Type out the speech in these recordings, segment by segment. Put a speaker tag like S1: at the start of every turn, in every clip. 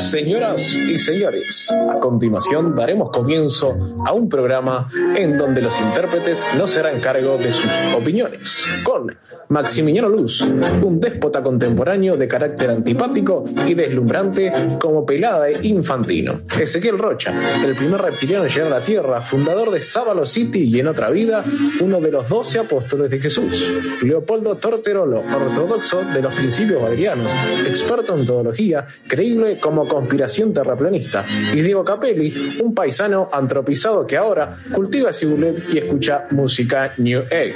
S1: Señoras y señores, a continuación daremos comienzo a un programa en donde los intérpretes no se harán cargo de sus opiniones, con Maximiliano Luz, un déspota contemporáneo de carácter antipático y deslumbrante como pelada de infantino. Ezequiel Rocha, el primer reptiliano en llegar a la Tierra, fundador de Sábalo City y en otra vida, uno de los doce apóstoles de Jesús. Leopoldo Torterolo, ortodoxo de los principios valerianos, experto en teología, creíble como conspiración terraplanista. Y Diego Capelli, un paisano antropizado que ahora cultiva cibulet y escucha música New Age.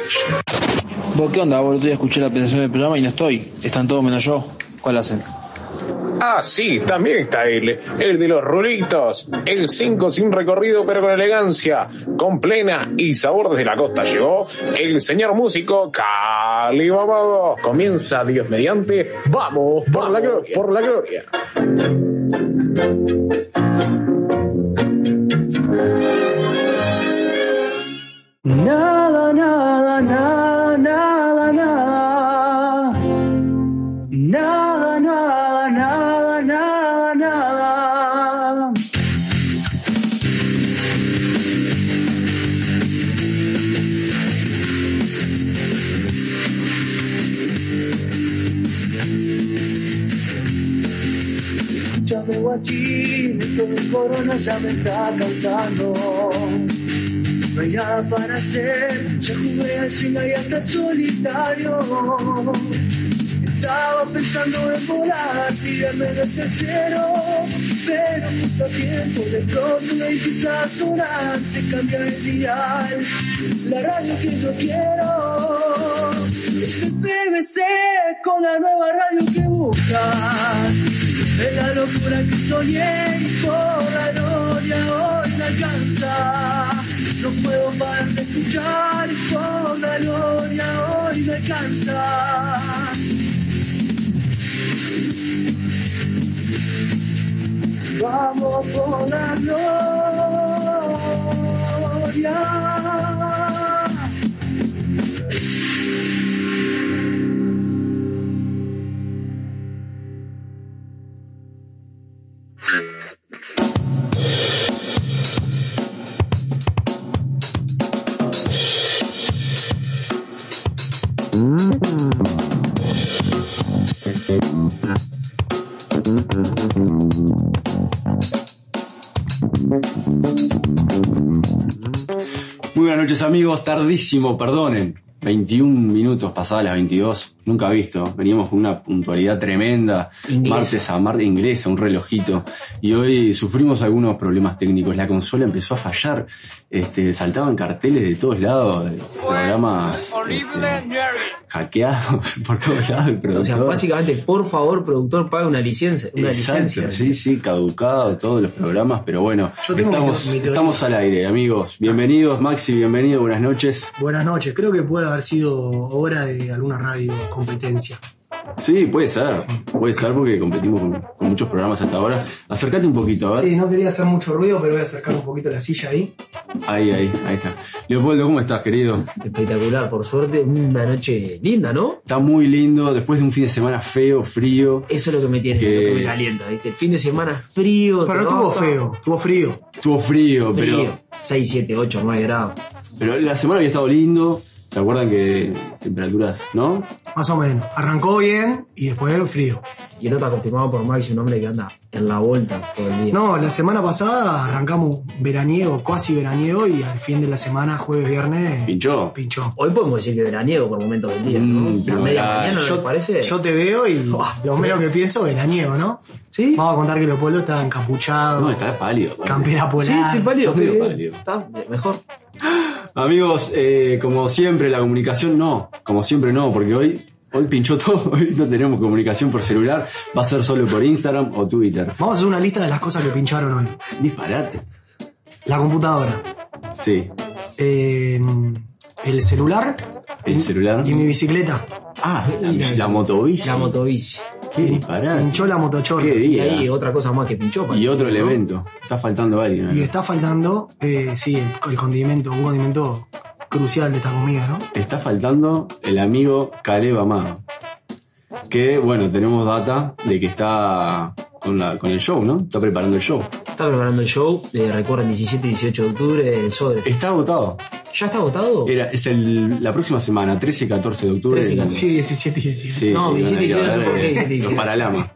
S2: ¿Vos qué onda? Vos ya escuché la presentación del programa y no estoy. Están todos menos yo. ¿Cuál hacen?
S1: Ah, sí, también está él, el de los rulitos, el 5 sin recorrido pero con elegancia, con plena y sabor desde la costa llegó el señor músico Cali Mamado. Comienza Dios mediante, vamos por, la, gloria. por la gloria.
S3: Nada, nada, nada, nada, nada. Nada, nada, nada, nada, nada. Ya veo allí que mi corona ya me está cansando. No hay nada para hacer, ya jugué al Jenga y hasta solitario. Estaba pensando en volar, tirarme del tercero, pero justo a tiempo de pronto y quizás sonar se cambia el dial. La radio que yo quiero es el PBC con la nueva radio que buscas. Es la locura que soñé y por la gloria hoy me alcanza. No puedo parar de escuchar y por la gloria hoy me alcanza. Vamos por la gloria.
S4: Muy buenas noches amigos, tardísimo, perdonen. 21 minutos pasadas las 22, nunca visto. Veníamos con una puntualidad tremenda, martes a martes inglesa, un relojito. Y hoy sufrimos algunos problemas técnicos. La consola empezó a fallar, este, saltaban carteles de todos lados, de programas este, hackeados por todos lados. del
S5: O sea,
S4: productor.
S5: básicamente, por favor, productor, paga una licencia. Una
S4: Exacto,
S5: licencia.
S4: sí, sí, caducado todos los programas, pero bueno,
S6: Yo tengo mi teo-
S4: estamos,
S6: mi teoría.
S4: estamos al aire, amigos. Bienvenidos, Maxi, bienvenido, buenas noches.
S6: Buenas noches, creo que puede haber sido obra de alguna radio competencia.
S4: Sí, puede ser, puede ser porque competimos con, con muchos programas hasta ahora. Acércate un poquito, a ver.
S6: Sí, Eh, no quería hacer mucho ruido, pero voy a acercar un poquito la silla ahí.
S4: Ahí, ahí, ahí está. Leopoldo, ¿cómo estás, querido?
S5: Espectacular, por suerte, una noche linda, ¿no?
S4: Está muy lindo, después de un fin de semana feo, frío.
S5: Eso es lo que me tiene,
S4: Que-
S5: lo que me calienta, ¿viste? El fin de semana frío.
S6: Pero no
S5: te
S6: tuvo
S5: nota,
S6: feo, tuvo frío.
S4: Estuvo frío,
S5: Frío.
S4: pero,
S5: 6, 7, 8, 9 grados.
S4: pero la semana había estado lindo. ¿Se acuerdan que temperaturas, no?
S6: Más o menos. Arrancó bien y después frío.
S5: Y esto está confirmado por Maxi, un hombre que anda en la vuelta todo el día.
S6: No, la semana pasada arrancamos veraniego, casi veraniego, y al fin de la semana, jueves, viernes,
S4: Pinchó.
S6: pinchó.
S5: Hoy podemos decir que veraniego por momentos del día, ¿no?
S4: Mm,
S5: La media
S4: pero-
S5: mañana, ¿no les
S6: Yo,
S5: parece?
S6: yo te veo y
S5: Buah,
S6: lo
S5: sí.
S6: menos que pienso, veraniego, ¿no?
S5: ¿Sí?
S6: Vamos a contar que Leopoldo estaba
S5: Ah.
S6: encapuchado,
S4: No, está pálido.
S6: campera polar.
S5: Sí, estoy pálido.
S4: Sos medio
S5: pero-
S4: pálido.
S5: Está mejor.
S4: Amigos, eh, como siempre, la comunicación no, como siempre no, porque hoy, hoy pinchó todo, hoy no tenemos comunicación por celular, va a ser solo por Instagram o Twitter.
S6: Vamos a hacer una lista de las cosas que pincharon hoy.
S4: Disparate.
S6: La computadora,
S4: Sí,
S6: eh, el celular
S4: el celular.
S6: y mi bicicleta.
S4: Ah, la, la motobici.
S5: La motobici.
S4: Qué disparate.
S6: Pinchó la motochorra.
S4: Qué
S5: Y ahí
S4: día.
S5: otra cosa más que pinchó.
S4: Y
S5: parece,
S4: otro
S5: ¿no?
S4: elemento. Está faltando alguien.
S6: Y
S4: acá.
S6: está faltando, eh, sí, el, el condimento, un condimento crucial de esta comida, ¿no?
S4: Está faltando el amigo Caleb Amado. Que bueno, tenemos data de que está con con, la, con el show, ¿no? Está preparando el show.
S5: Está preparando el show, eh, recorren 17 y 18 de octubre en Sodre.
S4: Está agotado.
S5: ¿Ya está agotado?
S4: Era, es el, la próxima semana, 13 y 14 de octubre.
S5: 13 y 14.
S6: Sí, 17 y 18.
S4: Sí,
S5: No,
S4: van a ir a
S5: 17 y
S4: dar,
S5: 18, ¿por qué
S4: eh,
S5: 17 y
S4: los
S5: 18?
S4: Paralamas.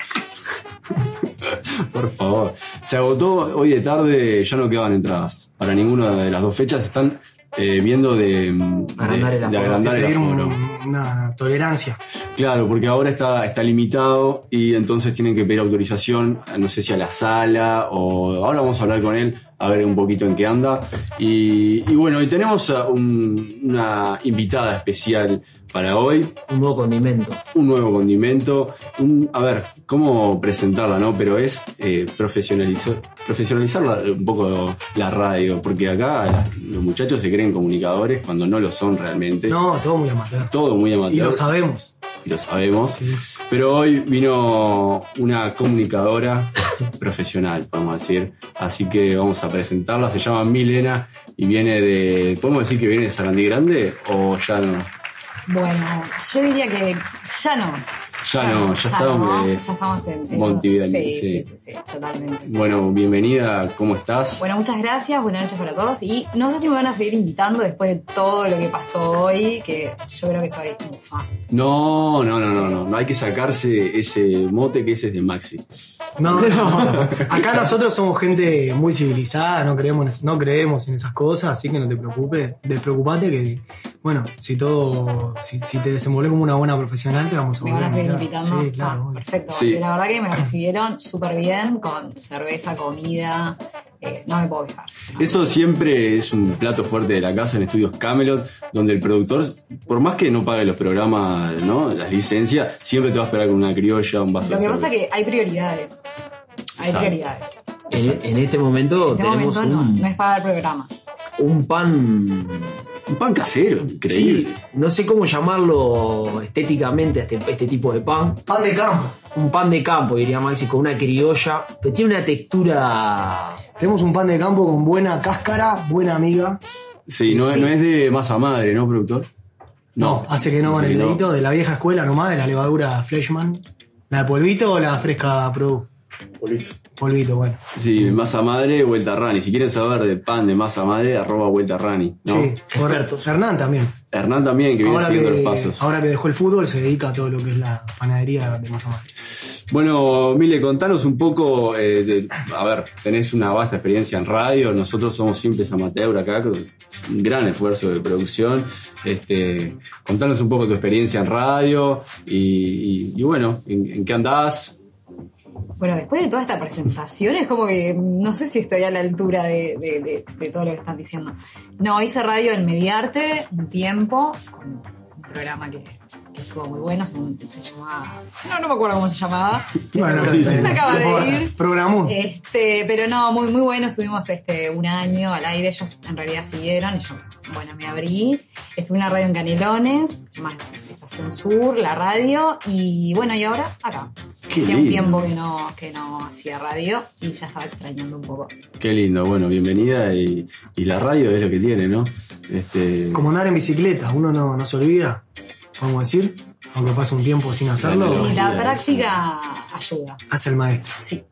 S4: Por favor. Se agotó hoy de tarde, ya no quedaban entradas. Para ninguna de las dos fechas están eh, viendo de, mm,
S5: Agrandar
S4: de,
S5: el
S4: de
S5: aforo.
S6: Te
S4: agrandar el
S6: pidieron
S4: aforo.
S6: una tolerancia.
S4: Claro, porque ahora está, está limitado y entonces tienen que pedir autorización, no sé si a la sala o ahora vamos a hablar con él, a ver un poquito en qué anda. Y, y bueno, y tenemos a un- una invitada especial para hoy,
S5: Un nuevo condimento.
S4: un nuevo condimento, un- a ver, cómo presentarla, ¿no? Pero es eh, profesionalizar, profesionalizar la- un poco la radio, porque acá la- los muchachos se creen comunicadores cuando no lo son realmente.
S6: No, todo muy amateur.
S4: Todo muy amateur.
S6: Y lo sabemos.
S4: y lo sabemos. Pero hoy vino una comunicadora profesional, podemos decir. Así que vamos a presentarla. Se llama Milena y viene de. ¿Podemos decir que viene de Sarandí Grande? ¿O ya no?
S7: Bueno, yo diría que ya no.
S4: Ya no, ya estamos.
S7: no,
S4: de-
S7: ya estamos en, en-
S4: Montevideo,
S7: Sí,
S4: sí.
S7: sí, sí, sí, totalmente.
S4: Bueno, bienvenida, ¿cómo estás?
S7: Bueno, muchas gracias, buenas noches para todos y no sé si me van a seguir invitando después de todo lo que pasó hoy, que yo creo que soy un fan.
S4: No, no, no, no,
S7: Sí.
S4: no. No hay que sacarse ese mote que ese es de Maxi.
S6: No, no. Acá nosotros somos gente muy civilizada, no creemos, en- no creemos en esas cosas, así que no te preocupes. Despreocupate que, bueno, si todo, si, si te desenvolves como una buena profesional, te vamos a
S7: Me van a seguir
S6: invitar.
S7: invitando.
S6: Sí, claro.
S7: Ah,
S6: obvio.
S7: perfecto.
S4: Sí.
S7: porque La verdad que me recibieron súper bien con cerveza, comida. eh, no me puedo quejar. No.
S4: Eso siempre es un plato fuerte de la casa en estudios Camelot, donde el productor, por más que no pague los programas, ¿no? Las licencias, siempre te va a esperar con una criolla, un vaso
S7: Lo
S4: de
S7: que pasa
S4: cerveza.
S7: es que hay prioridades. Hay
S4: Exacto.
S7: prioridades.
S5: En, en este
S7: En
S5: momento
S7: este
S5: tenemos
S7: momento no,
S5: un,
S7: no es para dar programas.
S5: un pan.
S4: Un pan casero,
S5: Sí,
S4: increíble.
S5: no sé cómo llamarlo estéticamente a este, este tipo de pan.
S6: Pan de campo.
S5: Un pan de campo, diría Maxi, con una criolla. Pero tiene una textura.
S6: Tenemos un pan de campo con buena cáscara, buena amiga.
S4: Sí, no,
S7: Sí.
S4: no es de masa madre, ¿no, productor?
S6: Hace que no con el
S4: Hace que no.
S6: dedito de la vieja escuela nomás, de la levadura Fleshman. ¿La de polvito o la fresca Pro? Polvito. Polvito, bueno.
S4: Sí, masa madre, vuelta rani. Si quieren saber de pan de masa madre, arroba vuelta rani. ¿no?
S6: Sí, correcto. Hernán también.
S4: Hernán también, que viene
S6: Ahora
S4: siguiendo
S6: que,
S4: los pasos.
S6: ahora que dejó el fútbol se dedica a todo lo que es la panadería de Masa Madre.
S4: Bueno, Mile, contanos un poco, eh, de- a ver, tenés una vasta experiencia en radio, nosotros somos simples amateur acá, con un gran esfuerzo de producción. Este, contanos un poco tu experiencia en radio y, y- y bueno, en, en qué andás.
S7: Bueno, después de toda esta presentación es como que no sé si estoy a la altura de, de- de- de todo lo que están diciendo. No, hice radio en Mediarte un tiempo, con un programa que, que estuvo muy bueno, se, se llamaba... No, no me acuerdo cómo se llamaba. se me acaba de ir.
S6: Programó.
S7: Este, pero no, muy, muy bueno. Estuvimos este, un año al aire. Ellos en realidad siguieron. y yo, bueno, me abrí. Estuve en una radio en Canelones, se llama Estación Sur, la radio. Y bueno, y ahora acá.
S4: Qué
S7: Hacía un
S4: lindo.
S7: tiempo que no, que no hacía radio y ya estaba extrañando un poco.
S4: Qué lindo, bueno, bienvenida y, y la radio es lo que tiene, ¿no? Este,
S6: Como andar en bicicleta, uno no, no se olvida, vamos a decir, aunque pase un tiempo sin hacerlo,
S4: Claro.
S7: Y la
S4: mira,
S7: práctica ayuda.
S6: hace el maestro.
S7: Sí,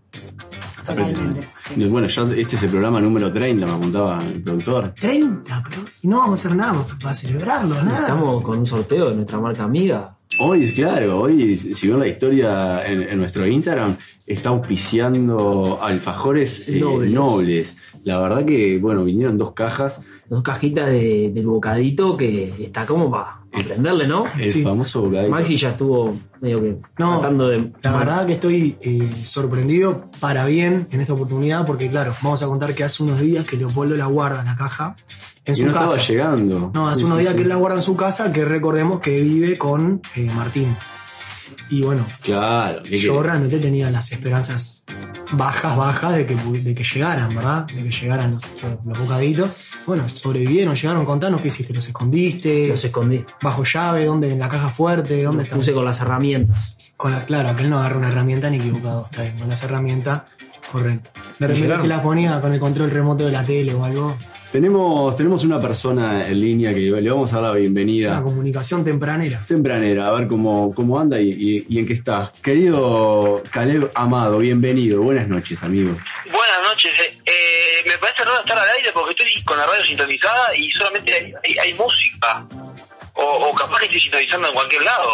S7: totalmente. sí.
S4: Bueno, ya este es el programa número 30, me apuntaba el productor.
S6: 30, pero y no vamos a hacer nada para celebrarlo, nada.
S5: Estamos con un sorteo de nuestra marca amiga.
S4: Hoy, claro, hoy, si ven la historia en, en nuestro Instagram, está auspiciando alfajores eh, nobles.
S5: Nobles.
S4: La verdad que, bueno, vinieron dos cajas.
S5: Dos cajitas de- del bocadito que está como para aprenderle, ¿no?
S4: El
S6: Sí.
S4: famoso bocadillo.
S5: Maxi ya estuvo medio que
S6: No,
S5: tratando de.
S6: La verdad que estoy eh, sorprendido para bien en esta oportunidad, porque claro, vamos a contar que hace unos días que Leopoldo la guarda en la caja en
S4: Y
S6: su
S4: no
S6: casa.
S4: estaba llegando.
S6: No, hace
S4: Sí,
S6: unos
S4: sí,
S6: días
S4: sí.
S6: que él la guarda en su casa, que recordemos que vive con eh, Martín. Y bueno,
S4: Claro. ¿qué
S6: yo
S4: querés?
S6: realmente tenía las esperanzas bajas, bajas de que, pudi- de que llegaran, ¿verdad? De que llegaran los, los bocaditos. Bueno, sobrevivieron, llegaron, contanos qué hiciste, los escondiste,
S5: Los escondí.
S6: bajo llave, dónde, en la caja fuerte, dónde
S5: Los
S6: está.
S5: puse con las herramientas.
S6: Con las, claro, aquel no agarra una herramienta ni equivocado, está bien, con las herramientas, correcto. De repente
S5: llegaron.
S6: se las ponía con el control remoto de la tele o algo,
S4: Tenemos, tenemos una persona en línea que le vamos a dar la
S6: Una
S4: bienvenida
S6: comunicación tempranera.
S4: tempranera, a ver cómo, cómo anda y, y- y en qué está. Querido Caleb Amado, bienvenido. Buenas noches, amigo.
S8: Buenas noches. eh. Eh, me parece raro estar al aire porque estoy con la radio sintonizada y solamente hay, hay- hay música. O, o capaz que estoy sintonizando en cualquier lado.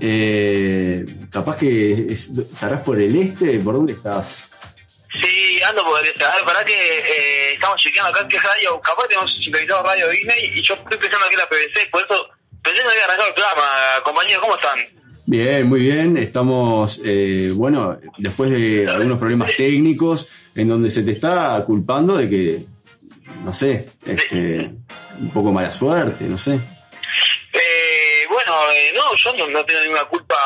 S4: Eh, capaz que es- estarás por el este, ¿por dónde estás?
S8: Sí, ando por el para Pará que eh, estamos chequeando acá qué radio. Capaz que tenemos sintonizado radio Disney y yo estoy pensando que es la PBC. Por eso pensé que me había arrancado el programa. Compañeros, ¿cómo están?
S4: Bien, muy bien. Estamos, eh, bueno, después de algunos problemas técnicos en donde se te está culpando de que, no sé, este, un poco mala suerte, no sé.
S8: Eh, bueno, eh, no, yo no, no tengo ninguna culpa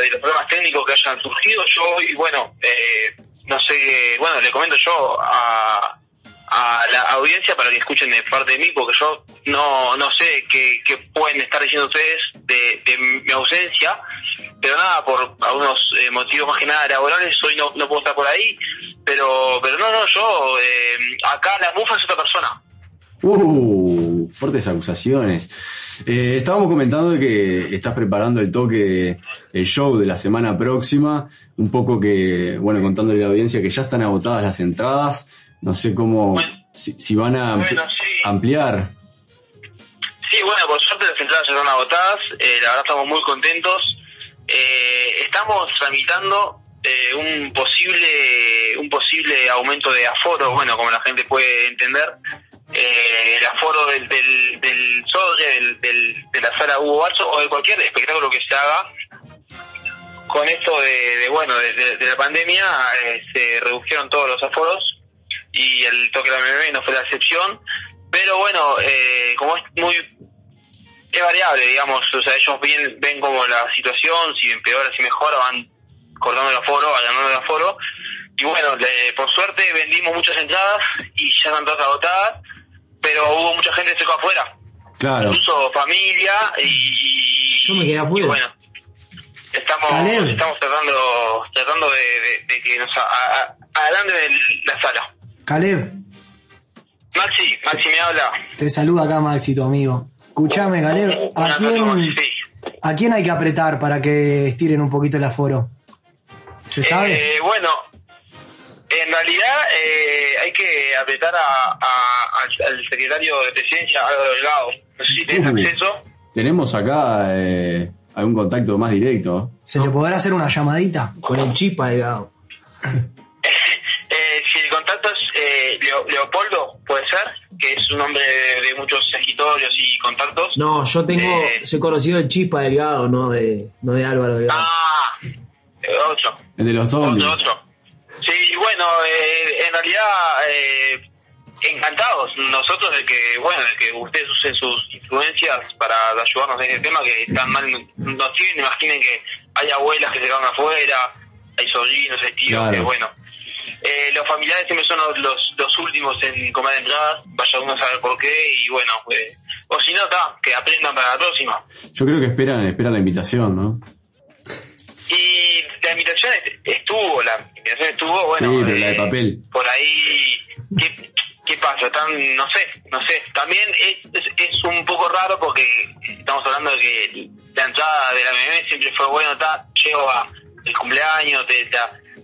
S8: de los problemas técnicos que hayan surgido. Yo hoy, bueno, eh, no sé, bueno, le comento yo a, a la audiencia para que escuchen de parte de mí, porque yo no, no sé qué, qué pueden estar diciendo ustedes de, de mi ausencia, pero nada, por algunos eh, motivos más que nada laborales, hoy no, no puedo estar por ahí, pero, pero no, no, yo, eh, acá la mufa es otra persona.
S4: Uh, fuertes acusaciones. Eh, estábamos comentando de que estás preparando el toque, el show de la semana próxima. Un poco que, bueno, contándole a la audiencia que ya están agotadas las entradas. No sé cómo, si, si van a ampli-
S8: Bueno, sí.
S4: ampliar.
S8: Sí, bueno, por suerte las entradas ya están agotadas, eh, la verdad estamos muy contentos. Eh, estamos tramitando eh, un posible un posible aumento de aforo, bueno, como la gente puede entender, eh, el aforo del del, del, Sodre, del- del- de la sala Hugo Barzo o de cualquier espectáculo que se haga. Con esto de, de, bueno de, de- de la pandemia eh, se redujeron todos los aforos y el toque de la MMM no fue la excepción. Pero bueno, eh, como es muy. Es variable, digamos. O sea, ellos ven, ven como la situación, si empeora, si mejora, van cortando el aforo, ganando el aforo. Y bueno, le- por suerte vendimos muchas entradas y ya están todas agotadas, pero hubo mucha gente que se quedó afuera.
S4: Claro.
S8: Incluso familia y.
S5: Yo me quedé afuera.
S8: y bueno, estamos,
S6: Caleb.
S8: estamos tratando, tratando de, de- de que nos a- a- a- adelante la sala.
S6: Caleb,
S8: Maxi, Maxi me habla.
S6: te saluda acá Maxi, tu amigo. Escuchame, Caleb, ¿a
S8: Buenas noches,
S6: quién,
S8: Maxi, sí.
S6: ¿a quién hay que apretar para que estiren un poquito el aforo? ¿Se sabe?
S8: Eh, bueno, en realidad eh, hay que apretar a, a- al- al secretario de presidencia, Álvaro Delgado. No sé si tenés
S4: Uy.
S8: acceso.
S4: Uh, Tenemos acá eh, algún contacto más directo.
S6: ¿Se le podrá hacer una llamadita?
S5: Con el chipa delgado.
S8: Eh, si el contacto es eh, Leo- Leopoldo, puede ser, que es un hombre de, de muchos escritorios y contactos.
S5: No, yo tengo.
S8: Eh.
S5: Soy conocido de chipa delgado, no de, no de Álvaro delgado.
S8: Ah, eh, otro.
S4: El de los zombies.
S8: Otro, otro. Sí, bueno, eh, en realidad, eh, encantados nosotros de que, bueno, de que ustedes usen sus influencias para ayudarnos en este tema que tan mal nos tienen. Imaginen que hay abuelas que se van afuera, hay sobrinos, hay tíos,
S4: Claro.
S8: que bueno. Eh, los familiares siempre son los, los, los últimos en comer entradas, vaya uno a saber por qué, y bueno, eh, o si no, ta, que aprendan para la próxima.
S4: Yo creo que esperan, esperan la invitación, ¿no?
S8: Y la invitación est- estuvo, la invitación estuvo, bueno. eh,
S4: Sí, pero la de papel.
S8: Por ahí, ¿qué, qué pasa? Tan, no sé, no sé. También es, es, es un poco raro porque estamos hablando de que la entrada de la MM siempre fue, bueno, está, llego a el cumpleaños, te, te-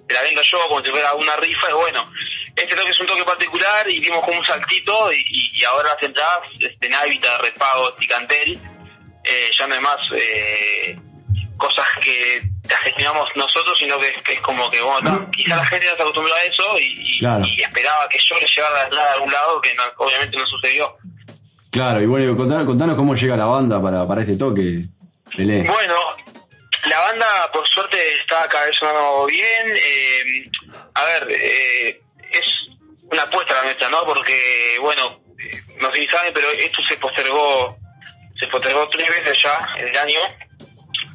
S8: te la vendo yo como si fuera una rifa, es bueno. Este toque es un toque particular y dimos como un saltito y, y- y ahora las entradas, este, Návita, Repago, Ticantel, eh, ya no es más... Eh, cosas que las gestionamos nosotros, sino que es, que es como que, bueno, ta, quizá la gente no se acostumbró a eso y, y-
S4: Claro.
S8: y esperaba que yo le llevara la entrada a algún lado, que no- obviamente no sucedió.
S4: Claro, y bueno, contanos, contanos cómo llega la banda para, para este toque. Pelé.
S8: Bueno, la banda por suerte está cada vez sonando bien. eh, a ver, eh, es una apuesta la nuestra, ¿no? Porque, bueno, eh, no sé si saben, pero esto se postergó, se postergó tres veces ya el año.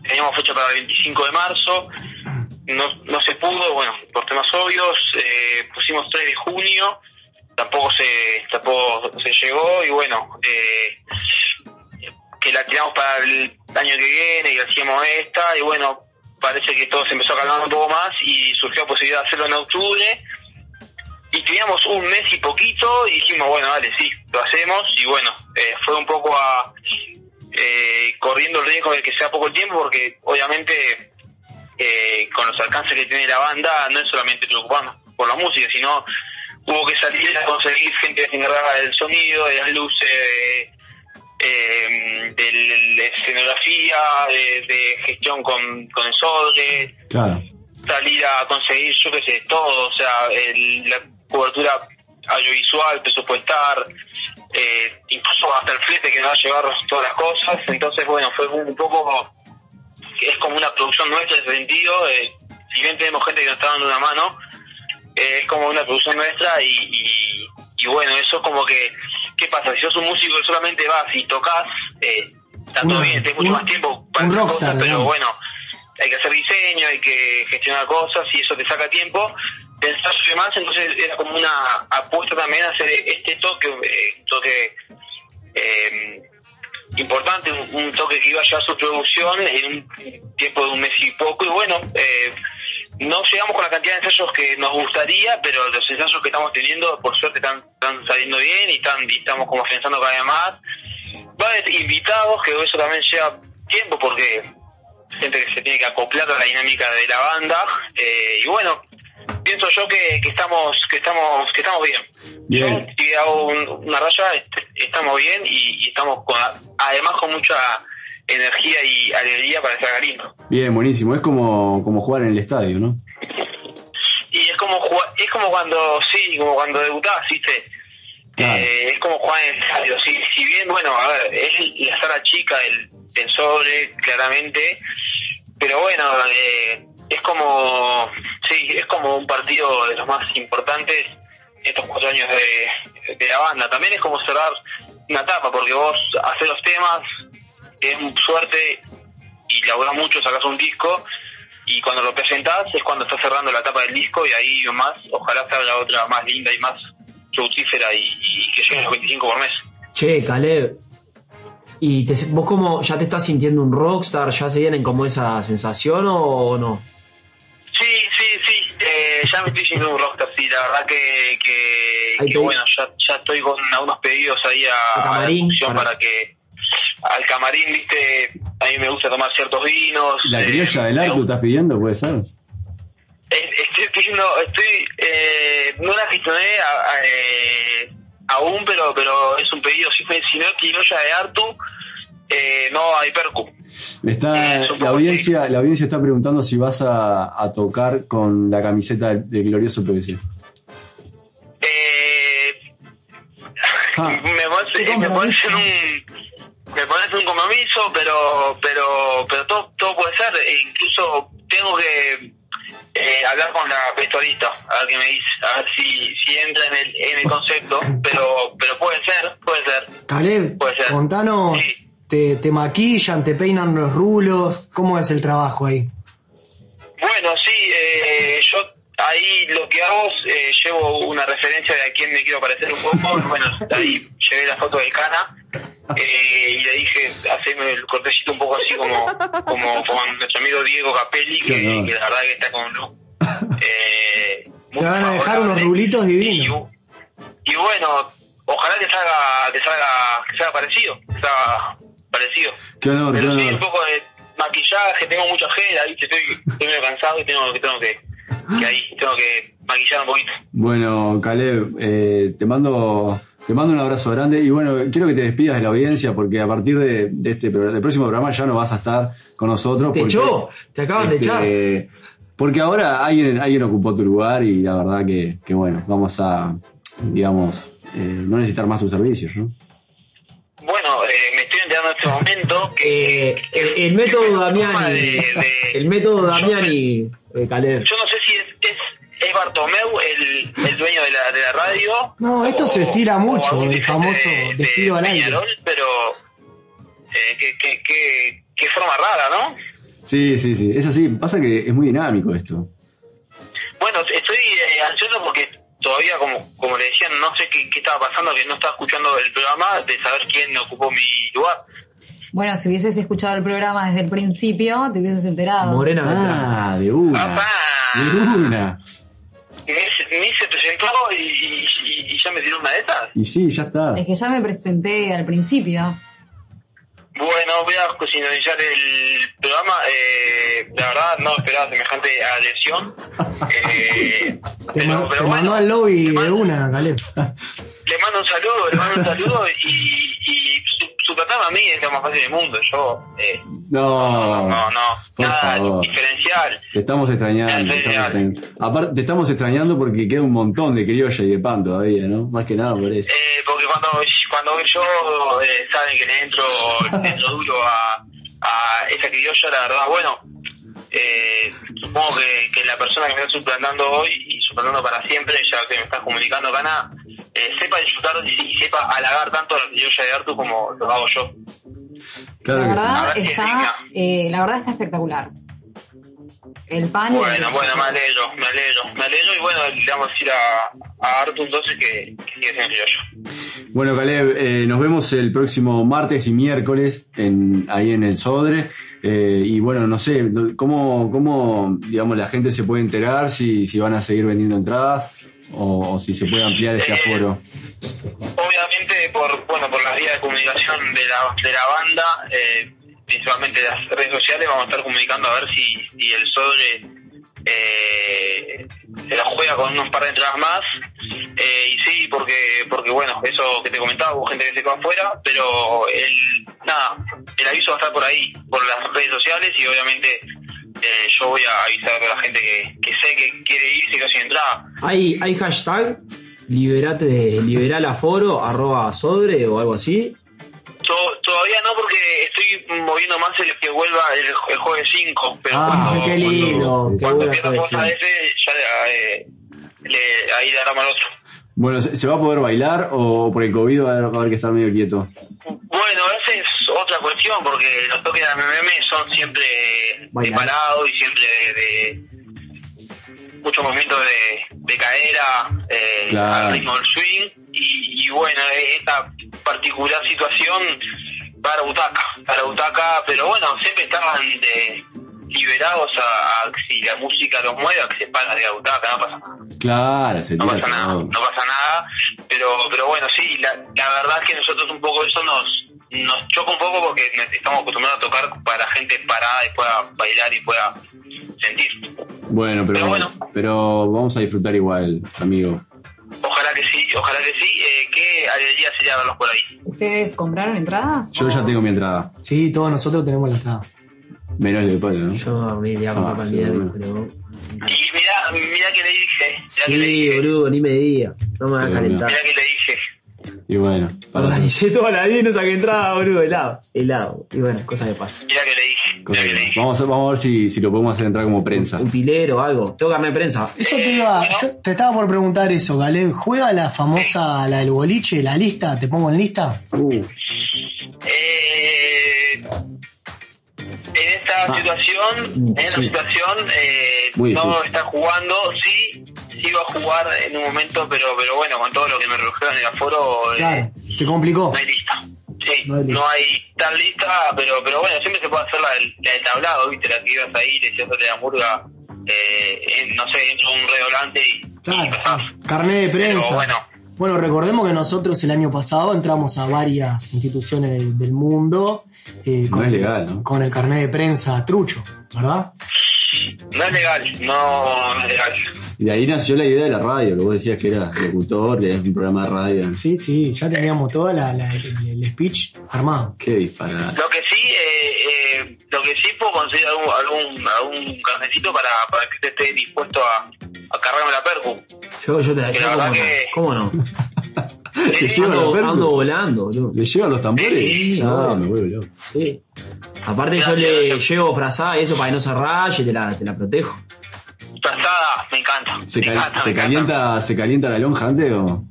S8: Teníamos fecha para el 25 de marzo. No, no se pudo, bueno, por temas obvios. eh, pusimos 3 de junio. Tampoco se, tampoco se llegó y bueno, eh, que la tiramos para el año que viene y hacíamos esta y bueno, parece que todo se empezó a calmar un poco más y surgió la posibilidad de hacerlo en octubre y teníamos un mes y poquito y dijimos, bueno, dale, sí, lo hacemos y bueno, eh, fue un poco a eh, corriendo el riesgo de que sea poco el tiempo porque obviamente eh, con los alcances que tiene la banda no es solamente preocuparnos por la música, sino hubo que salir a conseguir gente que se encargara del sonido, de las luces, de, eh, de la escenografía, de, de gestión con, con el sobre,
S4: Claro.
S8: salir a conseguir, yo qué sé, todo, o sea, el- la cobertura audiovisual, presupuestar, eh, incluso hasta el flete que nos va a llevar todas las cosas. Entonces, bueno, fue un poco, es como una producción nuestra en ese sentido. eh, si bien tenemos gente que nos está dando una mano, eh, es como una producción nuestra y, y- y bueno, eso como que, ¿qué pasa? Si sos un músico que solamente vas y tocas, eh, está todo
S6: Una-
S8: bien, tenés mucho
S6: un-
S8: más tiempo para
S6: un
S8: otras
S6: rockstar,
S8: cosas, pero
S6: digamos.
S8: bueno, hay que hacer diseño, hay que gestionar cosas y eso te saca tiempo de ensayo y demás, entonces era como una apuesta también a hacer este toque, eh, toque eh, importante, un, un toque que iba a llevar su producción en un tiempo de un mes y poco y bueno, eh, no llegamos con la cantidad de ensayos que nos gustaría, pero los ensayos que estamos teniendo por suerte están, están saliendo bien y, están, y estamos como pensando cada vez más. Va a haber invitados, que eso también lleva tiempo porque gente que se tiene que acoplar a la dinámica de la banda eh, y bueno pienso yo que, que estamos que estamos que estamos bien,
S4: Bien.
S8: yo si hago un- una raya est- estamos bien y, y estamos con además con mucha energía y alegría para sacar lindo
S4: Bien, buenísimo. Es como, como jugar en el estadio, ¿no?
S8: y es como jugar- es como cuando sí como cuando debutás viste
S4: Claro.
S8: Eh, es como jugar en el estadio. Si, si bien, bueno, a ver, es la sala chica del, del sobre, claramente. Pero bueno, eh, es como. Sí, es como un partido de los más importantes estos cuatro años de, de la banda. También es como cerrar una etapa, porque vos haces los temas, es suerte y laburás mucho, sacás un disco. Y cuando lo presentás es cuando estás cerrando la etapa del disco y ahí más, ojalá salga otra más linda y más fructífera y, y que lleguen los 25 por mes.
S5: Che, Caleb. ¿Y te- vos como ya te estás sintiendo un rockstar? ¿Ya se vienen como esa sensación o, o no?
S8: Sí, sí, sí, eh, ya me estoy yendo un rockstar, sí, la verdad que, que,
S5: Ahí
S8: que
S5: te-
S8: Eh, bueno, ya, ya estoy con algunos pedidos ahí a,
S5: Al
S8: a
S5: camarín,
S8: la producción
S5: para-
S8: para que al camarín, viste, a mí me gusta tomar ciertos vinos.
S4: La
S8: eh,
S4: criolla del
S8: me
S4: arco
S8: gusta-
S4: estás pidiendo, puede ser.
S8: Eh, Estoy pidiendo, estoy, eh, no la gestioné a- a- eh, aún, pero pero es un pedido. Si, fue- si no es criolla de Artu, eh, no hay percu.
S4: Está,
S8: Sí, supongo
S4: la, audiencia, la audiencia está preguntando si vas a, a tocar con la camiseta del, del glorioso PVC.
S8: Eh,
S4: Ah.
S8: me
S7: Qué
S8: pones, me pones
S7: compromiso.
S8: en un me pones en un compromiso pero pero pero todo todo puede ser e incluso tengo que eh, hablar con la vestuarista a ver qué me dice a ver si, si entra en el en el concepto pero pero puede ser puede ser
S6: Caleb,
S8: Puede ser.
S6: contanos,
S8: Sí.
S6: te, te maquillan, te peinan los rulos, ¿cómo es el trabajo ahí?
S8: Bueno, sí, eh, yo ahí lo que hago es eh, llevo una referencia de a quién me quiero parecer un poco. bueno, ahí llevé la foto del Cana eh, y le dije, haceme el cortecito un poco así como, como con nuestro amigo Diego Capelli, que,
S4: Qué honor.
S8: que la verdad que está con un look. Eh, muy
S6: Te van a dejar unos
S8: favorable.
S6: rulitos divinos.
S8: Y, y bueno, ojalá que salga, que salga, que salga parecido, que salga parecido.
S4: Qué honor, qué
S8: Pero sí,
S4: honor.
S8: un poco de maquillaje, tengo mucha gel, ahí estoy, estoy medio cansado y tengo que, tengo que, que ahí, tengo que maquillar un poquito.
S4: Bueno, Caleb, eh, te mando te mando un abrazo grande y bueno, quiero que te despidas de la audiencia porque a partir de, de este pro- del próximo programa ya no vas a estar con nosotros.
S5: Te
S4: porque,
S5: echó, te acaban de
S4: este,
S5: echar.
S4: Porque ahora alguien, alguien ocupó tu lugar y la verdad que, que bueno, vamos a, digamos, eh, no necesitar más tus servicios, ¿no?
S8: Bueno, eh, me estoy enterando en este momento que...
S5: Eh, el, el método
S8: que-
S5: Damiani.
S8: de- de-
S5: el método Damiani, eh, Caleb.
S8: Yo no sé si es, es, es Bartomeu el, el dueño de la, de la radio.
S6: No, esto se estira mucho,
S8: algún
S6: el
S8: dirigente
S6: famoso
S8: de- de
S6: despido al aire.
S8: Peñarol, pero... Eh, qué, qué, qué, qué forma rara, ¿no?
S4: Sí, sí, sí. Es así. Pasa que es muy dinámico esto.
S8: Bueno, estoy eh, ansioso porque todavía, como, como le decían, no sé qué, qué estaba pasando, que no estaba escuchando el programa, de saber quién ocupó mi lugar.
S7: Bueno, si hubieses escuchado el programa desde el principio,
S5: Ah,
S7: te hubieses enterado.
S5: Morena Beltrán.
S4: Ah, de una.
S8: ¡Papá!
S4: De una.
S8: Me, me ni se presentó y, y- y- y ya me tiró una de estas.
S4: Y sí, ya está.
S7: Es que ya me presenté al principio.
S8: Bueno, voy a finalizar el programa. Eh, la verdad, no esperaba semejante agresión. Eh,
S6: Te, ma-
S8: pero, pero
S6: te
S8: bueno,
S6: mandó al lobby
S8: te
S6: de
S8: mando-
S6: una, Caleb.
S8: Le mando un saludo, le mando un saludo y, y su, tratarme a mí es lo más fácil del mundo. Yo, eh,
S4: No,
S8: no, no, no,
S4: por
S8: nada
S4: favor.
S8: diferencial.
S4: Te estamos extrañando.
S8: Ya,
S4: te
S8: ya,
S4: estamos
S8: ya.
S4: extrañando. Aparte, te estamos extrañando porque queda un montón de criolla y de pan todavía, ¿no? Más que nada por eso.
S8: Eh, porque cuando, cuando yo eh, saben que le entro, le entro duro a, a esa criolla, la verdad, bueno, eh, supongo que, que la persona que me está suplantando hoy y suplantando para siempre, ya que me estás comunicando acá nada, eh, sepa disfrutar y, y sepa halagar tanto a la criolla de Artu como lo hago yo.
S4: Claro
S7: la
S4: que sí.
S7: verdad
S8: sí.
S7: está, eh, la verdad está espectacular. El pan.
S8: Bueno, bueno, me alegro, me alegro, me alegro y bueno, le vamos a ir a, a Artu entonces que, que sigue siendo criollo.
S4: Bueno, Caleb, eh, nos vemos el próximo martes y miércoles en, ahí en el Sodre. Eh, y bueno, no sé, no- ¿cómo, cómo digamos, la gente se puede enterar si, si van a seguir vendiendo entradas o, o si se puede ampliar ese
S8: Eh,
S4: aforo?
S8: Obviamente por bueno por las vías de comunicación de la, de la banda, eh, principalmente las redes sociales, vamos a estar comunicando a ver si, si el Sodre eh, se la juega con unos par de entradas más. Eh, y sí, porque porque bueno, eso que te comentaba, hubo gente que se quedó afuera, pero el nada, el aviso va a estar por ahí, por las redes sociales y obviamente eh, yo voy a avisar a la gente que, que sé que quiere irse casi entrada.
S5: Hay, hay hashtag liberate, de- liberalaforo, arroba sodre o algo así.
S8: To- todavía no porque estoy moviendo más el que vuelva el, el jueves 5, pero
S4: Ah,
S8: cuando,
S5: qué lindo.
S4: cuando-
S5: qué
S8: cuando
S5: buena
S8: pierda
S5: colección.
S8: fuerza ese, ya eh, le, ahí le hará mal otro.
S4: Bueno, ¿se se va a poder bailar o por el COVID va a haber- va a haber que estar medio quieto?
S8: Bueno, esa es otra cuestión porque los toques de la MMM son siempre
S5: Bailar.
S8: separados y siempre de, de mucho movimiento de, de cadera eh,
S4: Claro.
S8: al ritmo del swing y, y bueno, eh, esta particular situación para butaca, para butaca, pero bueno, siempre estaban de- liberados a, a que si la música los mueve, a que se para de la butaca, no pasa nada
S4: Claro, se
S8: no
S4: tira
S8: pasa nada,
S4: todo.
S8: no pasa nada, pero pero bueno, sí, la, la verdad es que nosotros un poco eso nos nos choca un poco porque ne- estamos acostumbrados a tocar para gente parada y pueda bailar y pueda sentir.
S4: Bueno, pero, pero,
S8: Pero bueno.
S4: vamos a disfrutar igual, amigo.
S8: Ojalá que sí, ojalá que sí, eh, qué alegría sería verlos por ahí.
S7: ¿Ustedes compraron entradas?
S4: Yo ya tengo mi entrada.
S6: Sí, todos nosotros tenemos la entrada.
S4: Menos el de Pablo, ¿no?
S5: Yo a mí le hago
S4: Ah,
S5: una
S4: sí,
S5: pandemia,
S4: bueno.
S5: pero-
S8: Y mirá, mirá que le dije, mirá que le
S5: Sí,
S8: dije,
S5: boludo, ni me diga. No me
S4: Sí,
S5: hagas calentar.
S8: mirá que le dije.
S4: Y bueno, para
S5: Organicé toda la vida y no saqué entrada, boludo. Helado, helado. Y bueno, cosas que pasan.
S8: Mirá que le dije, mirá
S4: cosas
S8: que le
S4: que-
S8: dije.
S4: vamos, a, vamos a ver si, si lo podemos hacer entrar como prensa.
S5: Un pilero o algo. Tengo que armar prensa.
S6: Eso te iba,
S8: bueno.
S6: yo te estaba por preguntar eso, Caleb. ¿Juega la famosa, la del boliche, la lista? ¿Te pongo en lista?
S8: Eh, en esta
S5: Ah.
S8: situación, en esta
S5: Sí.
S8: situación eh,
S4: Muy
S8: no
S4: difícil.
S8: está jugando, sí, sí va a jugar en un momento, pero pero bueno, con todo lo que me redujeron el aforo, eh,
S6: Claro, se complicó.
S8: no hay lista. Sí,
S6: No hay lista.
S8: no hay tan lista, pero pero bueno, siempre se puede hacer la del, la del tablado, viste, la que ibas ahí, le decías de la murga, eh, en- no sé, entro un redolante y, y
S6: Claro,
S8: pasás.
S6: sí. carné de prensa.
S8: Pero bueno.
S6: Bueno, recordemos que nosotros el año pasado entramos a varias instituciones del, del mundo eh,
S4: No es legal, ¿no?
S6: con el carnet de prensa trucho, ¿verdad?
S8: No es legal, no, no es legal.
S4: Y de ahí nació la idea de la radio, que vos decías que era locutor, que es un programa de radio.
S6: Sí, sí, ya teníamos toda la, la- Eh, el, el speech armado.
S4: Qué disparada.
S8: Lo que sí, eh, eh, lo que sí puedo conseguir algún, algún, algún carnecito para, para que usted esté dispuesto a, a cargarme la percu.
S5: Yo, yo te la
S8: Que la
S5: yo
S8: verdad
S5: cómo,
S8: que-
S5: no. ¿Cómo no?
S4: ¿Le llevan los
S5: Ando,
S4: percos?
S5: ando volando, boludo.
S4: ¿Le llevan los tambores?
S5: Sí,
S4: Ah,
S5: obvio.
S4: me vuelvo loco.
S5: Sí. Aparte yo le llevo frazada y eso para que no se raye, te la, te la protejo.
S8: Trazada, me encanta.
S4: ¿Se,
S8: me
S4: cal-
S8: encanta,
S4: se
S8: me encanta.
S4: calienta, ¿Se calienta la lonja antes o...?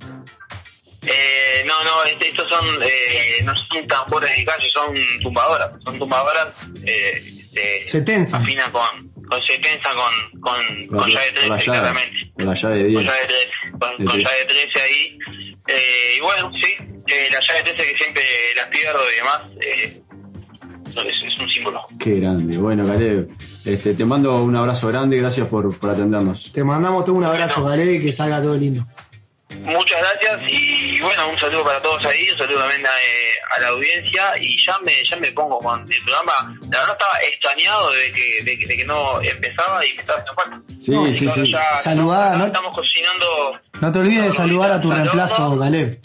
S8: Eh, no, no, este- estos son, eh, no son tambores de calle, son tumbadoras. Son tumbadoras, eh, este,
S6: Se tensa.
S8: afinan con, con se tensan con, con, con llave 3
S4: la llave.
S8: exactamente.
S4: Con la llave de
S8: con
S4: 10.
S8: llave 13, con,
S4: De
S8: con
S4: tres.
S8: llave 13 ahí. Eh, y bueno, sí, eh, la llave 13 que siempre las pierdo y demás. Eh, es, es un símbolo.
S4: Qué grande. Bueno, Caleb, este, te mando un abrazo grande y gracias por, por atendernos.
S6: Te mandamos todo un abrazo, Gale, y que salga todo lindo.
S8: Muchas gracias y, bueno, un saludo para todos ahí, un saludo también a, eh, a la audiencia y ya me, ya me pongo con el programa. La verdad estaba extrañado de que, de, que- de que no empezaba y me estaba haciendo falta.
S4: Sí,
S8: No, y
S4: sí,
S8: ahora
S4: sí.
S8: ya-
S6: Saludá, ¿no?
S8: Estamos cocinando.
S6: No te olvides de saludar a tu reemplazo, Gale.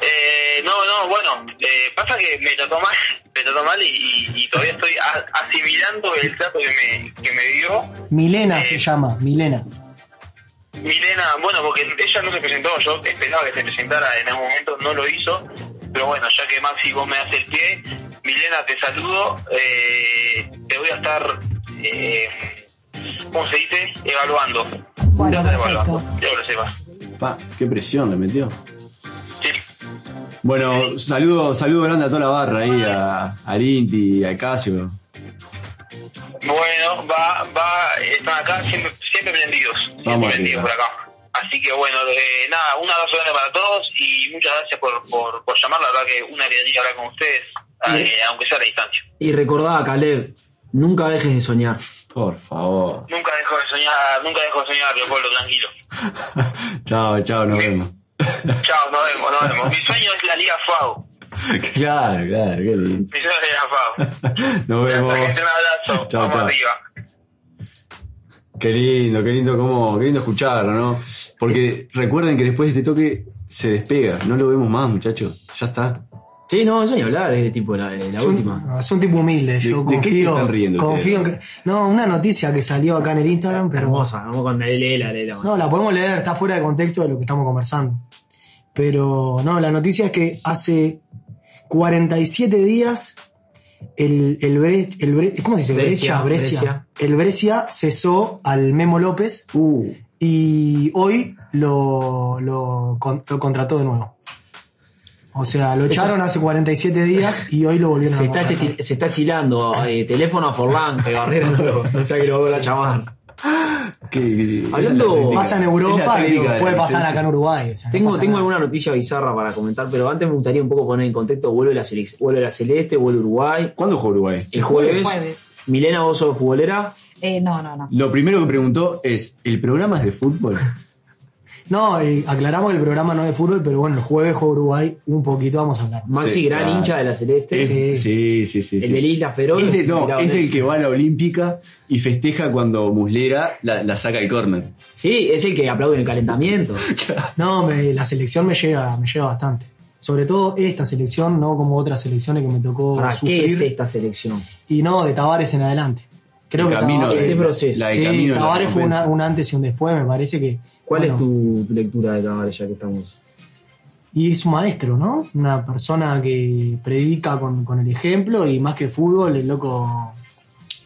S8: Eh, no, no, bueno, eh, pasa que me trató mal, me trató mal y, y- y todavía estoy a- asimilando el trato que me, que me dio. Eh,
S6: Milena se llama, Milena.
S8: Milena, bueno, porque ella no se presentó, yo esperaba que se presentara en algún momento, no lo hizo, pero bueno, ya que Maxi vos me das el pie, Milena, te saludo, eh, te voy a estar, eh, ¿cómo se dice? Evaluando.
S7: Bueno,
S8: Te voy a estar evaluando,
S7: perfecto.
S8: quiero que lo sepas.
S4: Pa, qué presión le metió.
S8: Sí.
S4: Bueno, saludo, saludo grande a toda la barra ahí, a, a Linti, a Casio.
S8: Bueno, va, va, están acá siempre, siempre prendidos, siempre
S4: Vamos
S8: prendidos por
S4: arriba.
S8: acá. Así que bueno, eh, nada, un abrazo grande para todos y muchas gracias por, por, por llamar, la verdad que una alegría hablar con ustedes, eh, aunque sea a la distancia.
S5: Y recordá, Caleb, nunca dejes de soñar.
S4: Por favor.
S8: Nunca dejo de soñar, nunca dejo de soñar, Leopoldo, tranquilo.
S4: chao, chao, nos vemos.
S8: Chao, nos vemos, nos vemos. Mi sueño es la Liga FAO.
S4: claro, claro, qué lindo.
S8: Mi sueño es la Liga FAO.
S4: Nos vemos.
S8: Gente, un abrazo.
S4: Chao,
S8: Vamos
S4: chao.
S8: arriba.
S4: Qué lindo, qué lindo cómo, qué lindo escucharlo, ¿no? Porque recuerden que después de este toque se despega, no lo vemos más, muchachos. Ya está.
S5: Sí, no, eso ni hablar, es de tipo la, eh, la
S6: Es
S5: última.
S6: un, es un tipo humilde, yo
S4: ¿De- de
S6: confío.
S4: qué se están riendo
S6: confío en
S4: ustedes?
S6: que- no, una noticia que salió acá en el Instagram, pero
S5: Hermosa, vamos con Leela, Leela.
S6: No, la podemos leer, está fuera de contexto de lo que estamos conversando. Pero no, la noticia es que hace 47 días el, el, Bre- el Bre- ¿cómo se dice?
S5: Brescia,
S6: Brecha, Brescia.
S5: Brescia.
S6: El Brescia cesó al Memo López
S4: Uh.
S6: y hoy lo, lo, con- lo contrató de nuevo. O sea, lo
S5: Eso es-
S6: echaron hace 47 días y hoy lo volvieron
S5: Se
S6: a
S5: está,
S6: contratar.
S5: esti- se está estilando eh, teléfono a Forlán, que Barrera no lo, no sea que lo vuelva a llamar.
S4: Qué- qué-
S5: Hablando-
S4: esa es la técnica.
S6: Pasa en
S4: Es la
S6: Europa y
S4: técnica de la
S6: puede pasar
S4: licencia.
S6: acá en Uruguay. o sea, no
S5: Tengo,
S6: pasa
S5: tengo
S6: nada.
S5: alguna noticia bizarra para comentar, pero antes me gustaría un poco poner en contexto, vuelve la, selec- vuelve la Celeste, vuelve Uruguay.
S4: ¿Cuándo jugó Uruguay?
S5: El jueves,
S7: Jueves.
S5: Milena, vos sos futbolera.
S7: Eh, no, no, no.
S4: Lo primero que preguntó es, ¿el programa es de fútbol?
S6: No, y aclaramos que el programa no es de fútbol, pero bueno, el jueves juega Uruguay, un poquito vamos a hablar.
S5: Maxi,
S4: Sí,
S5: gran
S4: claro.
S5: hincha de la Celeste.
S4: Sí, sí, sí. sí,
S5: El del Isla Feroz.
S4: Es, de- no,
S5: Mirá, ¿eh?
S4: es
S5: ¿dónde?
S4: del que va a la Olímpica y festeja cuando Muslera la, la saca el córner.
S5: Sí, es el que aplaude en el calentamiento.
S6: No, me- la selección me llega, me llega bastante. Sobre todo esta selección, no como otras selecciones que me tocó
S5: Pará, ¿Qué
S6: sufrir.
S5: es esta selección?
S6: Y no, de Tavares en adelante. Creo
S4: El
S6: que
S4: camino
S6: Tabárez-
S5: de- Este proceso.
S4: la de
S6: sí,
S4: camino de la
S6: Tabárez fue una-
S4: recompensa.
S6: un antes y un después, me parece que.
S5: ¿Cuál
S6: bueno,
S5: es tu lectura de Tavares ya que estamos?
S6: Y es un maestro, ¿no? Una persona que predica con, con el ejemplo y más que fútbol, el loco.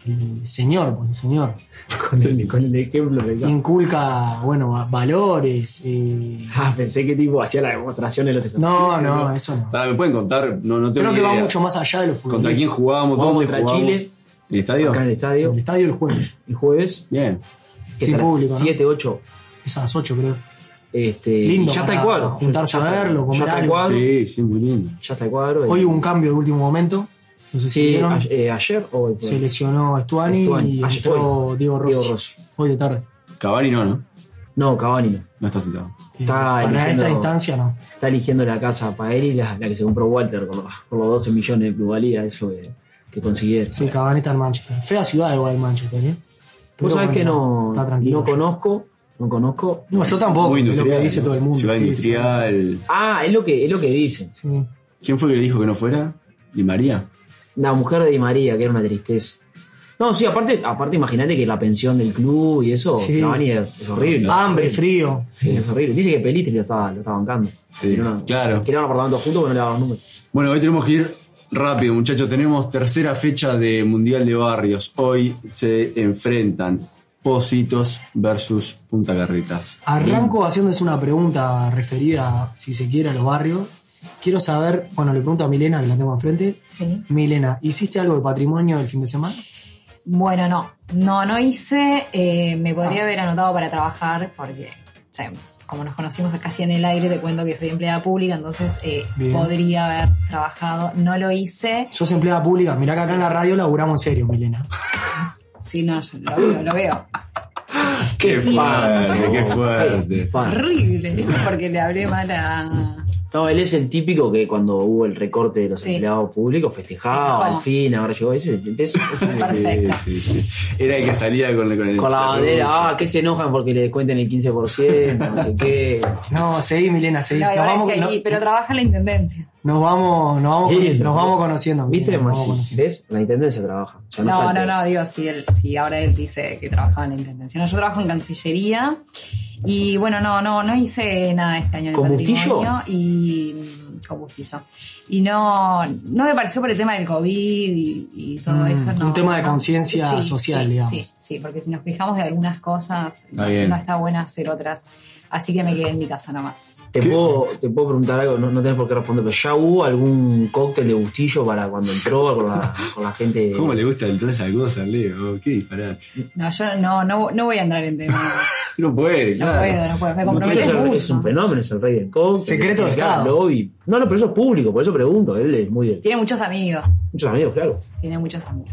S6: El señor, pues, el señor.
S5: Con el, con el ejemplo de acá.
S6: Inculca, bueno, va- valores. eh,
S5: Ah, pensé que tipo hacía la demostración en los ejercicios.
S6: No, no, eso no.
S4: Pará, ¿Me pueden contar? No, no tengo
S6: Creo
S4: ni
S6: que va
S4: idea.
S6: mucho más allá de los
S4: ¿Contra
S6: futbolistas.
S4: quién jugábamos?
S5: Jugamos
S4: ¿Dónde
S5: contra
S4: jugábamos?
S5: Chile.
S4: ¿El estadio?
S5: Acá en el
S6: En
S5: estadio,
S6: el estadio el jueves.
S5: el jueves,
S4: Bien.
S5: que
S6: Sin
S5: es a
S6: público, ¿no?
S5: las 7, 8.
S6: Es a las 8, creo.
S5: Este,
S6: Lindo
S5: y ya está
S6: para
S5: el cuadro.
S6: juntarse
S5: Ya
S6: a
S5: está-
S6: verlo, comer
S5: Ya está el
S6: algo.
S5: cuadro.
S4: Sí, sí, muy lindo.
S5: Ya está el cuadro.
S6: Hoy
S5: Y-
S6: hubo un cambio de último momento. No sé si
S5: Sí,
S6: vieron.
S5: a- eh, ayer o hoy. fue.
S6: se lesionó Estuani,
S5: Estuani.
S6: y
S5: Ayer
S6: entró
S5: fue.
S6: Diego Rossi.
S5: Diego Rossi.
S6: Hoy de tarde.
S4: Cavani no, ¿no?
S5: No, Cavani no.
S4: No está sentado.
S6: Eh,
S5: Está
S6: para
S5: eligiendo-
S6: esta instancia no.
S5: Está eligiendo la casa para él y la, la que se compró Walter con los, con los 12 millones de plusvalía, eso que, que consiguieron.
S6: Sí, Cavani está en Manchester. Fea ciudad igual Manchester, ¿eh? Pero
S5: Vos sabés
S6: bueno,
S5: que no,
S6: Está tranquilo.
S5: no conozco, no conozco.
S6: No, yo tampoco.
S4: Muy
S6: Es lo
S4: industrial.
S6: que dice
S4: ¿no?
S6: todo el mundo.
S4: Ciudad
S6: sí,
S4: industrial.
S5: Ah, es lo que, es lo que dicen.
S6: sí, sí.
S4: ¿Quién fue que le dijo que no fuera? ¿Di María?
S5: La mujer de Di María, que era una tristeza. No, sí, aparte, aparte imagínate que la pensión del club y eso,
S6: Sí. Ah,
S5: Cavani es, es horrible.
S6: Hambre, frío.
S5: Sí, es horrible. Dice que Pelitri lo estaba, lo estaba bancando.
S4: Sí,
S5: Era una-
S4: claro.
S5: Que era un apartamento junto pero no le daban número.
S4: Bueno, hoy tenemos que ir rápido, muchachos. Tenemos tercera fecha de Mundial de Barrios. Hoy se enfrentan Positos versus Punta Carretas.
S6: Ah. Arranco haciéndoles una pregunta referida, si se quiere, a los barrios. Quiero saber, bueno, le pregunto a Milena, que la tengo enfrente.
S7: Sí.
S6: Milena, ¿hiciste algo de patrimonio el fin de semana?
S7: Bueno, no. No, no hice. eh, me podría haber anotado para trabajar porque. o sea, como nos conocimos casi en el aire, te cuento que soy empleada pública, entonces eh,
S6: Bien.
S7: podría haber trabajado. No lo hice.
S6: Sos empleada pública, mirá que acá en la radio laburamos en serio, Milena.
S7: Sí, no, yo lo veo, lo veo.
S4: Qué fuerte, qué fuerte.
S7: Horrible. Eso es porque le hablé mal a.
S5: No, él es el típico que cuando hubo el recorte de los
S7: Sí.
S5: empleados públicos festejaba,
S7: Festejó.
S5: al fin, ahora llegó ese. ese- ese-
S7: Perfecto.
S4: Sí, sí, sí. Era el que salía con, con el.
S5: con la bandera, ah, que se enojan porque le cuenten el 15%, no sé qué.
S6: No, seguí, Milena, seguí.
S7: No, y
S6: Nos
S7: ahora
S6: vamos,
S7: es que
S6: no-
S7: allí, pero trabaja en la intendencia.
S6: nos vamos, nos vamos,
S5: Sí,
S6: nos
S5: lo-
S6: vamos conociendo. Milena,
S5: ¿Viste,
S6: nos vamos
S5: Maxi?
S6: conociendo.
S5: ¿Ves? La intendencia trabaja. Ya
S7: No,
S5: está
S7: no,
S5: el-
S7: no, digo, si, él, si ahora él dice que trabajaba en la intendencia. No, yo trabajo en Cancillería y bueno, no, no, no hice nada este año en el
S5: ¿Con Bustillo?
S7: patrimonio y mm, con Bustillo. Y no, no me pareció por el tema del COVID y, y todo
S6: Mm,
S7: eso. no,
S6: un tema de
S7: no.
S6: conciencia social,
S7: sí,
S6: digamos.
S7: Sí, sí, porque si nos quejamos de algunas cosas,
S4: Está
S7: no-
S4: bien.
S7: no está buena hacer otras. Así que me quedé en mi casa nomás.
S5: Te puedo, te puedo preguntar algo, no, no tenés por qué responder, pero ¿ya hubo algún cóctel de gustillo para cuando entró con la, con la gente?
S4: ¿Cómo le gusta el toda esa cosa, Leo? Qué disparate.
S7: No, yo no, no, no voy a entrar en temas.
S4: No puede,
S7: No
S4: claro.
S7: puedo, no puedo. Me
S5: Gustillo
S7: comprometo
S5: es, el-
S7: mucho.
S5: es un fenómeno, es el rey del cóctel.
S6: Secreto de
S5: el gran
S6: Estado.
S5: lobby. No, no, pero eso es público, por eso pregunto, él es muy divertido.
S7: Tiene muchos amigos.
S5: Muchos amigos, claro.
S7: Tiene muchos amigos.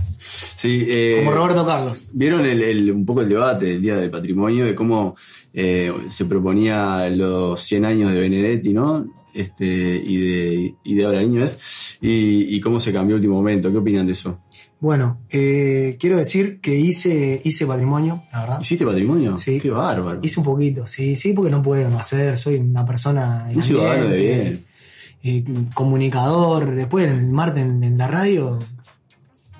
S4: Sí, eh,
S6: Como Roberto Carlos.
S4: Vieron el, el- un poco el debate del Día del Patrimonio, de cómo eh, se proponía los 100 años de Benedetti, ¿no? Este, y de, y de Abraham Niñez, y, y cómo se cambió el último momento. ¿Qué opinan de eso?
S6: Bueno, eh, quiero decir que hice, hice patrimonio, la verdad.
S4: ¿Hiciste patrimonio?
S6: Sí.
S4: Qué bárbaro.
S6: Hice un poquito, sí, sí, porque no puedo no hacer, soy una persona del
S4: Un ciudadano de
S6: ambiente,
S4: bien.
S6: eh, comunicador, después el martes en, en la radio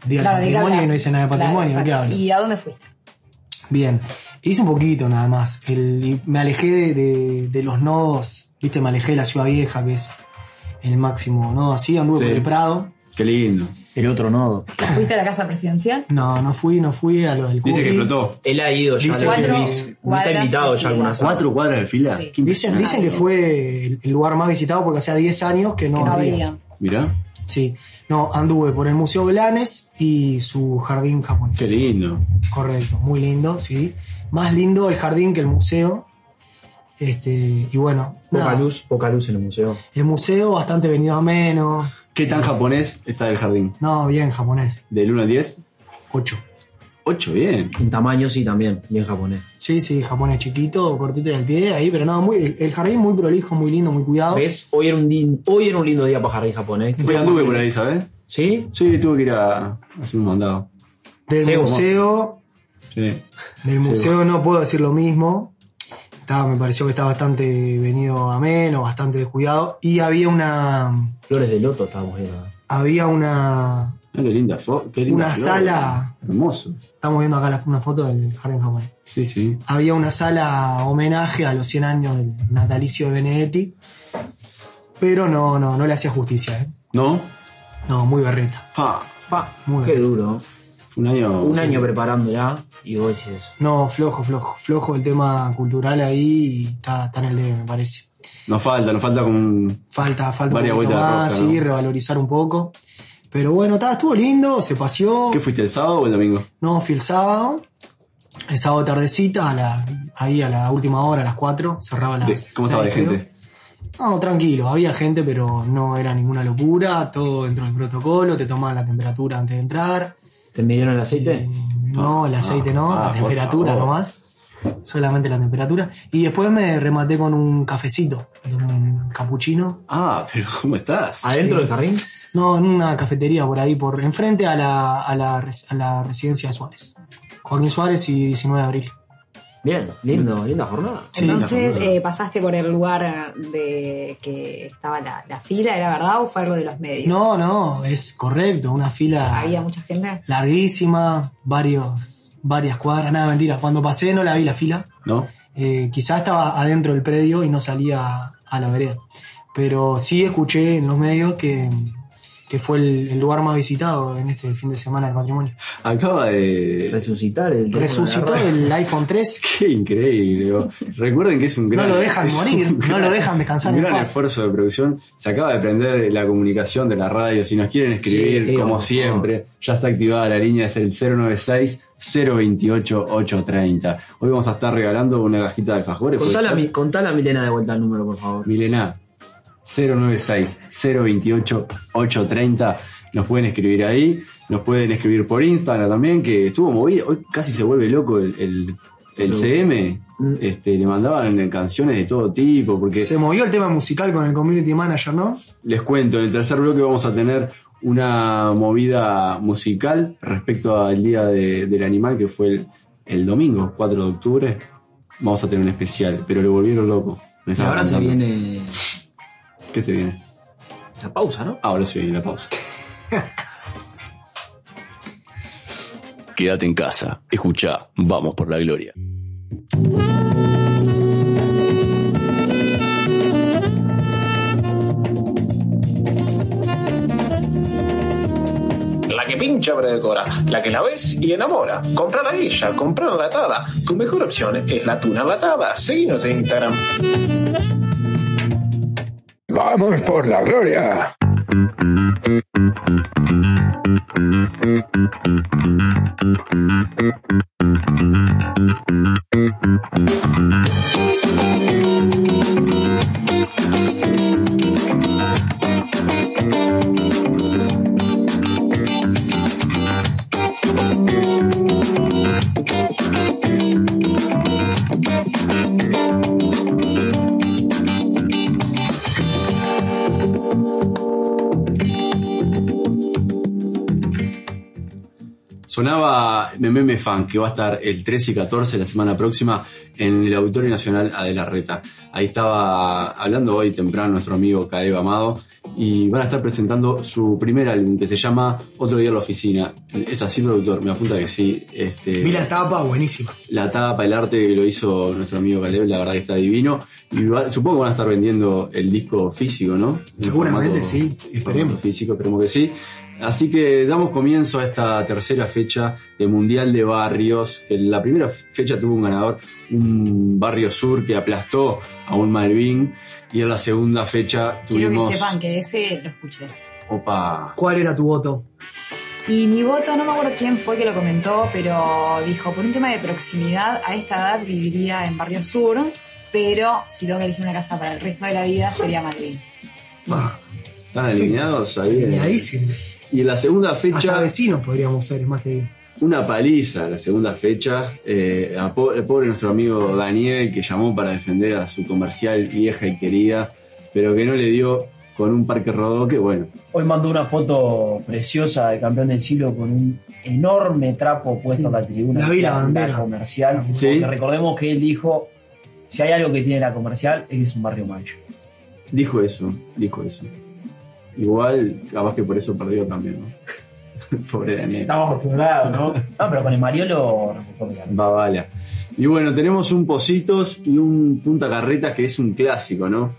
S6: di
S7: ¿de qué
S6: al patrimonio
S7: hablas?
S6: y no hice nada de patrimonio,
S7: Claro,
S6: ¿de ¿qué
S7: exacto.
S6: hablo?
S7: ¿Y a dónde fuiste?
S6: Bien, hice un poquito nada más, el, y me alejé de, de- de los nodos, viste, me alejé de la ciudad vieja que es el máximo nodo así, anduve
S4: Sí.
S6: por el Prado,
S4: Qué lindo.
S5: El otro nodo.
S7: ¿Fuiste a la casa presidencial?
S6: no, no fui, no fui a los del
S4: Dice que
S6: Cuqui.
S4: explotó.
S5: Él ha ido ya.
S6: Dice
S5: lo-
S6: cuatro
S5: me
S7: cuadras
S5: está invitado ya
S7: de
S5: algunas
S7: fila.
S4: ¿Cuatro cuadras de fila?
S7: Sí.
S4: Qué
S6: Dicen, dicen que
S4: impresionante.
S6: fue el, el lugar más visitado porque hacía 10 años que no,
S7: Ah, que no
S6: abría.
S7: había.
S4: Mirá,
S6: Sí, no, anduve por el Museo Blanes y su jardín japonés.
S4: qué lindo.
S6: Correcto, muy lindo, sí. Más lindo el jardín que el museo. Este, y bueno,
S5: Poca
S6: nada,
S5: luz, poca luz en el museo.
S6: el museo bastante venido a menos.
S4: ¿Qué tan japonés está el jardín?
S6: No, bien japonés,
S4: ¿Del 1 al 10?
S6: 8.
S4: 8, bien.
S5: En tamaño sí también, bien japonés.
S6: Sí, sí, japonés chiquito, cortito del pie, ahí, pero nada, muy, el, el jardín muy prolijo, muy lindo, muy cuidado.
S5: ¿Ves? Hoy era un, din- hoy era un lindo día para jardín japonés.
S4: Hoy anduve por ahí, ¿sabes?
S5: ¿Sí?
S4: Sí, tuve que ir a hacer un mandado.
S6: Del
S5: Sí,
S6: museo,
S4: Sí.
S6: del museo no puedo decir lo mismo. Estaba, me pareció que estaba bastante venido a menos, bastante descuidado. Y había una.
S5: Flores de loto estábamos viendo.
S6: Había una.
S4: Ah, qué linda foto. Qué linda
S6: Una
S4: flor.
S6: sala.
S4: Hermoso.
S6: Estamos viendo acá la- una foto del jardín japonés.
S4: Sí, sí.
S6: había una sala homenaje a los 100 años del natalicio de Benedetti, pero no, no, no le hacía justicia, ¿eh?
S4: ¿No?
S6: No, muy berreta.
S4: Pa.
S5: Pa,
S6: Muy
S5: qué
S6: bien.
S5: duro.
S4: Fue un año.
S5: Un
S4: sí.
S5: año preparándola y vos dices,
S6: No, flojo, flojo. Flojo el tema cultural ahí y está, está en el dedo, me parece.
S4: Nos falta, nos falta como un.
S6: Falta, falta
S4: Varias
S6: un poquito
S4: vueltas de
S6: más,
S4: rosca,
S6: sí,
S4: ¿no?
S6: revalorizar un poco. Pero bueno, está, estuvo lindo, se paseó.
S4: ¿Qué fuiste el sábado o el domingo?
S6: No, fui el sábado. El sábado tardecita, a la, ahí a la última hora, a las 4, cerraba las.
S4: De- ¿Cómo estaba de
S6: seis, Ah, creo.
S4: gente?
S6: No, tranquilo, había gente, pero no era ninguna locura, todo dentro del protocolo, te tomaban la temperatura antes de entrar. Eh,
S5: ¿te midieron el aceite?
S6: No, el aceite no,
S4: ah,
S6: la
S4: por
S6: temperatura
S4: favor.
S6: nomás. Solamente la temperatura. Y después me rematé con un cafecito, con un capuchino.
S4: Ah, pero ¿cómo estás?
S5: ¿Adentro del jardín?
S6: No, en una cafetería por ahí, por enfrente a la, a la, res- a la residencia de Suárez. Joaquín Suárez y 19 de abril.
S5: Bien, lindo, linda jornada.
S4: Sí,
S7: Entonces,
S4: la-
S7: eh, pasaste por el lugar de que estaba la, la fila, ¿era verdad o fue algo de los medios?
S6: eh, No, no, es correcto, una fila.
S7: Había mucha gente.
S6: larguísima, varios, varias cuadras, nada mentira. Cuando pasé no la vi la fila.
S4: ¿No?
S6: Eh, quizá estaba adentro del predio y no salía a la vereda. Pero sí escuché en los medios que, que fue el, el lugar más visitado en este fin de semana del matrimonio.
S4: Acaba de.
S5: Resucitar el teléfono
S6: Resucitó
S5: de la radio.
S6: el iPhone 3,
S4: Qué increíble. digo. Recuerden que es un gran.
S6: No lo dejan
S4: es un
S6: morir, no lo dejan descansar
S4: Un
S6: en
S4: gran
S6: paz.
S4: esfuerzo de producción. Se acaba de prender la comunicación de la radio. Si nos quieren escribir,
S5: escriban,
S4: como
S5: por favor.
S4: siempre, ya está activada la línea, es el 096-028-830. Hoy vamos a estar regalando una cajita de alfajores.
S5: Contala, a
S4: ¿puede ser?
S5: mi- contala a Milena de vuelta el número, por favor.
S4: Milena, 096-028-830. Nos pueden escribir ahí, nos pueden escribir por Instagram también, que estuvo movido. Hoy casi se vuelve loco el, el, el CM.
S5: Mm.
S4: Este, le mandaban eh, canciones de todo tipo, porque
S6: se movió el tema musical con el community manager, ¿no?
S4: les cuento, en el tercer bloque vamos a tener una movida musical respecto al Día de- del Animal, que fue el, el domingo, 4 de octubre. Vamos a tener un especial, pero lo volvieron loco.
S5: Y
S4: Me estaba
S5: ahora se
S4: contando.
S5: viene
S4: ¿Qué se viene?
S5: la pausa, ¿no?
S4: Ahora sí, la pausa. Quédate en casa, escucha, vamos por la gloria.
S1: La que pincha pero decora, la que la ves y enamora. Comprar a ella, comprar enlatada. Tu mejor opción es la tuna enlatada. Seguinos en Instagram.
S9: Vamos por la gloria.
S4: Sonaba Mememe Fan, que va a estar el 13 y 14 la semana próxima en el Auditorio Nacional Adela Reta. Ahí estaba hablando hoy temprano nuestro amigo Caeva Amado y van a estar presentando su primer álbum que se llama Otro Día en la Oficina. Es así, productor, me apunta que sí. Este,
S6: Vi la tapa, buenísima.
S4: la tapa, el arte que lo hizo nuestro amigo Caleb, la verdad que está divino. Y va- supongo que van a estar vendiendo el disco físico, ¿no? En
S6: Seguramente, sí,
S4: en
S6: esperemos.
S4: formato Físico, esperemos que sí. Así que damos comienzo a esta tercera fecha de Mundial de Barrios, que la primera fecha tuvo un ganador, un barrio sur que aplastó a un Malvin, y en la segunda fecha
S7: Quiero
S4: tuvimos...
S7: que sepan que ese lo escuché.
S4: Opa,
S6: ¿Cuál era tu voto?
S7: Y mi voto, no me acuerdo quién fue que lo comentó, pero dijo, por un tema de proximidad, a esta edad viviría en Barrio Sur, pero si tengo que elegir una casa para el resto de la vida, sería Madrid.
S4: están alineados ahí. en-
S6: Geniadísimo.
S4: Y en la segunda
S6: Hasta
S4: fecha...
S6: vecinos podríamos ser, es más que
S4: una paliza la segunda fecha. Eh, a po- el pobre nuestro amigo Daniel que llamó para defender a su comercial vieja y querida, pero que no le dio con un parque rodó que bueno,
S5: Hoy mandó una foto preciosa del campeón del siglo con un enorme trapo puesto
S6: Sí.
S5: en la tribuna.
S6: La vi, la
S5: que era
S6: bandera.
S5: comercial.
S4: Sí.
S5: Porque recordemos que él dijo, si hay algo que tiene la comercial, es que es un barrio macho.
S4: dijo eso, dijo eso. Igual, capaz que por eso perdió también, ¿no? pobre Daniel.
S5: Estamos acostumbrados, ¿no? No, pero con el Mariolo resultó mirar.
S4: Va, vale. Y bueno, tenemos un Positos y un Punta Carretas que es un clásico, ¿no?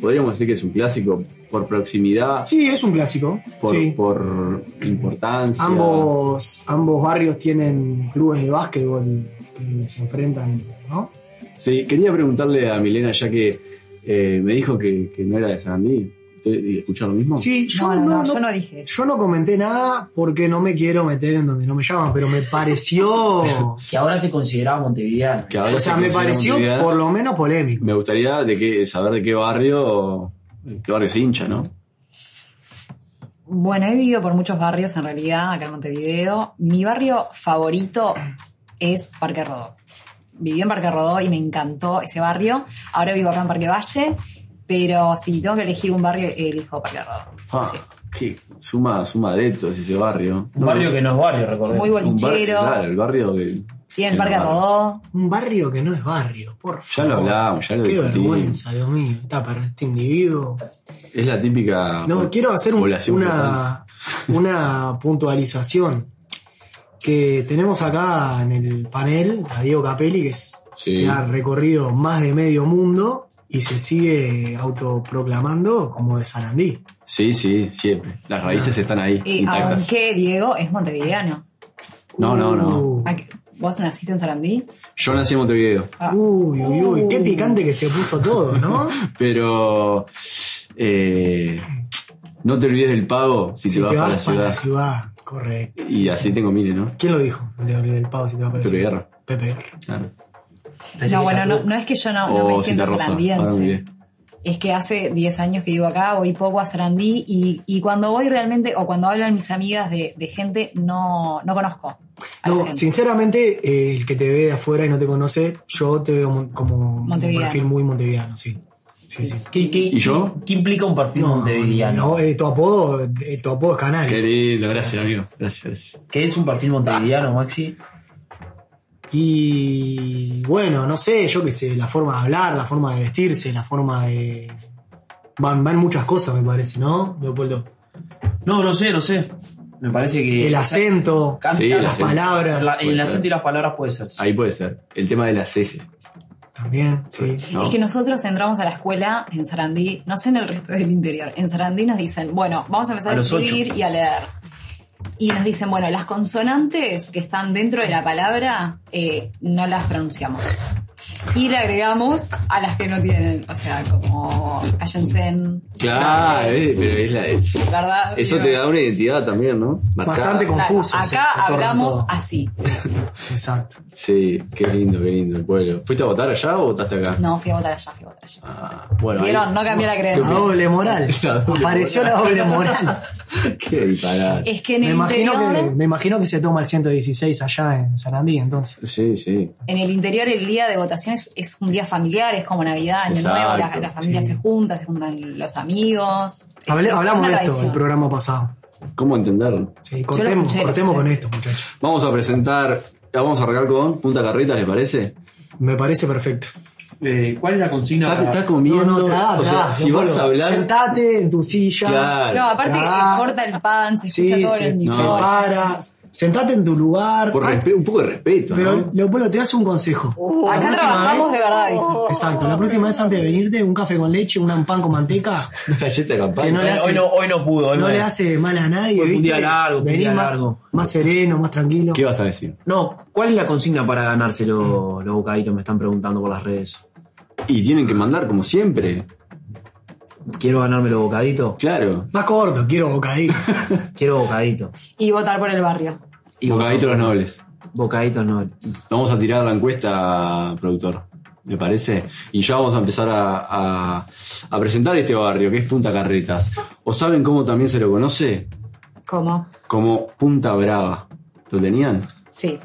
S4: Podríamos decir que es un clásico por proximidad,
S6: Sí, es un clásico.
S4: por,
S6: sí.
S4: por importancia.
S6: Ambos, ambos barrios tienen clubes de básquetbol que se enfrentan, ¿no?
S4: Sí, quería preguntarle a Milena, ya que eh, me dijo que, que no era de Sarandí. ¿Usted escuchó lo mismo?
S6: Sí,
S7: No, no,
S6: yo no,
S7: no,
S6: no-
S7: yo no dije eso.
S6: yo no comenté nada porque no me quiero meter en donde no me llaman, pero me pareció.
S5: Que ahora se consideraba montevideano.
S4: Que ahora
S6: Oh. o sea,
S4: se
S6: me
S4: considera
S6: pareció
S4: Montevideo.
S6: por lo menos polémico.
S4: Me gustaría de qué, saber de qué barrio, qué barrio se hincha, ¿no?
S7: Bueno, he vivido por muchos barrios en realidad, acá en Montevideo. Mi barrio favorito es Parque Rodó. Viví en Parque Rodó y me encantó ese barrio. Ahora vivo acá en Parque Valle, pero si tengo que elegir un barrio, elijo Parque Rodó.
S4: Ah,
S7: Sí.
S4: qué suma, suma adeptos ese barrio.
S5: Un barrio que no es barrio, recordemos.
S7: Muy
S4: Un bar-
S7: bolichero,
S4: claro, el barrio que.
S7: tiene el
S4: el
S7: Parque
S4: barrio.
S7: Rodó.
S6: Un barrio que no es barrio, por
S4: Ya lo
S6: favor.
S4: hablábamos, ya lo
S6: Qué
S4: discutimos.
S6: vergüenza, Dios mío. Está para este individuo.
S4: Es la típica.
S6: No,
S4: po-
S6: quiero hacer un-
S4: población flotante.
S6: una, una puntualización. Que tenemos acá en el panel a Diego Capelli, que es-
S4: Sí.
S6: se ha recorrido más de medio mundo y se sigue autoproclamando como de Sarandí.
S4: Sí, sí, siempre. Las raíces
S6: Ah.
S4: están ahí,
S7: Y
S4: intactas.
S7: Eh, aunque Diego es montevideano.
S4: No, no, no.
S7: ¿A qué? ¿Vos naciste en Sarandí?
S4: Yo nací en Montevideo,
S7: Ah.
S6: Uy, uy, uy, qué picante que se puso todo, ¿no?
S4: pero eh, no te olvides del pago si te
S6: si
S4: vas
S6: te
S4: para la
S6: vas para
S4: ciudad.
S6: la ciudad, correcto.
S4: Y así tengo miles, ¿no?
S6: ¿Quién lo dijo? El de Gabriel del Pau, si te vas para la
S4: Pepe
S6: ciudad.
S4: Guerra.
S6: Pepe Guerra.
S4: Claro.
S5: Parece
S7: no,
S5: que
S7: bueno,
S5: ya-
S7: no, no es que yo no, no
S4: O
S7: me siento
S4: Cinta Rosa. Ah, Ahora me olvidé.
S7: salandiense. Es que hace 10 años que vivo acá, voy poco a Sarandí y, y cuando voy realmente, o cuando hablan mis amigas de, de gente, no, no conozco. a la
S6: No,
S7: gente.
S6: sinceramente, eh, el que te ve de afuera y no te conoce, yo te veo mon- como un
S7: Montevideano.
S6: perfil muy montevideano, sí. Sí, sí.
S5: ¿Qué, qué,
S4: ¿Y yo?
S5: ¿Qué implica un perfil montevideano?
S6: no, eh, tu apodo, eh, tu apodo es canario.
S4: Qué lindo, gracias, amigo. Gracias, gracias.
S5: ¿Qué es un perfil montevideano, Maxi?
S6: Y bueno, no sé, yo qué sé, la forma de hablar, la forma de vestirse, la forma de. Van, van muchas cosas, me parece, ¿no, Leopoldo?
S5: No, no sé, no sé. Me parece que.
S6: El acento,
S5: Canta-
S4: Sí, el
S6: las
S4: acento.
S6: palabras
S5: la-
S4: puede
S5: el acento
S4: ser.
S5: y las palabras puede ser. sí.
S4: Ahí puede ser. El tema de las S.
S6: también, sí.
S4: ¿no?
S7: Es que nosotros entramos a la escuela en Sarandí, no sé en el resto del interior, en Sarandí nos dicen, bueno, vamos a empezar
S5: A
S7: a,
S5: los ocho.
S7: escribir y a leer. Y nos dicen, bueno, las consonantes que están dentro de la palabra eh, no las pronunciamos. Y le agregamos a las que no tienen, o sea, como Allensen.
S4: Claro, eh, pero es la. es-
S7: ¿Verdad?
S4: Eso te da una identidad también, ¿no? Marcada.
S6: Bastante
S7: Claro,
S6: confuso. se-
S7: acá
S6: se torna
S7: hablamos
S6: todo.
S7: así.
S6: Exacto.
S4: Sí, qué lindo, qué lindo el pueblo. ¿Fuiste a votar allá o votaste acá?
S7: No, fui a votar allá, fui a votar allá.
S4: Ah, bueno, ahí-
S7: Vieron, no cambié la
S6: La
S7: creencia.
S6: doble moral.
S4: La doble
S6: Apareció la doble moral.
S4: Qué disparate.
S7: Es que en
S6: Me
S7: el
S6: imagino,
S7: interior.
S6: que, me imagino que se toma el 116 allá en Sarandí, entonces.
S4: Sí, sí.
S7: En el interior el día de votación es, es un día familiar, es como Navidad, Año
S4: Exacto.
S7: Nuevo, la, la familia
S6: Sí.
S7: se junta, se juntan los amigos.
S6: Hablé-
S7: Es
S6: hablamos
S7: una
S6: de esto en
S7: tradición.
S6: el programa pasado.
S4: ¿Cómo entenderlo?
S6: Sí, cortemos
S7: escuché, lo
S6: cortemos
S7: escuché.
S6: con esto, muchachos.
S4: Vamos a presentar. la Vamos a arrancar con Punta Carreta, ¿les parece?
S6: Me parece perfecto.
S5: Eh, ¿Cuál es la consigna?
S4: Está,
S5: para-
S4: está comiendo.
S6: No, no, tragá,
S4: o sea,
S6: tragá,
S4: si vas
S6: Leopoldo.
S4: a hablar.
S6: Sentate en tu silla.
S4: Claro.
S7: No, aparte
S6: Ah.
S7: eh, corta el pan, se escucha
S6: Sí,
S7: todo en
S6: se,
S7: el
S6: se
S7: emisor.
S6: para. Sentate en tu lugar.
S4: Por
S6: Ah,
S4: respe- un poco de respeto,
S6: pero
S4: ¿no?
S6: Leopoldo, te hace un consejo. La
S7: Acá
S6: próxima
S7: trabajamos de
S6: vez-
S7: verdad, dice.
S6: Exacto, la próxima vez antes de venirte, un café con leche, un pan con manteca,
S4: Una galleta de campana.
S6: Que no
S5: Hoy,
S6: le hace-
S5: hoy no, hoy no pudo. hoy
S6: no
S5: no.
S6: le hace mal a nadie.
S5: Fue un
S6: ¿viste?
S5: día largo, fue un
S6: Venís
S5: día
S6: más,
S5: largo.
S6: más sereno, más tranquilo.
S4: ¿Qué vas a decir? Mm.
S5: No, ¿cuál es la consigna para ganarse los, los bocaditos? Me están preguntando por las redes.
S4: Y tienen que mandar, como siempre.
S5: ¿Quiero ganarme los bocaditos?
S4: Claro.
S6: Más corto, quiero bocadillo.
S5: Quiero bocaditos.
S7: Y votar por el barrio.
S4: Y bocadito a los nobles.
S5: Bocaditos no.
S4: Vamos a tirar la encuesta, productor. ¿Le parece? Y ya vamos a empezar a, a- a presentar este barrio, que es Punta Carretas. ¿O saben cómo también se lo conoce?
S7: ¿Cómo?
S4: Como Punta Brava. ¿Lo tenían?
S7: Sí,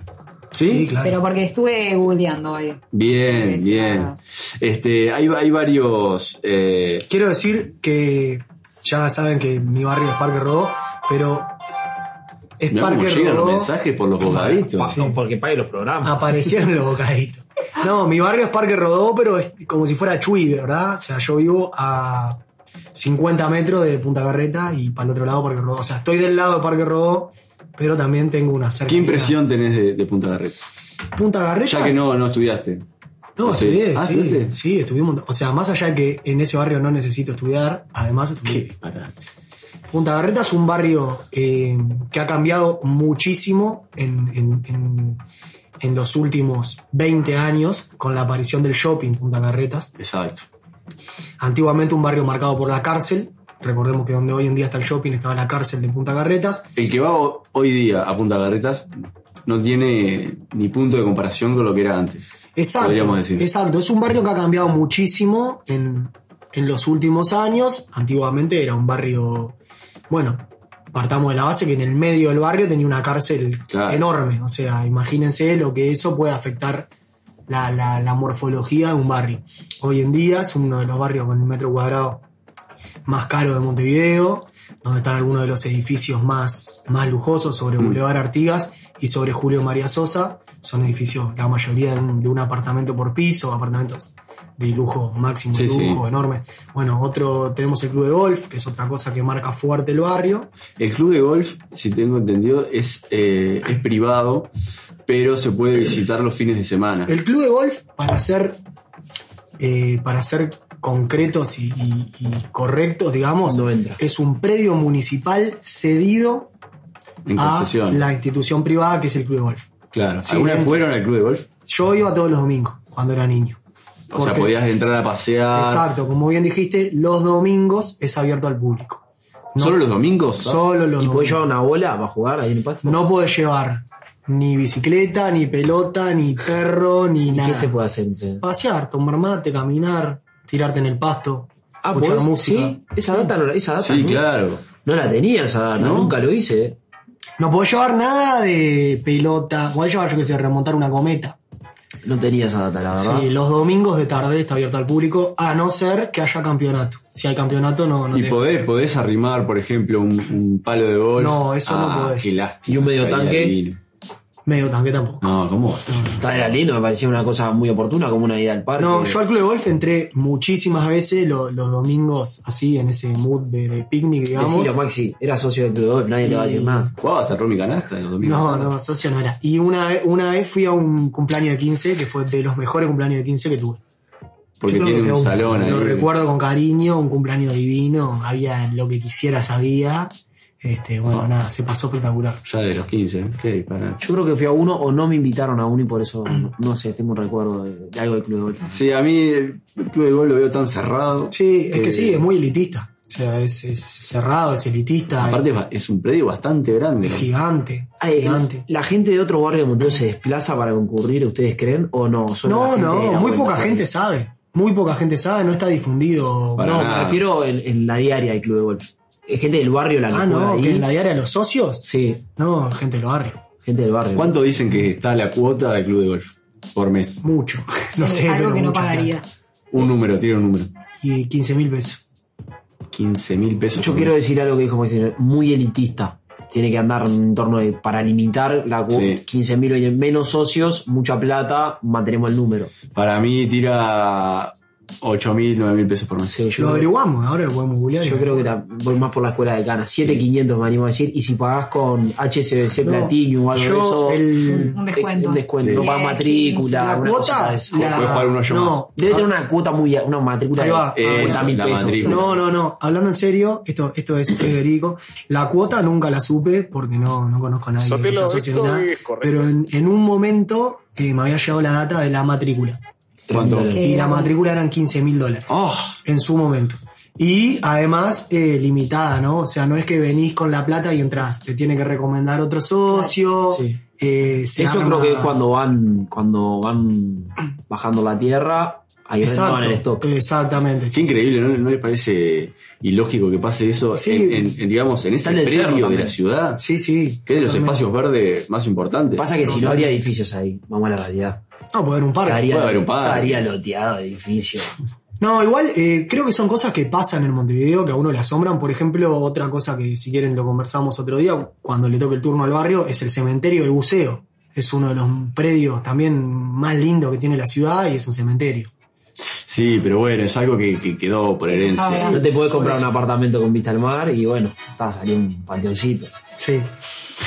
S4: ¿Sí?
S7: pero porque estuve googleando hoy.
S4: Bien,
S7: Sí,
S4: bien.
S7: claro.
S4: Este, hay, hay varios. eh,
S6: Quiero decir que ya saben que mi barrio es Parque Rodó, pero es
S4: mirá cómo
S6: Parque
S4: llegan los
S6: Rodó.
S4: mensajes por los bocaditos.
S5: No, porque pague los programas.
S1: Ah,
S6: Aparecieron los bocaditos. No, mi barrio es Parque Rodó, pero es como si fuera Chuy, ¿verdad? O sea, yo vivo a 50 metros de Punta Carreta y para el otro lado Parque Rodó. O sea, estoy del lado de Parque Rodó, pero también tengo una cerca.
S4: ¿Qué impresión tenés de, de Punta Carreta?
S6: Punta Carreta.
S4: Ya que no, no estudiaste.
S6: No,
S4: Sí.
S6: estudié,
S4: Ah,
S6: sí,
S4: ¿estudiaste?
S6: sí, estuvimos. O sea, más allá de que en ese barrio no necesito estudiar, además estudié.
S4: Qué disparate.
S6: Punta Carreta es un barrio eh, que ha cambiado muchísimo en, en- en- en los últimos 20 años con la aparición del shopping Punta Carretas.
S4: Exacto.
S6: Antiguamente un barrio marcado por la cárcel. Recordemos que donde hoy en día está el shopping estaba la cárcel de Punta Carretas.
S4: El que va ho- hoy día a Punta Carretas no tiene ni punto de comparación con lo que era antes.
S6: Exacto.
S4: Podríamos decir.
S6: Exacto. Es un barrio que ha cambiado muchísimo en, en los últimos años. Antiguamente era un barrio. Bueno, partamos de la base que en el medio del barrio tenía una cárcel
S4: Claro.
S6: enorme. O sea, imagínense lo que eso puede afectar la, la- la morfología de un barrio. Hoy en día es uno de los barrios con el metro cuadrado más caro de Montevideo, donde están algunos de los edificios más, más lujosos sobre
S4: Mm.
S6: Boulevard Artigas y sobre Julio María Sosa. Son edificios, la mayoría de un, de un apartamento por piso, apartamentos de lujo máximo,
S4: Sí,
S6: de
S4: sí.
S6: lujo enormes. Bueno, otro, tenemos el club de golf, que es otra cosa que marca fuerte el barrio.
S4: El club de golf, si tengo entendido, es, eh, es privado, pero se Ah. puede visitar los fines de semana.
S6: El club de golf, para ser, eh, para ser concretos y, y- y correctos, digamos,
S5: No entra.
S6: es un predio municipal cedido
S4: En
S6: a
S4: concesión.
S6: la institución privada que es el club de golf.
S4: Claro.
S6: Sí,
S4: ¿Alguna vez
S6: en-
S4: fueron al club de golf?
S6: Yo iba todos los domingos cuando era niño.
S4: O sea,
S6: Porque-
S4: podías entrar a pasear.
S6: Exacto, como bien dijiste, los domingos es abierto al público. No-
S4: ¿Solo los domingos?
S6: Solo los
S5: ¿Y
S6: domingos.
S5: podés llevar una bola para jugar ahí en el pasto?
S6: No puedes llevar ni bicicleta, ni pelota, ni perro, ni
S5: ¿Y
S6: nada.
S5: qué se puede hacer? entonces?
S6: Pasear, tomar mate, caminar, tirarte en el pasto,
S5: Ah,
S6: escuchar
S5: ¿podés?
S6: música.
S5: Sí, esa data no la, esa data
S4: Sí,
S5: no,
S4: claro.
S5: no la tenía, esa data,
S6: ¿No?
S5: nunca lo hice. eh.
S6: No podés llevar nada de pelota, podés llevar, yo qué sé, remontar una cometa.
S5: No tenía esa data, la verdad.
S6: Sí, los domingos de tarde está abierto al público, a no ser que haya campeonato. Si hay campeonato, no, no
S4: Y
S6: te-
S4: podés, podés arrimar, por ejemplo, un, un palo de golf.
S6: No, eso no
S4: Ah,
S6: podés.
S4: Qué lástima.
S5: ¿Y un medio
S4: Estaría
S5: tanque?
S4: divino.
S6: medio tanque tampoco.
S4: No, ¿cómo?
S5: Está- Era lindo, me parecía una cosa muy oportuna, como una ida al parque.
S6: No, yo al club de golf entré muchísimas veces lo- los domingos así, en ese mood de, de picnic, digamos.
S5: Decilo, Maxi, era socio del club de golf, nadie te va a decir
S6: Y-
S5: nada.
S4: ¿Jugabas al Romy Canasta los domingos?
S6: No, no, socio no era. Y una, vez- una vez fui a un cumpleaños de 15, que fue de los mejores cumpleaños de 15 que tuve.
S4: Porque
S5: Yo creo que
S4: tiene un
S5: aún
S4: salón ahí.
S6: Lo recuerdo con cariño, un cumpleaños divino, había lo que quisiera, sabía. Este, bueno,
S4: Ah.
S6: nada, se pasó espectacular.
S4: Ya de los 15. ¿eh? Qué disparate.
S5: Yo creo que fui a uno o no me invitaron a uno y por eso, no, no sé, tengo un recuerdo de, de algo del club de golf.
S4: Sí, a mí el club de golf lo veo tan cerrado.
S6: Sí, es que
S4: Eh,
S6: sí, es muy elitista. O sea, es, es cerrado, es elitista,
S4: Aparte es ba- es un predio bastante grande.
S6: es gigante,
S5: Ay, eh,
S6: gigante.
S5: ¿La gente de otro barrio de Monteo se desplaza para concurrir, ustedes creen? ¿O no? Solo la
S6: No,
S5: gente de
S6: no,
S5: la
S6: muy
S5: vuelta,
S6: poca
S5: ¿no?
S6: gente sabe. Muy poca gente sabe, no está difundido.
S4: Para
S5: no,
S4: nada.
S5: me refiero en, en la diaria del club de golf. Es gente del barrio la que
S6: Ah,
S5: juega
S6: no,
S5: ahí.
S6: que en la diaria de los socios.
S5: Sí,
S6: No, gente lo barrio.
S5: gente del barrio.
S4: ¿Cuánto dicen que está la cuota del club de golf por mes?
S6: Mucho. No sé,
S7: algo
S6: pero
S7: que no
S6: mucho,
S7: pagaría.
S6: claro.
S4: Un número, tira un número.
S6: Y 15 mil pesos.
S4: 15 mil pesos.
S5: Yo
S4: por
S5: quiero
S4: mes.
S5: decir algo que dijo Maxi, muy elitista. Tiene que andar en torno de, para limitar la cuota,
S4: Sí.
S5: 15.000 oye, menos socios, mucha plata, mantenemos el número.
S4: Para mí tira 8 mil, 9 mil pesos por mes.
S5: Sí, yo,
S6: Lo
S5: creo,
S6: averiguamos, ahora lo podemos googlear.
S5: yo creo que la- voy más por la escuela de Cana. 7.500 me animo a decir, y si pagás con HSBC
S6: No,
S5: Platinum o algo de
S6: Yo,
S5: eso,
S6: el-
S7: Un
S5: es-
S7: descuento.
S5: un descuento, no
S7: Sí.
S5: pagas matrícula,
S6: la
S5: una cosita
S6: cuota.
S5: de eso.
S6: la-
S4: Puedes jugar un hoyo más.
S6: no,
S5: Debe tener una cuota muy, una matrícula
S6: Ah. Ahí va.
S5: de
S6: Eh,
S5: 50.000
S4: la
S5: pesos.
S4: matrícula.
S6: No, no, no. Hablando en serio, esto, esto es, es verídico. La cuota nunca la supe porque no, no conozco a nadie.
S1: Sotelo,
S6: que se asocie ni
S1: esto
S6: nada.
S1: es correcto.
S6: pero en, en un momento eh, me había llegado la data de la matrícula.
S4: ¿Cuánto?
S5: Tremendo.
S7: Eh,
S6: Y la
S7: era muy-
S6: matrícula eran 15 mil dólares
S4: Oh,
S6: en su momento. Y además eh, limitada, ¿no? O sea, no es que venís con la plata y entras. Te tiene que recomendar otro socio.
S5: Sí.
S6: eh, se
S5: Eso
S6: arma-
S5: creo que es cuando van, cuando van bajando la tierra, ahí
S6: Exacto,
S5: renovan el stock.
S6: Exactamente.
S4: qué
S6: sí, sí.
S4: increíble, ¿no, ¿No les parece ilógico que pase eso
S6: Sí.
S4: en, en- en, digamos, en ese
S5: Sale del cerro
S4: predio de
S5: también.
S4: la ciudad?
S6: Sí, sí.
S4: Que es de los
S6: totalmente.
S4: espacios verdes más importantes.
S5: Pasa que si no habría edificios ahí, vamos a la realidad.
S6: No, poder Ah, un parque.
S5: Estaría,
S4: puede haber un parque.
S5: estaría loteado de edificios.
S6: No, igual eh, creo que son cosas que pasan en Montevideo, que a uno le asombran. Por ejemplo, otra cosa que si quieren lo conversamos otro día, cuando le toque el turno al barrio, es el cementerio del buceo. Es uno de los predios también más lindos que tiene la ciudad y es un cementerio.
S4: Sí, pero bueno, es algo que, que quedó por herencia.
S7: Ah,
S5: No te podés comprar un apartamento con vista al mar y bueno, está saliendo un panteoncito.
S6: Sí.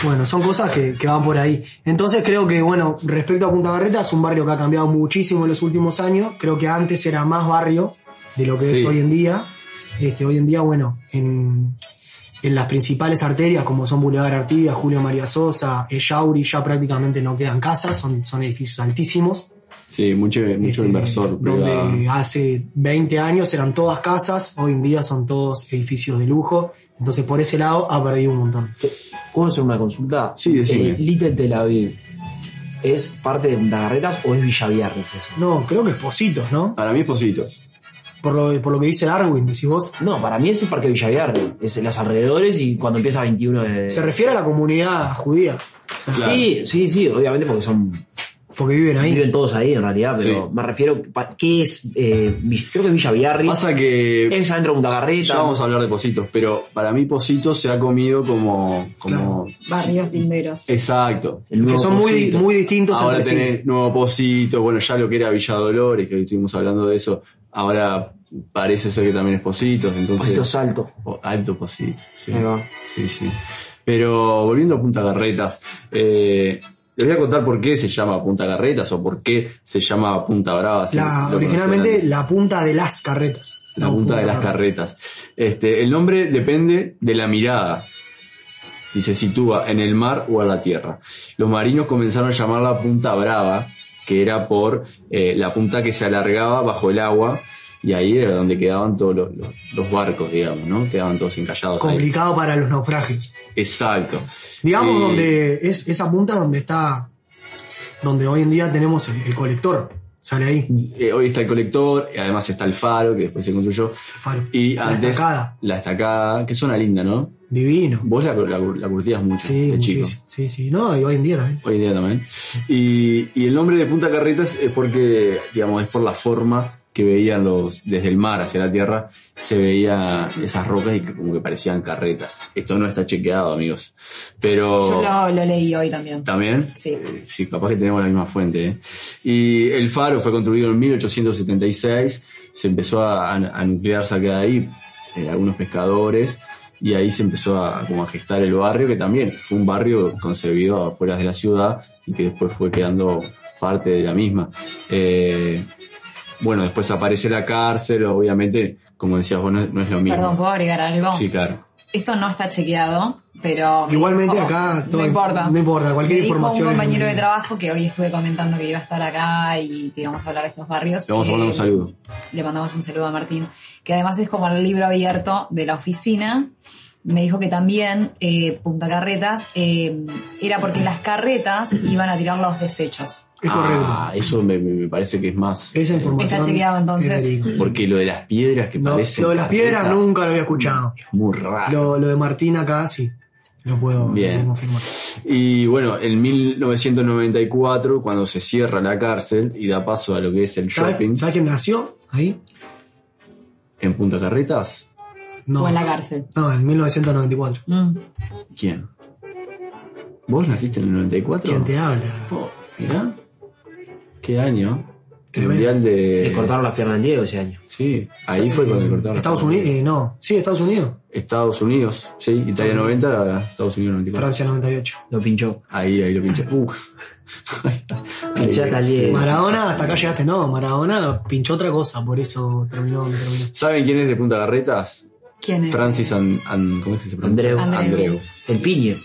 S6: Bueno, son cosas que, que van por ahí. Entonces creo que, bueno, respecto a Punta Barreta, es un barrio que ha cambiado muchísimo en los últimos años. Creo que antes era más barrio de lo que
S4: Sí.
S6: es hoy en día. Este, hoy en día, bueno, en, en las principales arterias, como son Boulevard Artigas, Julio María Sosa, Ellauri, ya prácticamente no quedan casas, son, son edificios altísimos.
S4: Sí, mucho, mucho
S6: Este,
S4: inversor. privado.
S6: Donde hace 20 años eran todas casas, hoy en día son todos edificios de lujo. Entonces, por ese lado, ha perdido un montón.
S5: ¿Puedo hacer una consulta?
S4: Sí, decime.
S5: Eh, Little Tel Aviv, ¿es parte de Punta Carretas o es Villaviernes eso?
S6: No, creo que es Positos, ¿no?
S4: Para mí, Positos.
S6: Por lo, por lo que dice Darwin, decís vos.
S5: No, para mí es el Parque Villaviernes, es en los alrededores y cuando empieza 21 de...
S6: Se refiere a la comunidad judía,
S5: Sí, sí, sí, obviamente porque son
S6: porque viven ahí.
S5: Viven todos ahí en realidad, pero
S4: Sí.
S5: me refiero. pa- ¿Qué es? eh, Vi- creo que Villa Viarri.
S4: Pasa que.
S5: Es adentro de Puntagarreta.
S4: Ya vamos a hablar de Positos, pero para mí Positos se ha comido como. como
S7: Barrios linderos.
S4: Exacto.
S5: el
S6: Que
S5: nuevo
S6: son muy,
S5: Posito.
S6: muy distintos
S4: Ahora
S6: entre sí.
S4: tenés Nuevo Positos, bueno, ya lo que era Villa Dolores, que hoy estuvimos hablando de eso, ahora parece ser que también es Positos, entonces.
S5: Posito Salto.
S4: O- alto Positos, sí.
S5: Ahí va.
S4: Sí, sí. Pero volviendo a Punta Carretas, eh, Les voy a contar por qué se llama Punta Carretas o por qué se llama Punta Brava. si
S6: La-
S4: lo
S6: originalmente
S4: conocieran.
S6: la punta de las carretas.
S4: La
S6: No,
S4: punta de las
S6: Brava.
S4: carretas. Este, el nombre depende de la mirada, si se sitúa en el mar o a la tierra. Los marinos comenzaron a llamarla punta brava, que era por eh, la punta que se alargaba bajo el agua, y ahí era donde quedaban todos los, los- los barcos, digamos, ¿no? Quedaban todos encallados ahí.
S6: Complicado para los naufragios.
S4: Exacto.
S6: Digamos
S4: Eh,
S6: donde es esa punta donde está, donde hoy en día tenemos el, el colector. Sale ahí,
S4: eh, hoy está el colector, y además está el faro, que después se construyó,
S6: el faro.
S4: y
S6: La
S4: antes...
S6: estacada.
S4: La estacada, que suena linda, ¿no?
S6: Divino.
S4: Vos la, la, la curtías mucho,
S6: Sí,
S4: de chico.
S6: muchísimo. Sí, sí. No, y hoy en día también.
S4: Hoy en día también. Y, y el nombre de Punta Carretas es porque, digamos, es por la forma que veían los, desde el mar hacia la tierra, se veía esas rocas y que como que parecían carretas. Esto no está chequeado, amigos.
S7: Yo
S4: Pero
S7: lo, lo leí hoy también.
S4: también,
S7: Sí.
S4: eh, sí, capaz que tenemos la misma fuente. ¿eh? Y el faro fue construido en 1876, se empezó a, a- a nuclear cerca de ahí eh, algunos pescadores y ahí se empezó a, como a gestar el barrio, que también fue un barrio concebido afuera de la ciudad y que después fue quedando parte de la misma. Eh, bueno, después aparece la cárcel, obviamente, como decías vos, no, es- no es lo mismo.
S7: Perdón, ¿puedo agregar algo?
S4: Sí, claro.
S7: Esto no está chequeado, pero. me
S6: Igualmente
S7: dijo-
S6: acá todo-
S7: No importa.
S6: no importa, cualquier
S7: me dijo
S6: información
S7: Un
S6: es
S7: compañero de
S6: bienvenida.
S7: trabajo que hoy estuve comentando que iba a estar acá y que íbamos a hablar de estos barrios. eh,
S4: Le vamos a
S7: que
S4: mandar un saludo.
S7: Le mandamos un saludo a Martín, que además es como el libro abierto de la oficina. Me dijo que también eh, Punta Carretas eh, era porque las carretas iban a tirar los desechos.
S6: Es
S4: Ah,
S6: correcto.
S4: eso me, me- me parece que es más. Eh,
S6: Esa información.
S7: Está chequeado, entonces.
S6: es verídica.
S4: Porque lo de las piedras que
S6: No,
S4: parecen.
S6: lo de las piedras
S4: carretas
S6: nunca lo había escuchado.
S4: Es muy raro.
S6: Lo, lo de Martín acá sí. Lo puedo, lo
S4: Bien.
S6: puedo confirmar.
S4: Y bueno, en 1994, cuando se cierra la cárcel y da paso a lo que es el shopping
S6: ¿Sabes, ¿Sabes quién nació ahí?
S4: en Punta Carretas,
S6: No.
S7: O en la cárcel.
S6: No, en 1994.
S7: Mm.
S4: ¿quién? ¿Vos naciste en el 94?
S6: ¿Quién te habla?
S4: Oh, mirá. ¿Qué año? El
S6: Tremendo.
S4: mundial de.
S5: Le cortaron las piernas al Diego ese año.
S4: Sí, ahí fue cuando le cortaron.
S6: Estados Unidos. eh, no, sí, Estados Unidos.
S4: Estados Unidos, sí. Italia 90, Estados Unidos 94.
S6: Francia 98.
S5: Lo pinchó.
S4: Ahí, ahí lo pinché. Uh. Ahí está.
S5: Pinchate al Diego.
S6: Maradona, hasta acá llegaste. No, Maradona pinchó otra cosa, por eso terminó donde terminó.
S4: ¿Saben quién es de Punta Carretas?
S7: ¿Quién es?
S4: Francis An, An- ¿Cómo es que se pronuncia?
S5: Andreu.
S7: Andreu.
S5: El piñe.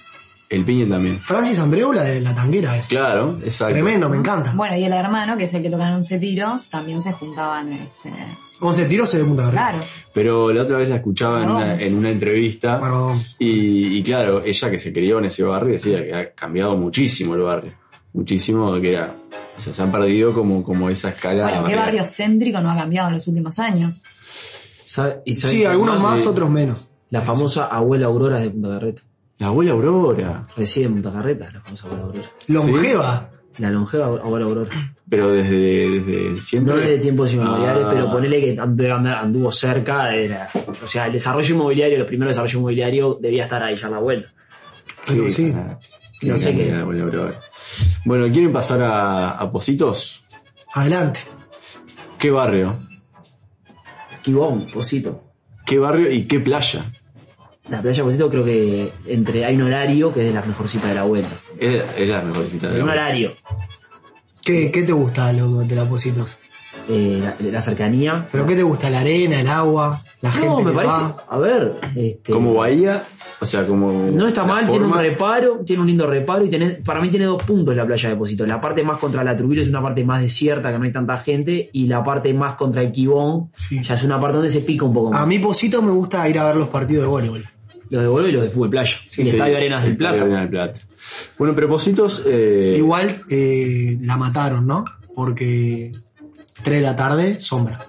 S4: El piñe también.
S6: Francis Andreu, la de la tanguera es.
S4: Claro, exacto.
S6: Tremendo, me encanta.
S7: Bueno, y el hermano, que es el que tocan 11 tiros, también se juntaban. Este,
S6: 11 tiros se de punta carrera.
S7: claro.
S4: Pero la otra vez la escuchaba en
S7: No,
S4: una,
S7: es-
S4: en una entrevista.
S6: Maradona.
S4: Y, y claro, ella que se crió en ese barrio decía que ha cambiado muchísimo el barrio. Muchísimo que era. O sea, se han perdido como, como esa escala.
S7: Bueno, qué
S4: barrial.
S7: barrio céntrico no ha cambiado en los últimos años.
S5: ¿Sabe- y sabe
S6: Sí,
S5: qué
S6: algunos más, otros menos.
S5: La famosa abuela Aurora es de Punta Carreta.
S4: La abuela Aurora.
S5: Reside en Punta Carreta, la famosa abuela Aurora.
S6: Longeva.
S5: La longeva abuela Aurora.
S4: Pero desde, desde siempre.
S5: No es de tiempos inmemoriales,
S4: Ah.
S5: pero ponele que ande- ande- anduvo cerca de la. O sea, el desarrollo inmobiliario, los primeros desarrollos inmobiliarios, debía estar ahí ya en la vuelta.
S6: Pero
S4: Qué
S6: sí.
S4: cara.
S5: No sé
S4: Qué
S5: qué.
S4: cara la abuela Aurora. Bueno, ¿quieren pasar a, a Positos?
S6: Adelante.
S4: ¿Qué barrio?
S5: Quibón, Posito.
S4: ¿Qué barrio y qué playa?
S5: La playa Posito creo que entre hay un horario que es de las mejorcitas de la vuelta.
S4: Es, es la mejor cita de
S5: Un
S4: la
S5: horario.
S6: ¿Qué, qué te gusta, loco, de la Positos?
S5: Eh, la, la cercanía.
S6: ¿Pero qué te gusta? ¿La arena, el agua? ¿La
S5: no,
S6: gente
S5: me
S6: que
S5: parece.
S6: va?
S5: A ver. Este,
S4: Como bahía, o sea, como.
S5: No está
S4: la
S5: mal, tiene un
S4: forma.
S5: reparo, tiene un lindo reparo y tenés- para mí tiene dos puntos la playa de Positos. La parte más contra la Trujillo es una parte más desierta, que no hay tanta gente, y la parte más contra el Quibón,
S6: Sí.
S5: ya es una parte donde se pica un poco
S6: A
S5: más.
S6: mí Positos me gusta ir a ver los partidos de voleibol.
S5: Los de Volvo y los de Fútbol Playa. el
S4: Sí,
S5: Estadio Arenas del
S4: el Estadio
S5: Plata.
S4: Arenas del Plata. Bueno, propósitos. Eh,
S6: Igual eh, la mataron, ¿no? Porque 3 de la tarde, sombra.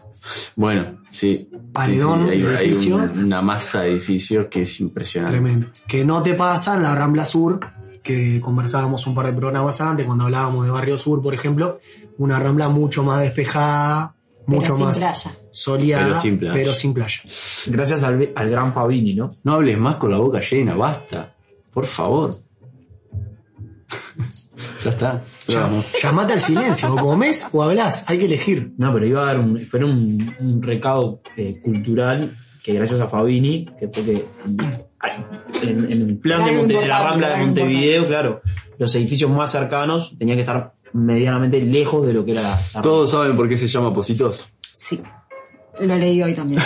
S4: Bueno, sí.
S6: Paredón
S4: Sí, sí,
S6: de
S4: hay, hay
S6: edificio.
S4: un- una masa de edificios que es impresionante.
S6: Tremendo. Que no te pasa en la Rambla Sur, que conversábamos un par de programas antes, cuando hablábamos de Barrio Sur, por ejemplo, una Rambla mucho más despejada,
S7: Pero
S6: mucho
S7: sin
S6: más
S7: playa.
S6: soleada,
S4: Pero sin playa.
S6: pero sin playa.
S5: Gracias al, al gran Fabini, ¿no?
S4: No hables más con la boca llena, basta. Por favor. ya está. Vamos.
S6: Ya- Llamate al silencio, o comés o hablás, hay que elegir.
S5: No, pero iba a dar un, fue un, un recado eh, cultural que gracias a Fabini, que fue que ay, en, en el plan de,
S7: Algo
S5: Monte- de la
S7: importante,
S5: Rambla de
S7: algo importante.
S5: Montevideo, claro, los edificios más cercanos tenían que estar medianamente lejos de lo que era la, la
S4: Todos saben por qué se llama Positos.
S7: Sí. Lo leí hoy también.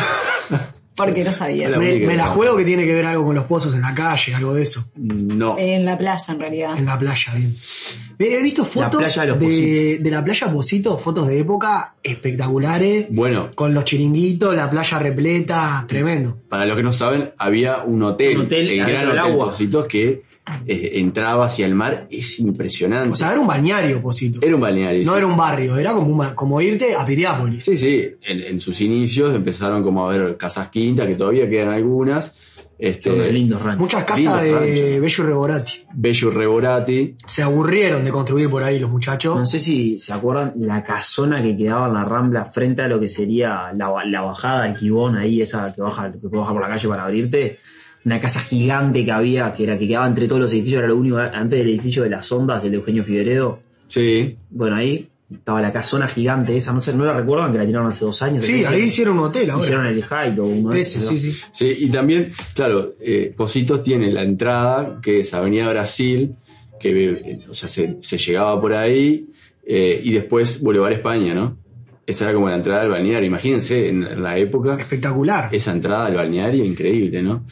S7: Porque lo sabía.
S4: Hola.
S6: Me,
S4: única
S6: me la
S4: que-
S6: juego que tiene que ver algo con los pozos en la calle, algo de eso.
S4: No.
S7: En la playa, en realidad.
S6: En la playa, bien. He visto fotos
S5: playa de los
S6: de, de la playa Positos, fotos de época espectaculares,
S4: Bueno,
S6: con los chiringuitos, la playa repleta, tremendo.
S4: para los que no saben, había un hotel,
S5: Un hotel
S4: el gran
S5: adentro del
S4: hotel
S5: agua.
S4: Positos que eh, entraba hacia el mar. Es impresionante.
S6: O sea, era un balneario Positos.
S4: era un balneario.
S6: No
S4: sí.
S6: era un barrio, era como, un ba- como irte a Piriápolis.
S4: Sí, sí. En, en sus inicios empezaron como a ver casas quintas, que todavía quedan algunas.
S5: Son unos
S4: Este,
S5: lindos ranchos.
S6: Muchas
S4: Lindo
S6: casas de
S4: rancho.
S6: Bello y Reborati.
S4: Bello Reborati.
S6: Se aburrieron de construir por ahí los muchachos.
S5: No sé si se acuerdan la casona que quedaba en la rambla frente a lo que sería la, ba- la bajada al Quibón, ahí esa que baja, que puede bajar por la calle para abrirte. Una casa gigante que había, que era que quedaba entre todos los edificios, era lo único antes del edificio de las ondas, el de Eugenio Figueredo.
S4: Sí.
S5: Bueno, ahí estaba la casona gigante esa, no sé, no la recuerdan que la tiraron hace dos años.
S6: Sí, ahí hicieron un hotel ahora.
S5: hicieron el Hyde o uno de
S6: Ese,
S5: esos,
S6: sí,
S5: ¿no?
S6: sí.
S4: Sí, y también, claro, eh, Positos tiene la entrada, que es Avenida Brasil, que eh, o sea, se, se llegaba por ahí, eh, y después Boulevard España, ¿no? Esa era como la entrada del balneario, imagínense, en la época,
S6: Espectacular.
S4: esa entrada del balneario, increíble, ¿no?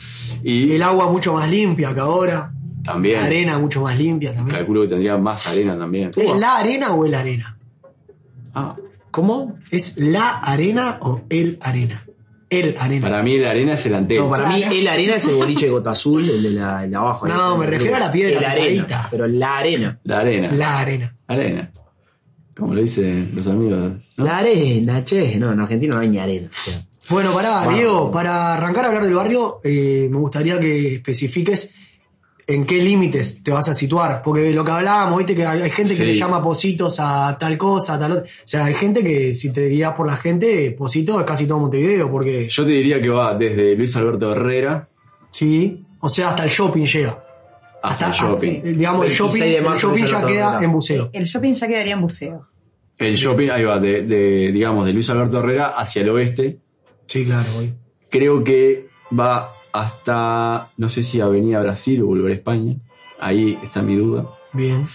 S4: Y
S6: El agua mucho más limpia que ahora.
S4: también,
S6: La arena mucho más limpia también.
S4: calculo que tendría más arena también.
S5: Eh,
S6: ¿Es la arena o el arena?
S4: Ah,
S5: ¿Cómo?
S6: ¿Es la arena o el arena? El arena.
S4: para mí la arena es el antero.
S5: No, para mí
S7: Claro.
S5: el arena es el boliche de gota azul, el de, la, el de abajo.
S6: No,
S5: ahí,
S6: me
S5: el-
S6: refiero a la piedra
S5: el arena,
S6: picadita.
S5: Pero la arena.
S4: La arena,
S6: La arena.
S4: arena. Como lo dicen los amigos. ¿no?
S5: La arena, che. No, en Argentina no hay ni arena. o sea.
S6: Bueno, pará,
S5: Wow.
S6: Diego, para arrancar a hablar del barrio, eh, me gustaría que especifiques en qué límites te vas a situar. Porque de lo que hablábamos, viste que hay hay gente que
S4: Sí.
S6: le llama positos a tal cosa, a tal otra. O sea, hay gente que si te guías por la gente, posito es casi todo Montevideo, porque
S4: Yo te diría que va desde Luis Alberto Herrera
S6: sí, o sea, hasta el shopping llega. Hasta-
S4: hasta, el shopping.
S7: sí.
S6: Eh, Digamos, el
S5: 26
S6: shopping,
S5: de
S6: el
S5: marzo
S6: shopping
S5: yo
S6: ya
S5: lo
S6: queda
S5: tengo.
S6: en buceo.
S7: El shopping ya quedaría en buceo.
S4: El shopping, ahí va, de, de, digamos, de Luis Alberto Herrera hacia el oeste.
S6: Sí, claro, hoy.
S4: Creo que va hasta, no sé si Avenida Brasil o volver a España. Ahí está mi duda.
S6: Bien.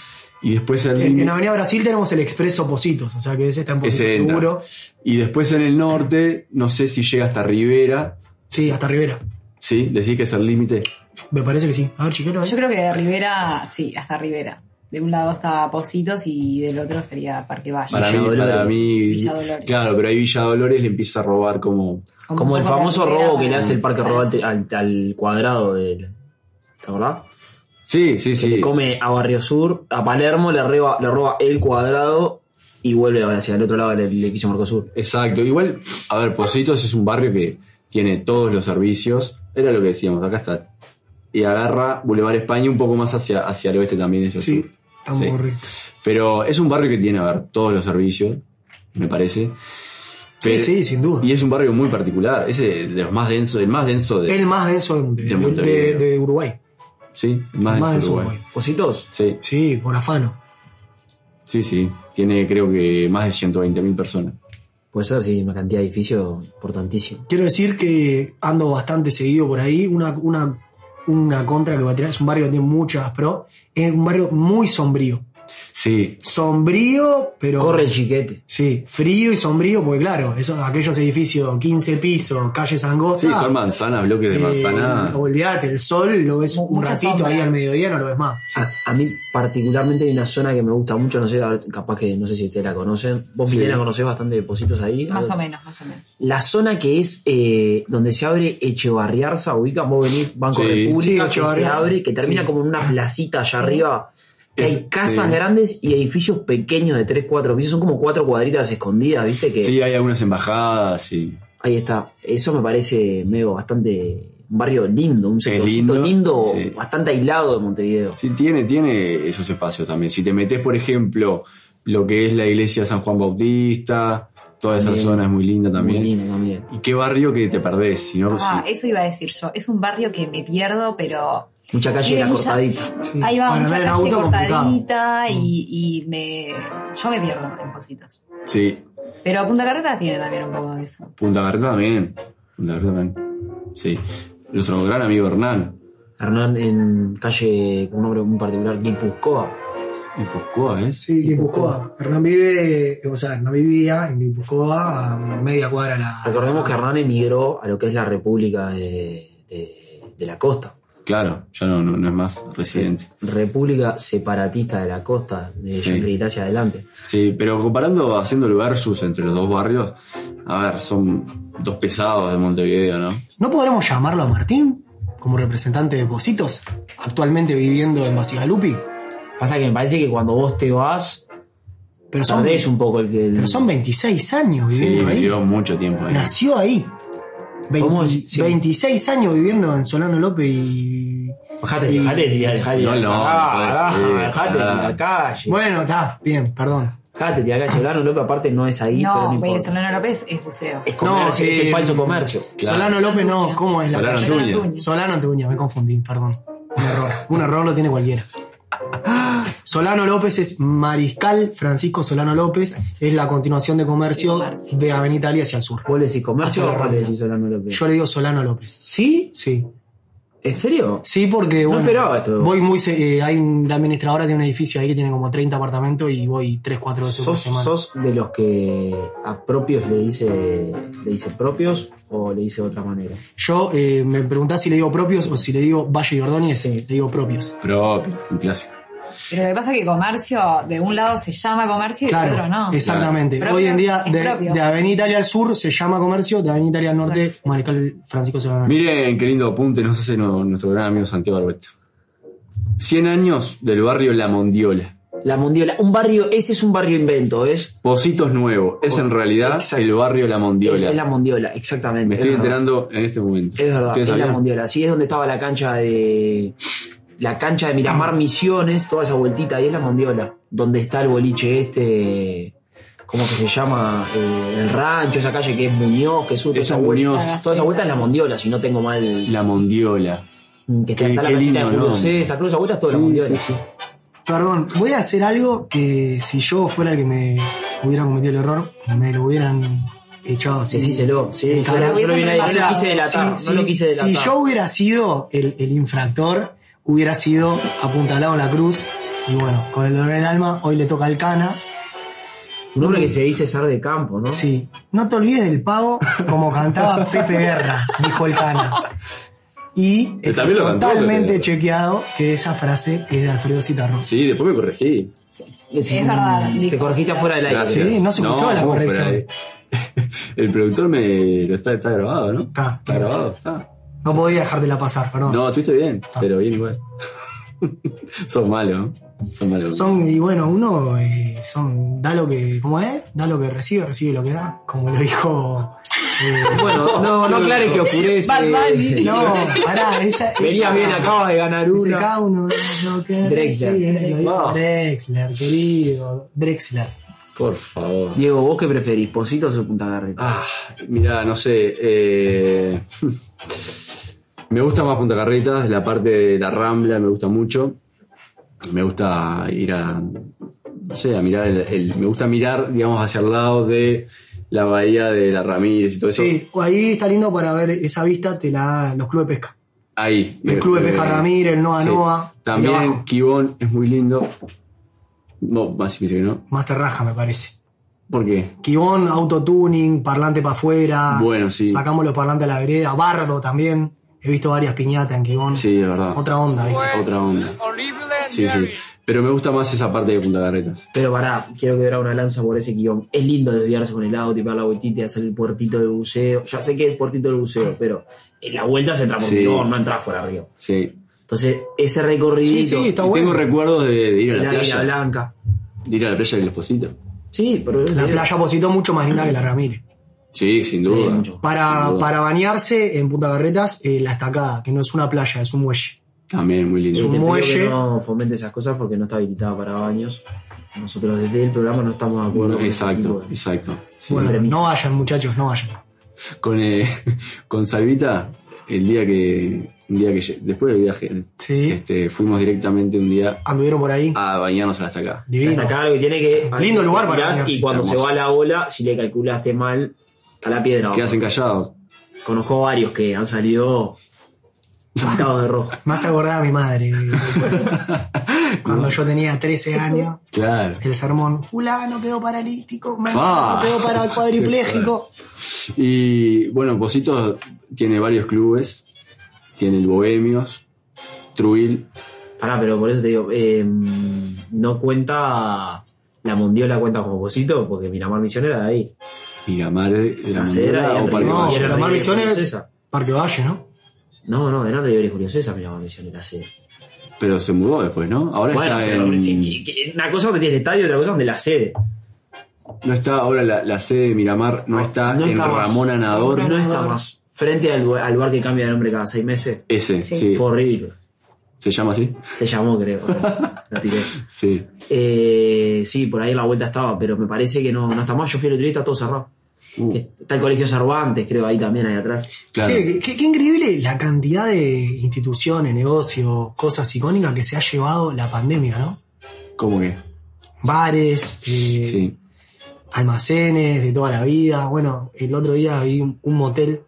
S4: Y después el
S6: En, en Avenida Brasil tenemos el expreso Positos, o sea que ese está en Positos
S4: Ese entra.
S6: seguro.
S4: y después en el norte, no sé si llega hasta Rivera.
S6: Sí, hasta Rivera.
S4: ¿Sí? Decís que es el límite.
S6: Me parece que sí. A ver, chiquero, ¿eh?
S7: Yo creo que de Rivera, sí, hasta Rivera. De un lado está Positos y del otro sería Parque Valle.
S4: Para mí,
S5: Dolores.
S4: para mí-
S7: Villa Dolores.
S4: Claro, pero ahí Villa Dolores le empieza a robar como.
S7: Como,
S5: Como
S7: un
S5: el
S7: poco de
S5: famoso
S7: Rivera
S5: robo que le
S7: para-
S5: hace el Parque
S7: para
S5: Robal
S7: eso.
S5: te- al, al cuadrado del. ¿Te acordás?
S4: Sí, sí,
S5: Que le
S4: sí.
S5: come a Barrio Sur, a Palermo, le roba, le roba el cuadrado y vuelve hacia el otro lado del edificio Mercosur.
S4: Exacto. Igual, a ver, Positos es un barrio que tiene todos los servicios. Era lo que decíamos, acá está. Y agarra Boulevard España un poco más hacia, hacia el oeste también. hacia el
S6: Sí,
S4: sur.
S6: estamos
S4: Sí.
S6: correctos.
S4: Pero es un barrio que tiene, a ver, todos los servicios, me parece.
S6: Sí,
S4: Pero-
S6: sí, sin duda.
S4: Y es un barrio muy particular. Es eh, de los más densos, el más denso de.
S6: El más denso de,
S4: De
S6: de,
S4: Montevideo.
S6: de- de Uruguay.
S4: sí, el más,
S6: El más denso
S4: denso de
S6: de
S4: Uruguay.
S6: Uruguay.
S5: ¿Positos?
S4: Sí,
S6: Sí, por afano.
S4: sí, sí. Tiene creo que más de 120.000 personas.
S5: Puede ser, sí, una cantidad de edificios importantísima.
S6: Quiero decir que ando bastante seguido por ahí. Una, una, una contra que va a tirar. Es un barrio que tiene muchas pro. Es un barrio muy sombrío.
S4: Sí,
S6: Sombrío, pero.
S5: Corre el chiquete.
S6: Sí, frío y sombrío, porque claro, esos, aquellos edificios, 15 pisos, calles
S4: sí,
S6: angostas.
S4: son manzanas, bloques de
S6: Ah. eh,
S4: manzana.
S6: olvídate, el sol lo ves
S7: Mu-
S6: un
S7: mucha
S6: ratito
S7: sombra.
S6: ahí al mediodía, no lo ves más.
S5: A, a mí particularmente hay una zona que me gusta mucho, no sé, a ver, capaz que no sé si ustedes la conocen. Vos,
S4: Sí.
S5: Milena, conocés bastante de Positos ahí.
S7: Más
S5: Algo-
S7: o menos, más o menos.
S5: La zona que es eh, donde se abre Echevarriarza, ubica, vos venís Banco
S4: Sí.
S6: Sí,
S5: República, que se
S6: Echevarriarza.
S5: abre, que termina
S6: Sí.
S5: como en una placita allá
S7: Sí.
S5: arriba. Que
S4: Es-
S5: hay casas
S4: sí.
S5: grandes y edificios pequeños de 3, 4 pisos, son como cuatro cuadritas escondidas, ¿viste? Que
S4: Sí, hay algunas embajadas y.
S5: ahí está. Eso me parece medio bastante un barrio lindo, un sectorcito
S4: lindo,
S5: lindo,
S4: sí.
S5: bastante aislado de Montevideo.
S4: Sí, tiene, tiene esos espacios también. Si te metes, por ejemplo, lo que es la iglesia de San Juan Bautista, toda esa
S5: También.
S4: zona es muy linda también.
S5: Muy lindo también.
S4: ¿Y qué barrio que te perdés? Si no,
S7: Ah,
S6: eh,
S4: si-
S7: eso iba a decir yo. Es un barrio que me pierdo, pero
S5: Mucha calle
S7: Tiene
S5: la
S7: mucha-
S5: cortadita.
S6: eh, Sí.
S7: ahí va
S6: Para
S7: mucha
S6: andar
S7: calle
S6: en auto, complicado. Mm.
S7: cortadita y, y me, yo me pierdo en Positos.
S4: sí,
S7: Pero Punta Carretas tiene también un poco de eso.
S4: Punta Berta también. Punta Berta también. Sí. Nuestro gran amigo Hernán.
S5: Hernán en calle, con un nombre muy particular, Guipúzcoa.
S4: Y Cuscoa, ¿eh?
S6: Sí, Guipúzcoa. Hernán vive, o sea, Hernán vivía en Guipúzcoa a media cuadra la.
S5: Recordemos que Hernán emigró a lo que es la República de, de- de la Costa.
S4: Claro, ya no, no, no es más residente.
S5: República separatista de la Costa, de
S4: Sí.
S5: San Cristóbal hacia adelante.
S4: Sí, pero comparando, haciendo el versus entre los dos barrios, a ver, son dos pesados de Montevideo, ¿no?
S6: ¿No podremos llamarlo a Martín como representante de Positos, actualmente viviendo en Basigalupi?
S5: Pasa que me parece que cuando vos te vas,
S6: Pero son,
S5: perdés un poco el... el-
S6: pero son 26 años
S4: Sí,
S6: viviendo ahí.
S4: vivió mucho tiempo ahí.
S6: Nació ahí.
S5: ¿Cómo
S6: 20
S5: es? Sí.
S6: 26 años viviendo en Solano López y.
S5: Bajate,
S6: y-
S5: dejate, tira, dejate.
S4: No, no,
S5: Acá,
S4: no
S5: acá,
S4: puede ser,
S5: dejate,
S4: claro.
S5: tira calle.
S6: Bueno, está, bien, perdón.
S5: Dejate, tira calle. Solano López aparte no es ahí, pero no
S7: No, pues,
S5: importa.
S7: Venezolano López es buceo.
S5: Es
S6: No,
S5: comercio, es el
S6: sí.
S5: falso comercio.
S4: Claro.
S6: Solano López no, ¿cómo es
S4: Solano
S6: la
S4: Antuña.
S6: Solano Antuña, me confundí, perdón. Un error. Un error lo tiene cualquiera. Solano López es Mariscal Francisco Solano López, es la continuación de comercio
S7: Comercio.
S6: de Avenida Italia hacia el sur.
S5: ¿Vos le decís comercio
S6: Hasta
S5: o
S6: la
S5: vos le
S6: rambla.
S5: decís Solano López?
S6: Yo le digo Solano López.
S5: ¿Sí?
S6: Sí.
S5: ¿En serio?
S6: Sí, porque
S5: No
S6: bueno,
S5: esperaba esto.
S6: voy muy se- eh, hay un- la administradora tiene un edificio ahí que tiene como 30 apartamentos y voy 3, 4 veces por
S5: ¿Sos,
S6: semana.
S5: sos de los que a propios le dice, le dice propios o le dice de otra manera?
S6: Yo eh, me preguntás si le digo propios o si le digo Valle y Ordóñez, le digo propios.
S4: Propio, un clásico.
S7: Pero lo que pasa es que comercio, de un lado se llama comercio y
S6: Claro,
S7: de otro no.
S6: exactamente.
S7: Claro.
S6: Hoy en día,
S7: Propios es
S6: de,
S7: propios.
S6: de Avenida Italia al sur se llama comercio, de Avenida Italia al norte,
S7: Exacto.
S6: Mariscal Francisco Solano.
S4: Miren qué lindo apunte nos hace no- nuestro gran amigo Santiago Arbet. 100 años del barrio La Mondiola.
S5: La Mondiola, un barrio, ese es un barrio invento, ¿es?
S4: Positos Nuevo. Es en realidad el barrio La
S5: Es,
S4: Mondiola.
S5: es la Mondiola, exactamente.
S4: Me
S5: es
S4: estoy
S5: verdad.
S4: enterando en este momento.
S5: Es verdad,
S4: ¿Ustedes
S5: es la
S4: sabían?
S5: Mondiola. Sí, es donde estaba la cancha de. La cancha de Miramar Misiones, toda esa vueltita ahí es la Mondiola. Donde está el boliche este. ¿Cómo que se llama? Eh, el rancho, esa calle que es Muñoz, que es sur, toda
S4: Esa
S5: esa vuelta.
S4: Muñoz.
S5: Toda esa vuelta es la Mondiola, si no tengo mal. Mm,
S4: La Mondiola.
S5: que está,
S4: Qué-
S5: está la
S4: qué
S5: casita
S4: lindo
S5: de Julio
S4: nombre.
S5: César, toda esa vuelta es toda la Mondiola.
S6: Perdón, voy a hacer algo que si yo fuera el que me hubiera cometido el error, me lo hubieran echado así.
S5: Decíselo, sí,
S6: En
S5: yo
S6: cara.
S5: lo- yo lo vi-
S6: O
S5: no lo
S6: sea,
S5: quise delatar,
S6: si-
S5: no lo
S6: si-
S5: quise delatar.
S6: Si yo hubiera sido el, el infractor, hubiera sido apuntalado en la cruz. Y bueno, con el dolor en el alma, hoy le toca al cana. Mm.
S5: Un hombre que se dice ser de campo, ¿no?
S6: Sí, no te olvides del pavo, como cantaba Pepe Guerra, dijo el cana. Y
S4: Que
S6: está
S4: también lo cantó Pepe
S6: totalmente
S4: Guerra.
S6: chequeado que esa frase es de Alfredo Citarro.
S4: Sí, después me corregí.
S5: Es,
S7: Es verdad,
S5: Te
S7: dijo,
S5: corregiste
S7: sí,
S5: fuera del aire.
S4: Gracias.
S6: Sí, no se escuchaba la
S4: ¿cómo fuera
S6: corrección.
S4: de- El productor me lo está, está grabado, ¿no?
S6: Está.
S4: Está grabado, está.
S6: No podía dejártela pasar, perdón.
S4: No, estuviste bien,
S6: Está.
S4: pero bien igual. Son malos, ¿no? Son malos.
S6: Son, y bueno, uno eh, son, da lo que, ¿cómo es? Da lo que recibe, recibe lo que da, como lo dijo. eh,
S5: Bueno, no, no aclares que oscurece.
S7: Bad Bunny.
S6: no, pará, esa.
S5: Venías
S6: esa-
S5: bien, acabas de ganar
S6: Dice
S5: una.
S6: cada uno da lo que
S5: Drexler.
S6: recibe, lo dijo
S4: Ah.
S6: Drexler, querido. Drexler.
S4: Por favor.
S5: Diego, ¿vos qué preferís? ¿Positos o Punta Carreta?
S4: Ah, mirá, no sé. eh, me gusta más Punta Carretas, la parte de la Rambla me gusta mucho. Me gusta ir a. No sé, a mirar. El, el- me gusta mirar, digamos, hacia el lado de la bahía de la Ramírez y todo eso.
S6: Sí, ahí está lindo para ver esa vista, te la dan los clubes de pesca.
S4: Ahí. eh,
S6: El Club de Pesca Ramírez, el Noa
S4: Sí.
S6: Noa. y
S4: También
S6: abajo.
S4: Quibón es muy lindo. No, más si me dice que no.
S6: Más terraja, me parece.
S4: ¿Por qué?
S6: Kibón, autotuning, parlante para afuera.
S4: Bueno, sí.
S6: Sacamos los parlantes a la vereda. Bardo también. He visto varias piñatas en Kibón.
S4: Sí, es verdad.
S6: Otra onda, ¿viste?
S4: Otra onda. Sí, sí. Pero me gusta más esa parte de Punta Carretas.
S5: Pero pará, quiero quebrar una lanza por ese guión. Es lindo desviarse con el auto y pegar la vueltita y hacer el puertito de buceo. Ya sé que es puertito de buceo, pero en la vuelta se entra por
S4: Sí.
S5: Quibón, no entras por arriba.
S4: Sí.
S5: Entonces, ese recorridito.
S6: Sí, sí, está
S4: Y
S6: bueno.
S4: Tengo recuerdos de, de ir a la,
S5: la Villa
S4: playa.
S5: Blanca.
S4: De ir a la playa del Esposito.
S5: Sí, pero.
S6: La playa Positó mucho más linda que la Ramírez.
S4: Sí, sin
S5: Sí,
S4: duda.
S5: mucho.
S6: Para,
S4: Sin duda.
S6: para bañarse en Punta Carretas, eh, la estacada, que no es una playa, es un muelle.
S4: También muy
S5: Eh,
S4: lindo.
S5: te pido
S6: muelle.
S5: que No fomente esas cosas porque no está habilitada para baños. Nosotros desde el programa no estamos de acuerdo. con ese tipo
S4: Exacto,
S5: de-
S4: exacto. Sí.
S6: Bueno,
S5: premisa.
S6: no vayan, muchachos, no vayan.
S4: Con, eh, con Salvita, el día que. Un día que lle- después del viaje,
S6: Sí.
S4: este, fuimos directamente un día
S6: Anduvieron por ahí.
S4: a bañarnos hasta acá.
S5: Hasta
S6: Divino.
S5: acá lo que tiene que.
S6: Lindo lugar para
S5: Tirás
S6: bañarse.
S5: Y cuando se
S4: Hermoso.
S5: va la ola, si le calculaste mal, está la piedra. abajo.
S4: Quedas encallados.
S5: Conozco varios que han salido pintados de rojo.
S6: Más acordada a mi madre. Cuando yo tenía 13 años,
S4: Claro.
S6: el sermón, fulano quedó paralítico,
S4: Ah.
S6: mangano quedó para cuadripléjico.
S4: Y bueno, Positos tiene varios clubes. Tiene el Bohemios, Truil.
S5: Pará, pero por eso te digo, eh, no cuenta. La Mondiola cuenta como Posito, porque Miramar Misionera de ahí.
S4: Miramar de la
S5: Macera y
S4: Mondela o Parque
S5: Entre-
S6: No,
S5: y
S4: Valle.
S5: era
S6: pero
S5: Rivera
S6: Mar
S5: y
S6: Misiones-
S5: Julio César.
S6: Parque Valle, ¿no?
S5: No, no, era River y Julio César Miramar Misionera, sí.
S4: Pero se mudó después, ¿no? Ahora
S5: Bueno,
S4: está
S5: pero
S4: en.
S5: sí, que- que- una cosa donde tiene el estadio y otra cosa donde la sede.
S4: No está ahora la, la sede de Miramar, no está
S5: no
S4: en
S5: está más.
S4: Ramón Anador.
S5: No está más. Frente al lugar, al lugar que cambia de nombre cada seis meses.
S4: Ese,
S7: Sí.
S4: sí.
S5: Fue horrible.
S4: ¿Se llama así?
S5: Se llamó, creo. La tiré.
S4: Sí.
S5: Eh, sí, por ahí la vuelta estaba, pero me parece que no, no está más. Yo fui el otro día y está todo cerrado.
S4: Uh,
S5: Está el colegio Cervantes, creo, ahí también, ahí atrás.
S4: claro.
S6: Che, qué, qué- qué increíble la cantidad de instituciones, negocios, cosas icónicas que se ha llevado la pandemia, ¿no?
S4: ¿Cómo que?
S6: Bares, eh,
S4: Sí.
S6: almacenes de toda la vida. Bueno, el otro día vi un, un motel.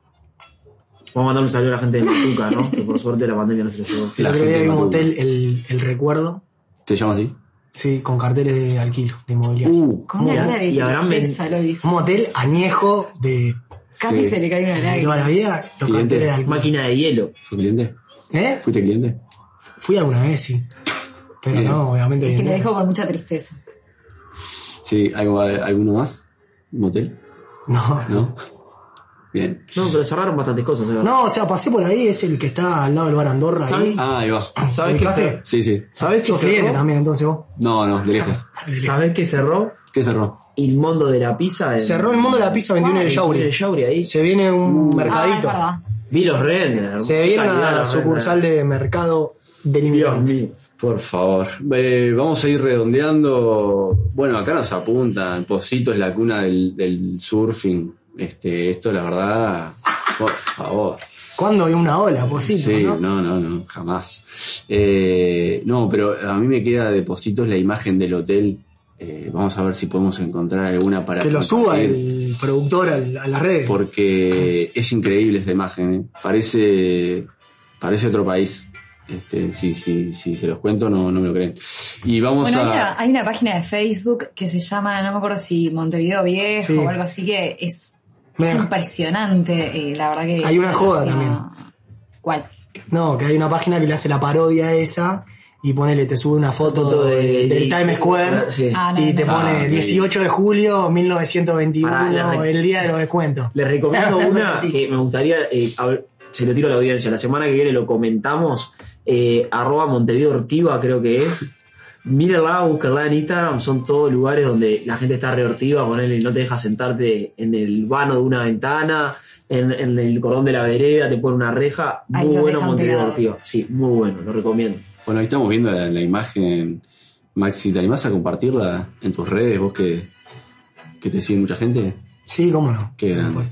S5: Vamos a mandar un saludo a la gente de Matuca, ¿no? Que por suerte la pandemia no se lo llevó.
S6: El
S4: La
S6: otro
S4: gente
S6: día vi
S4: de
S6: un
S4: Matuca.
S6: motel, el, el recuerdo,
S4: ¿Se llama así?
S6: sí, con carteles de alquilo, de inmobiliario.
S4: Uh,
S7: Con una
S6: Mira,
S7: cara de
S5: y habrán ven-
S7: tristeza lo dice.
S6: Un motel añejo de,
S7: Casi
S4: Sí.
S7: se le cae una
S6: de toda
S7: lágrima.
S6: la vida, los
S4: Cliente.
S6: carteles de alquilo.
S5: Máquina de hielo.
S4: ¿Fue cliente?
S6: ¿Eh?
S4: ¿Fuiste cliente?
S6: Fui alguna vez, sí. Pero
S4: Bien.
S6: no, obviamente. hoy
S7: Que
S6: en
S7: lo
S6: día.
S7: dejo con mucha tristeza.
S4: Sí. ¿Algo, ¿Alguno más? ¿Motel?
S6: No.
S4: ¿No? Bien.
S5: No, pero cerraron bastantes cosas. ¿eh?
S6: No, o sea, pasé por ahí, es el que está al lado del bar Andorra ahí.
S4: Ah, ahí va.
S5: ¿Sabes qué
S6: ¿Ubicaste?
S5: cerró?
S4: Sí, sí.
S5: ¿Sabes qué
S6: Sos cliente
S5: cerró?
S6: también, entonces vos.
S4: No, no, de lejos.
S5: ¿Sabés qué cerró?
S4: ¿Qué cerró?
S5: El mondo de la pizza. en-
S6: Cerró el mundo de la pizza 21 de
S5: en
S6: Yauri.
S5: Eh, el Yauri ahí.
S6: Se viene un
S7: Ah, es
S6: mercadito.
S7: verdad.
S5: Vi los renders.
S6: Se viene
S5: Calidad de
S6: una
S5: los
S6: sucursal
S5: renders.
S6: de mercado del
S5: Dios
S6: inmigrante.
S5: mío.
S4: Por favor. Eh, vamos a ir redondeando. Bueno, acá nos apuntan. Posito es la cuna del, del surfing. Este, esto, la verdad. Por favor.
S6: ¿Cuándo hay una ola? Posito,
S4: sí,
S6: ¿no?
S4: no, no, no, jamás. Eh, no, pero a mí me queda de Positos la imagen del hotel. Eh, vamos a ver si podemos encontrar alguna para.
S6: Que lo suba eh,
S4: compartir.
S6: el productor al- a las redes.
S4: porque es increíble esa imagen, ¿eh? parece, parece otro país. Este, si, si, si se los cuento no, no me lo creen. Y vamos
S7: Bueno, hay
S4: a...
S7: una, hay una página de Facebook que se llama, no me acuerdo si Montevideo Viejo
S6: Sí.
S7: o algo así, que es, es
S6: Mira,
S7: impresionante, eh, la verdad que...
S6: Hay una joda también.
S7: ¿Cuál?
S6: No, que hay una página que le hace la parodia a esa y ponele, te sube una foto, de- del Times Square.
S5: Sí.
S7: Ah, no,
S6: Y te
S7: no.
S4: Ah,
S6: pone
S4: ok.
S6: 18 de julio
S5: Pará,
S6: 1921,
S5: la re-
S6: el día de los descuentos.
S5: Les recomiendo
S6: Una
S5: una
S6: así.
S5: que me gustaría, eh, a ver, se lo tiro a la audiencia, la semana que viene lo comentamos, eh, arroba Montevideo Ortiva creo que es. Mírenla, búsquenla en Instagram, son todos lugares donde la gente está reortiva, ponele, no te deja sentarte en el vano de una ventana, en, en el cordón de la vereda, te pone una reja.
S7: Ahí
S5: muy
S7: los
S5: bueno
S7: dejan
S5: Montevideo
S7: pegados.
S5: Ortiva, sí, muy bueno, lo recomiendo.
S4: Bueno, ahí estamos viendo la, la imagen. Maxi, ¿te animás a compartirla en tus redes? Vos que, que te sigue mucha gente.
S6: Sí, cómo no.
S4: Qué grande.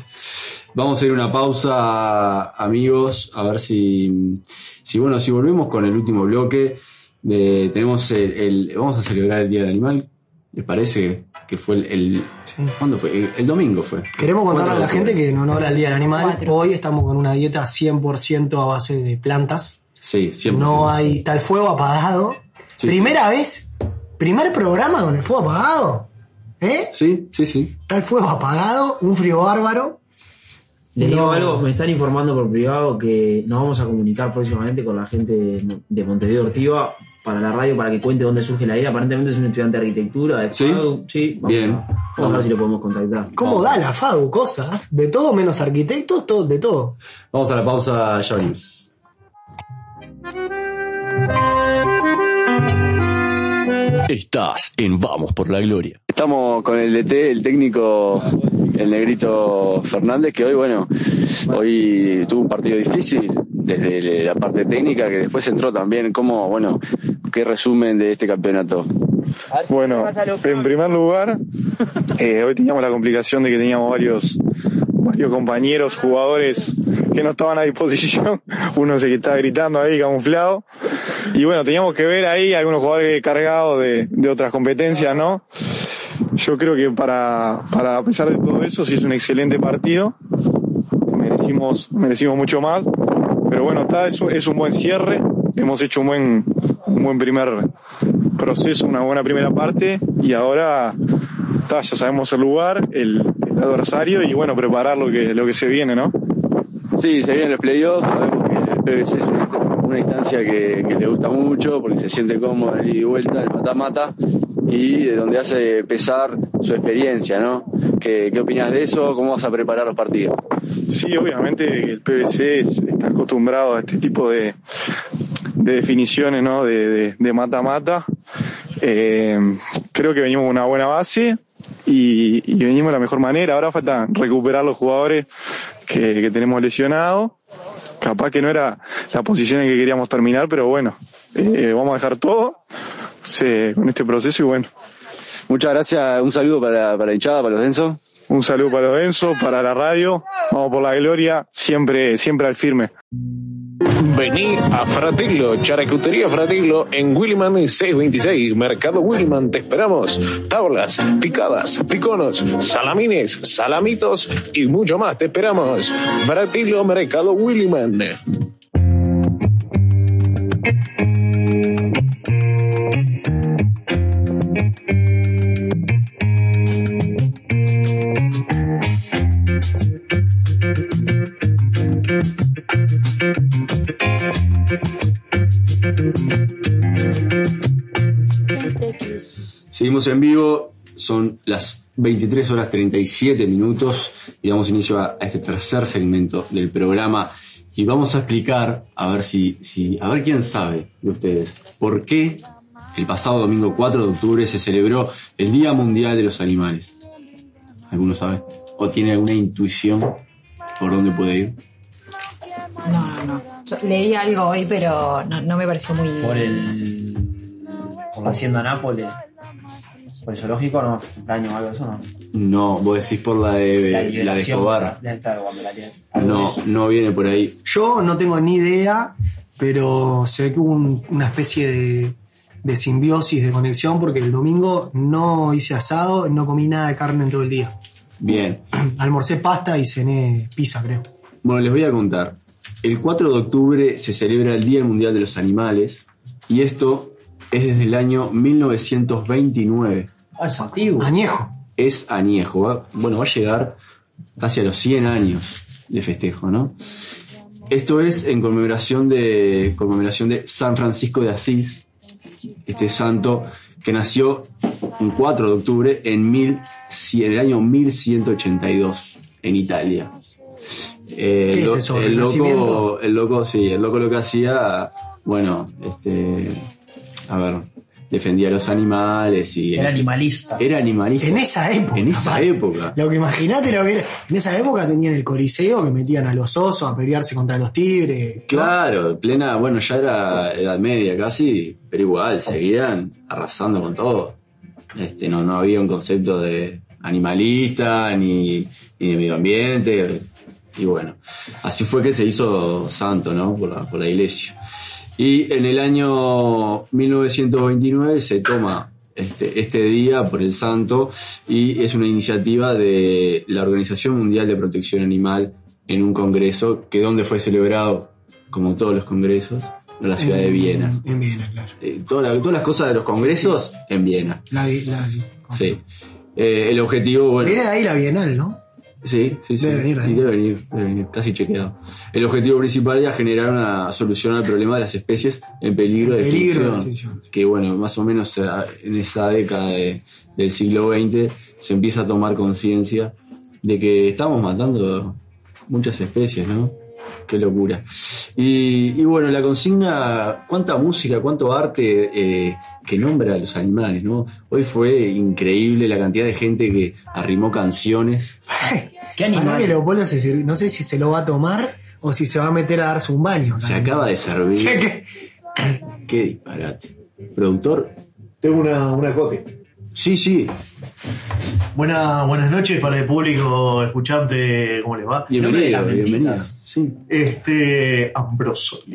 S4: Vamos a ir a una pausa, amigos, a ver si, si bueno, si volvemos con el último bloque. de- tenemos el, el- vamos a celebrar el Día del Animal. ¿Les parece que fue el, el-
S6: Sí.
S4: ¿Cuándo fue? El, el domingo fue.
S6: Queremos contarle a la
S4: Bueno,
S6: gente que en honor al Día del Animal,
S7: Cuatro.
S6: hoy estamos con una dieta 100% a base de plantas.
S4: Sí, siempre.
S6: No hay tal fuego apagado.
S4: Sí.
S6: Primera vez, primer programa con el fuego apagado. ¿Eh?
S4: Sí, sí, sí.
S6: Tal fuego apagado, un frío bárbaro.
S5: Les digo
S6: No.
S5: algo, me están informando por privado que nos vamos a comunicar próximamente con la gente de, de Montevideo Ortiva para la radio para que cuente dónde surge la idea. Aparentemente es un estudiante de arquitectura. de
S4: Sí.
S5: Fado. sí vamos
S4: Bien.
S5: A, vamos a ver si lo podemos contactar.
S6: ¿Cómo da la FADU? Cosas. De todo menos arquitectos, todo, de todo.
S4: Vamos a la pausa, ya venimos.
S10: Estás en Vamos por la Gloria.
S4: Estamos con el DT, el técnico, el negrito Fernández, que hoy, bueno, hoy tuvo un partido difícil desde la parte técnica, que después entró también. ¿Cómo, bueno, qué resumen de este campeonato?
S11: Bueno, en primer lugar, eh, hoy teníamos la complicación de que teníamos varios, varios compañeros, jugadores que no estaban a disposición. Uno se que estaba gritando ahí, camuflado. Y bueno, teníamos que ver ahí algunos jugadores cargados de, de otras competencias, ¿no? Yo creo que para, para, a pesar de todo eso, sí es un excelente partido. Merecimos, merecimos mucho más. Pero bueno, está, es, un- es un buen cierre. Hemos hecho un buen, un buen primer proceso, una buena primera parte. Y ahora está, ya sabemos el lugar, el, el adversario y bueno, preparar lo que, lo que se viene, ¿no?
S12: Sí, se vienen los playoffs, sabemos que el PVC es una inst- una instancia que, que le gusta mucho porque se siente cómodo en el ida y vuelta, el mata-mata, y de donde hace pesar su experiencia, ¿no? ¿Qué, qué opinas de eso? ¿Cómo vas a preparar los partidos?
S11: Sí, obviamente el PVC es- está acostumbrado a este tipo de, de definiciones, ¿no? De- De de mata-mata. Eh, creo que venimos con una buena base y, y venimos de la mejor manera. Ahora falta recuperar los jugadores que, que tenemos lesionados. Capaz que no era la posición en que queríamos terminar, pero bueno, eh, vamos a dejar todo se- con este proceso y bueno.
S12: Muchas gracias, un saludo para, para la hinchada, para los Denso.
S11: Un saludo para los Enzo, para la radio. Vamos por la gloria, siempre, siempre al firme.
S1: Vení a Fratillo, Charcutería Fratillo en Williman 626, Mercado Williman, te esperamos. Tablas, picadas, piconos, salamines, salamitos y mucho más, te esperamos. Fratillo, Mercado Williman.
S4: Seguimos en vivo, son las 23 horas 37 minutos y damos inicio a, a este tercer segmento del programa y vamos a explicar, a ver si, si, a ver quién sabe de ustedes, por qué el pasado domingo 4 de octubre se celebró el Día Mundial de los Animales. ¿Alguno sabe? ¿O tiene alguna intuición por dónde puede ir?
S7: No, no, no. Yo leí algo hoy, pero no, no me pareció muy.
S5: Por el. Por la hacienda Nápoles. Por el zoológico, no, daño o algo de eso, no.
S4: No, vos decís por la de, Eh, la de
S5: liberación,
S4: Escobar.
S5: la- claro, cuando la liberación.
S4: No, no viene por ahí.
S6: Yo no tengo ni idea, pero se ve que hubo un- una especie de, de simbiosis, de conexión, porque el domingo no hice asado, no comí nada de carne en todo el día.
S4: Bien.
S6: Almorcé pasta y cené pizza, creo.
S4: Bueno, les voy a contar. El 4 de octubre se celebra el Día Mundial de los Animales y esto es desde el año 1929.
S5: Ah, es antiguo.
S6: Añejo.
S4: Es añejo. va- bueno, va a llegar casi a los 100 años de festejo, ¿no? Esto es en conmemoración de, conmemoración de San Francisco de Asís, este santo que nació un 4 de octubre en, 1100 en el año 1182 en Italia. Eh,
S6: ¿Qué
S4: lo-
S6: es eso,
S4: el loco,
S6: renacimiento?
S4: el loco, sí, el loco lo que hacía, bueno, este, a ver, defendía a los animales y
S6: Era
S5: animalista.
S4: Era animalista.
S6: En esa época.
S4: En esa
S6: aparte.
S4: época.
S6: Lo que imaginate lo que era. En esa época tenían el coliseo que metían a los osos a pelearse contra los tigres.
S4: Claro, plena, bueno, ya era edad media casi, pero igual, seguían arrasando con todo. Este, no, no había un concepto de animalista ni, ni de medio ambiente. Y bueno, así fue que se hizo santo, ¿no? Por la, por la iglesia. Y en el año 1929 se toma este, este día por el santo y es una iniciativa de la Organización Mundial de Protección Animal en un congreso que donde fue celebrado, como todos los congresos, en la ciudad de Viena.
S6: En Viena, claro.
S4: Eh, toda la- todas las cosas de los congresos en Viena.
S6: La, vi- la vi-
S4: Sí. Eh, el objetivo, bueno.
S6: Viene de ahí la Bienal, ¿no?
S4: Sí, sí, sí.
S6: Debe venir de
S4: Sí,
S6: ahí.
S4: debe venir, debe venir, casi chequeado. El objetivo principal era generar una solución al problema de las especies en peligro de
S6: Peligro de
S4: extinción. Que bueno, más o menos eh, en esa década de- del siglo XX se empieza a tomar conciencia de que estamos matando muchas especies, ¿no? Qué locura. Y, y bueno, la consigna, cuánta música, cuánto arte eh, que nombra a los animales, ¿no? Hoy fue increíble la cantidad de gente que arrimó canciones
S5: ¿Qué
S6: animal? que Leopoldo se sirvió- no sé si se lo va a tomar o si se va a meter a darse un baño.
S4: Se acaba de servir.
S6: O sea que-
S4: Qué disparate. Productor.
S13: Tengo una, una copia.
S4: Sí, sí.
S13: Buena, buenas noches para el público escuchante. ¿Cómo les va?
S4: Bienvenido,
S13: Nombre de las
S4: bienvenido.
S13: mentiras.
S4: Sí.
S13: Este. Ambroso.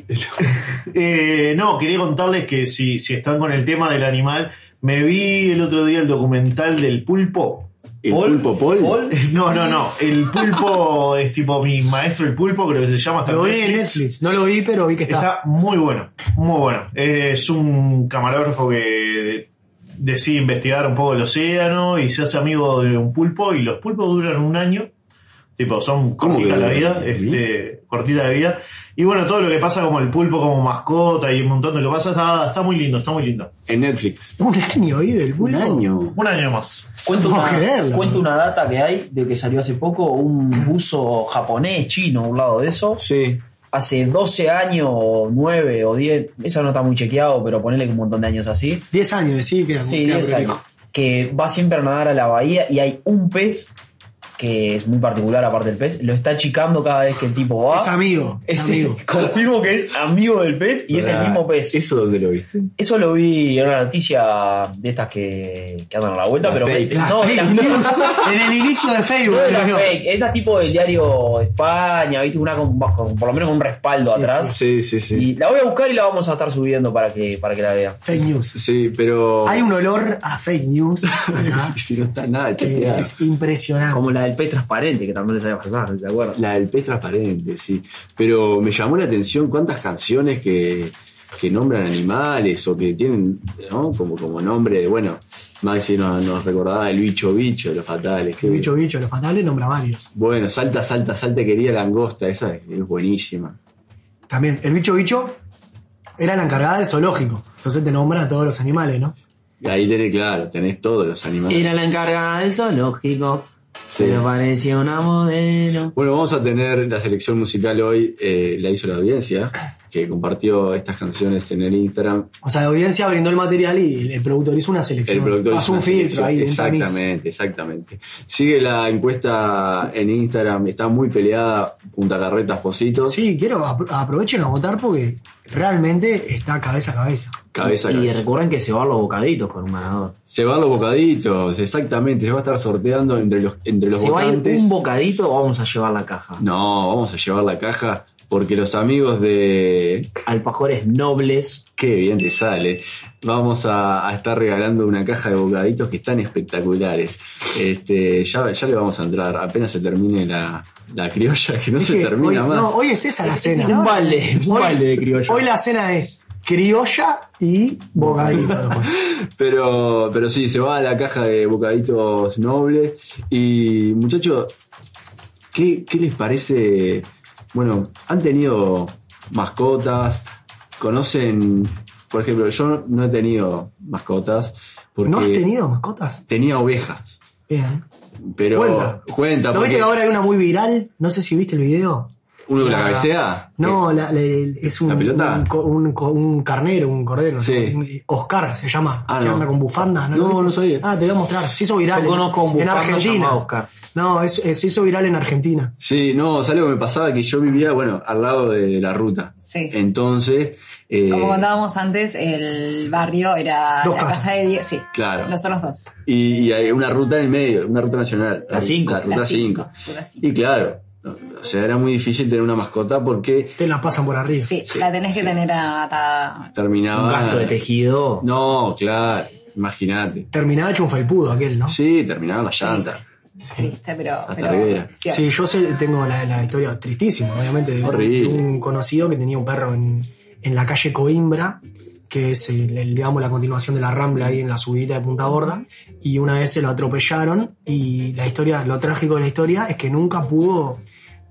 S13: Eh, no, quería contarles que si, si están con el tema del animal, me vi el otro día el documental del pulpo.
S4: ¿El
S13: Paul-
S4: pulpo Paul?
S13: No, no, no. El pulpo es tipo mi maestro, el pulpo, creo que se llama.
S6: Lo vi en Netflix. No lo vi, pero vi que está.
S13: Está muy bueno, muy bueno. Eh, Es un camarógrafo que decide investigar un poco el océano y se hace amigo de un pulpo y los pulpos duran un año. Tipo, son
S4: ¿Cómo
S13: cortitas
S4: que
S13: la
S4: duran?
S13: vida, este, cortita de vida. Y bueno, todo lo que pasa como el pulpo como mascota y un montón de lo que pasa está, está muy lindo, está muy lindo.
S4: En Netflix.
S6: Un año ahí del bulbo.
S13: Un año. Un año más.
S5: Cuento
S13: No
S5: una,
S13: puedo creerlo.
S5: cuento una data que hay de que salió hace poco un buzo japonés, chino, un lado de eso.
S4: Sí.
S5: Hace 12 años, 9 o 10, eso no está muy chequeado, pero ponele que un montón de años así.
S6: 10 años, sí, que
S5: Sí,
S6: queda
S5: 10
S6: prolijo.
S5: años. Que va siempre a nadar a la bahía y hay un pez que es muy particular, aparte del pez, lo está achicando cada vez que el tipo
S13: ¿Ah?
S5: va.
S6: Es amigo, es
S5: Es-
S6: amigo.
S5: Confirmo que es amigo del pez y es el
S4: Pará,
S5: mismo pez.
S4: ¿Eso dónde lo viste?
S5: Eso lo vi en una noticia de estas que, que andan a la vuelta,
S4: La
S5: pero.
S4: fake.
S6: La
S5: No,
S6: fake
S5: las-
S6: news. en el inicio de Facebook.
S5: no de las
S6: creo.
S5: fake, esas tipo del diario de España, viste, una con, con- por lo menos con un respaldo atrás.
S4: Sí, sí, sí.
S5: Y la voy a buscar y la vamos a estar subiendo para que, para que la vean.
S6: Fake news.
S4: Sí, pero.
S6: Hay un olor a fake news. ¿verdad?
S4: Si no está nada
S6: que
S4: chequeado.
S6: es impresionante.
S5: Como la del pez transparente, que también les había pasado, ¿se acuerdan?
S4: La del pez transparente, sí. Pero me llamó la atención cuántas canciones que, que nombran animales o que tienen, ¿no? Como, como nombre, bueno, Maxi nos, nos recordaba el bicho bicho, de los fatales. que-
S6: El bicho bicho, los fatales nombra varios.
S4: Bueno, salta, salta, salta, querida langosta, esa es, es buenísima.
S6: También, el bicho bicho era la encargada del zoológico. Entonces te nombra a todos los animales, ¿no?
S4: Ahí tenés, claro, tenés todos los animales.
S5: Era la encargada del zoológico,
S4: Sí.
S5: pero parecía una modelo.
S4: Bueno, vamos a tener la selección musical hoy, eh, la hizo la audiencia, que compartió estas canciones en el Instagram.
S6: O sea, la audiencia brindó el material y el, el productor hizo una selección.
S4: El productor
S6: Pasó
S4: hizo
S6: un
S4: una
S6: filtro
S4: selección.
S6: ahí, un tamiz.
S4: Exactamente, exactamente. Sigue la encuesta en Instagram, está muy peleada, Punta Carretas, Positos,
S6: Sí, quiero apro- aprovechen a votar porque realmente está cabeza a cabeza.
S4: cabeza a
S5: y
S4: cabeza.
S5: recuerden que se van los bocaditos con un ganador.
S4: Se van los bocaditos, exactamente, se va a estar sorteando entre los, entre los
S5: ¿Se va a ir
S4: votantes.
S5: un bocadito o vamos a llevar la caja?
S4: No, vamos a llevar la caja porque los amigos de...
S5: Alpajores nobles.
S4: Qué bien te sale. Vamos a, a estar regalando una caja de bocaditos que están espectaculares. Este, ya, ya le vamos a entrar, apenas se termine la, la criolla, que no
S6: Es
S4: se
S6: que hoy,
S4: termina más.
S6: no, hoy es esa la
S7: Es- es
S6: cena.
S5: Un balde, un
S6: Hoy-
S5: balde de criollo.
S6: Hoy la cena es criolla y bocadito.
S4: Pero, pero sí, se va a la caja de bocaditos noble. Y muchachos, ¿qué, qué les parece? Bueno, han tenido mascotas, conocen, por ejemplo, yo no he tenido mascotas porque
S6: ¿No has tenido mascotas?
S4: tenía ovejas.
S6: Bien.
S4: Pero
S6: Cuenta.
S4: cuenta
S6: ¿No viste
S4: porque
S6: que ahora hay una muy viral? No sé si viste el video.
S4: uno que la
S6: la-
S4: cabecea.
S6: No, la- la- el- es un,
S4: ¿La pelota?
S6: un, co- un co- un carnero, un cordero.
S4: Sí.
S6: ¿no? Oscar se llama,
S4: Ah,
S6: que
S4: no.
S6: anda con bufanda.
S4: No,
S6: lo viste?
S4: no sabía.
S6: Ah, te lo voy a mostrar. Se hizo viral.
S5: Yo conozco a un
S6: en
S5: bufanda
S6: Argentina.
S5: llamado Oscar.
S6: No, es- es- se hizo viral en Argentina.
S4: Sí, no, ¿sabes lo que me pasaba? Que yo vivía, bueno, al lado de la ruta.
S7: Sí.
S4: Entonces, eh,
S7: Como contábamos antes, el barrio era
S6: Dos
S7: la
S6: casas.
S7: casa de Diego. Sí,
S4: claro.
S7: nosotros dos.
S4: Y, y hay una ruta en el medio, una ruta nacional.
S5: La cinco.
S4: La ruta
S7: Las
S4: 5.
S7: cinco, las cinco.
S4: Y claro, o sea, era muy difícil tener una mascota porque
S6: Te la pasan por arriba.
S7: Sí, la tenés que tener atada.
S4: terminaba.
S5: Un gasto de tejido.
S4: No, claro, imagínate.
S6: Terminaba hecho un felpudo aquel, ¿no?
S4: Sí, terminaba la llanta.
S7: Triste, pero.
S4: La
S7: pero
S4: tardera.
S7: sí,
S6: Sí, yo sé, tengo la, la historia tristísima, obviamente, de un-
S4: Horrible.
S6: de un conocido que tenía un perro en, en la calle Coimbra, que es, el- el, digamos, la continuación de la Rambla ahí en la subidita de Punta Gorda, y una vez se lo atropellaron y la historia, lo trágico de la historia es que nunca pudo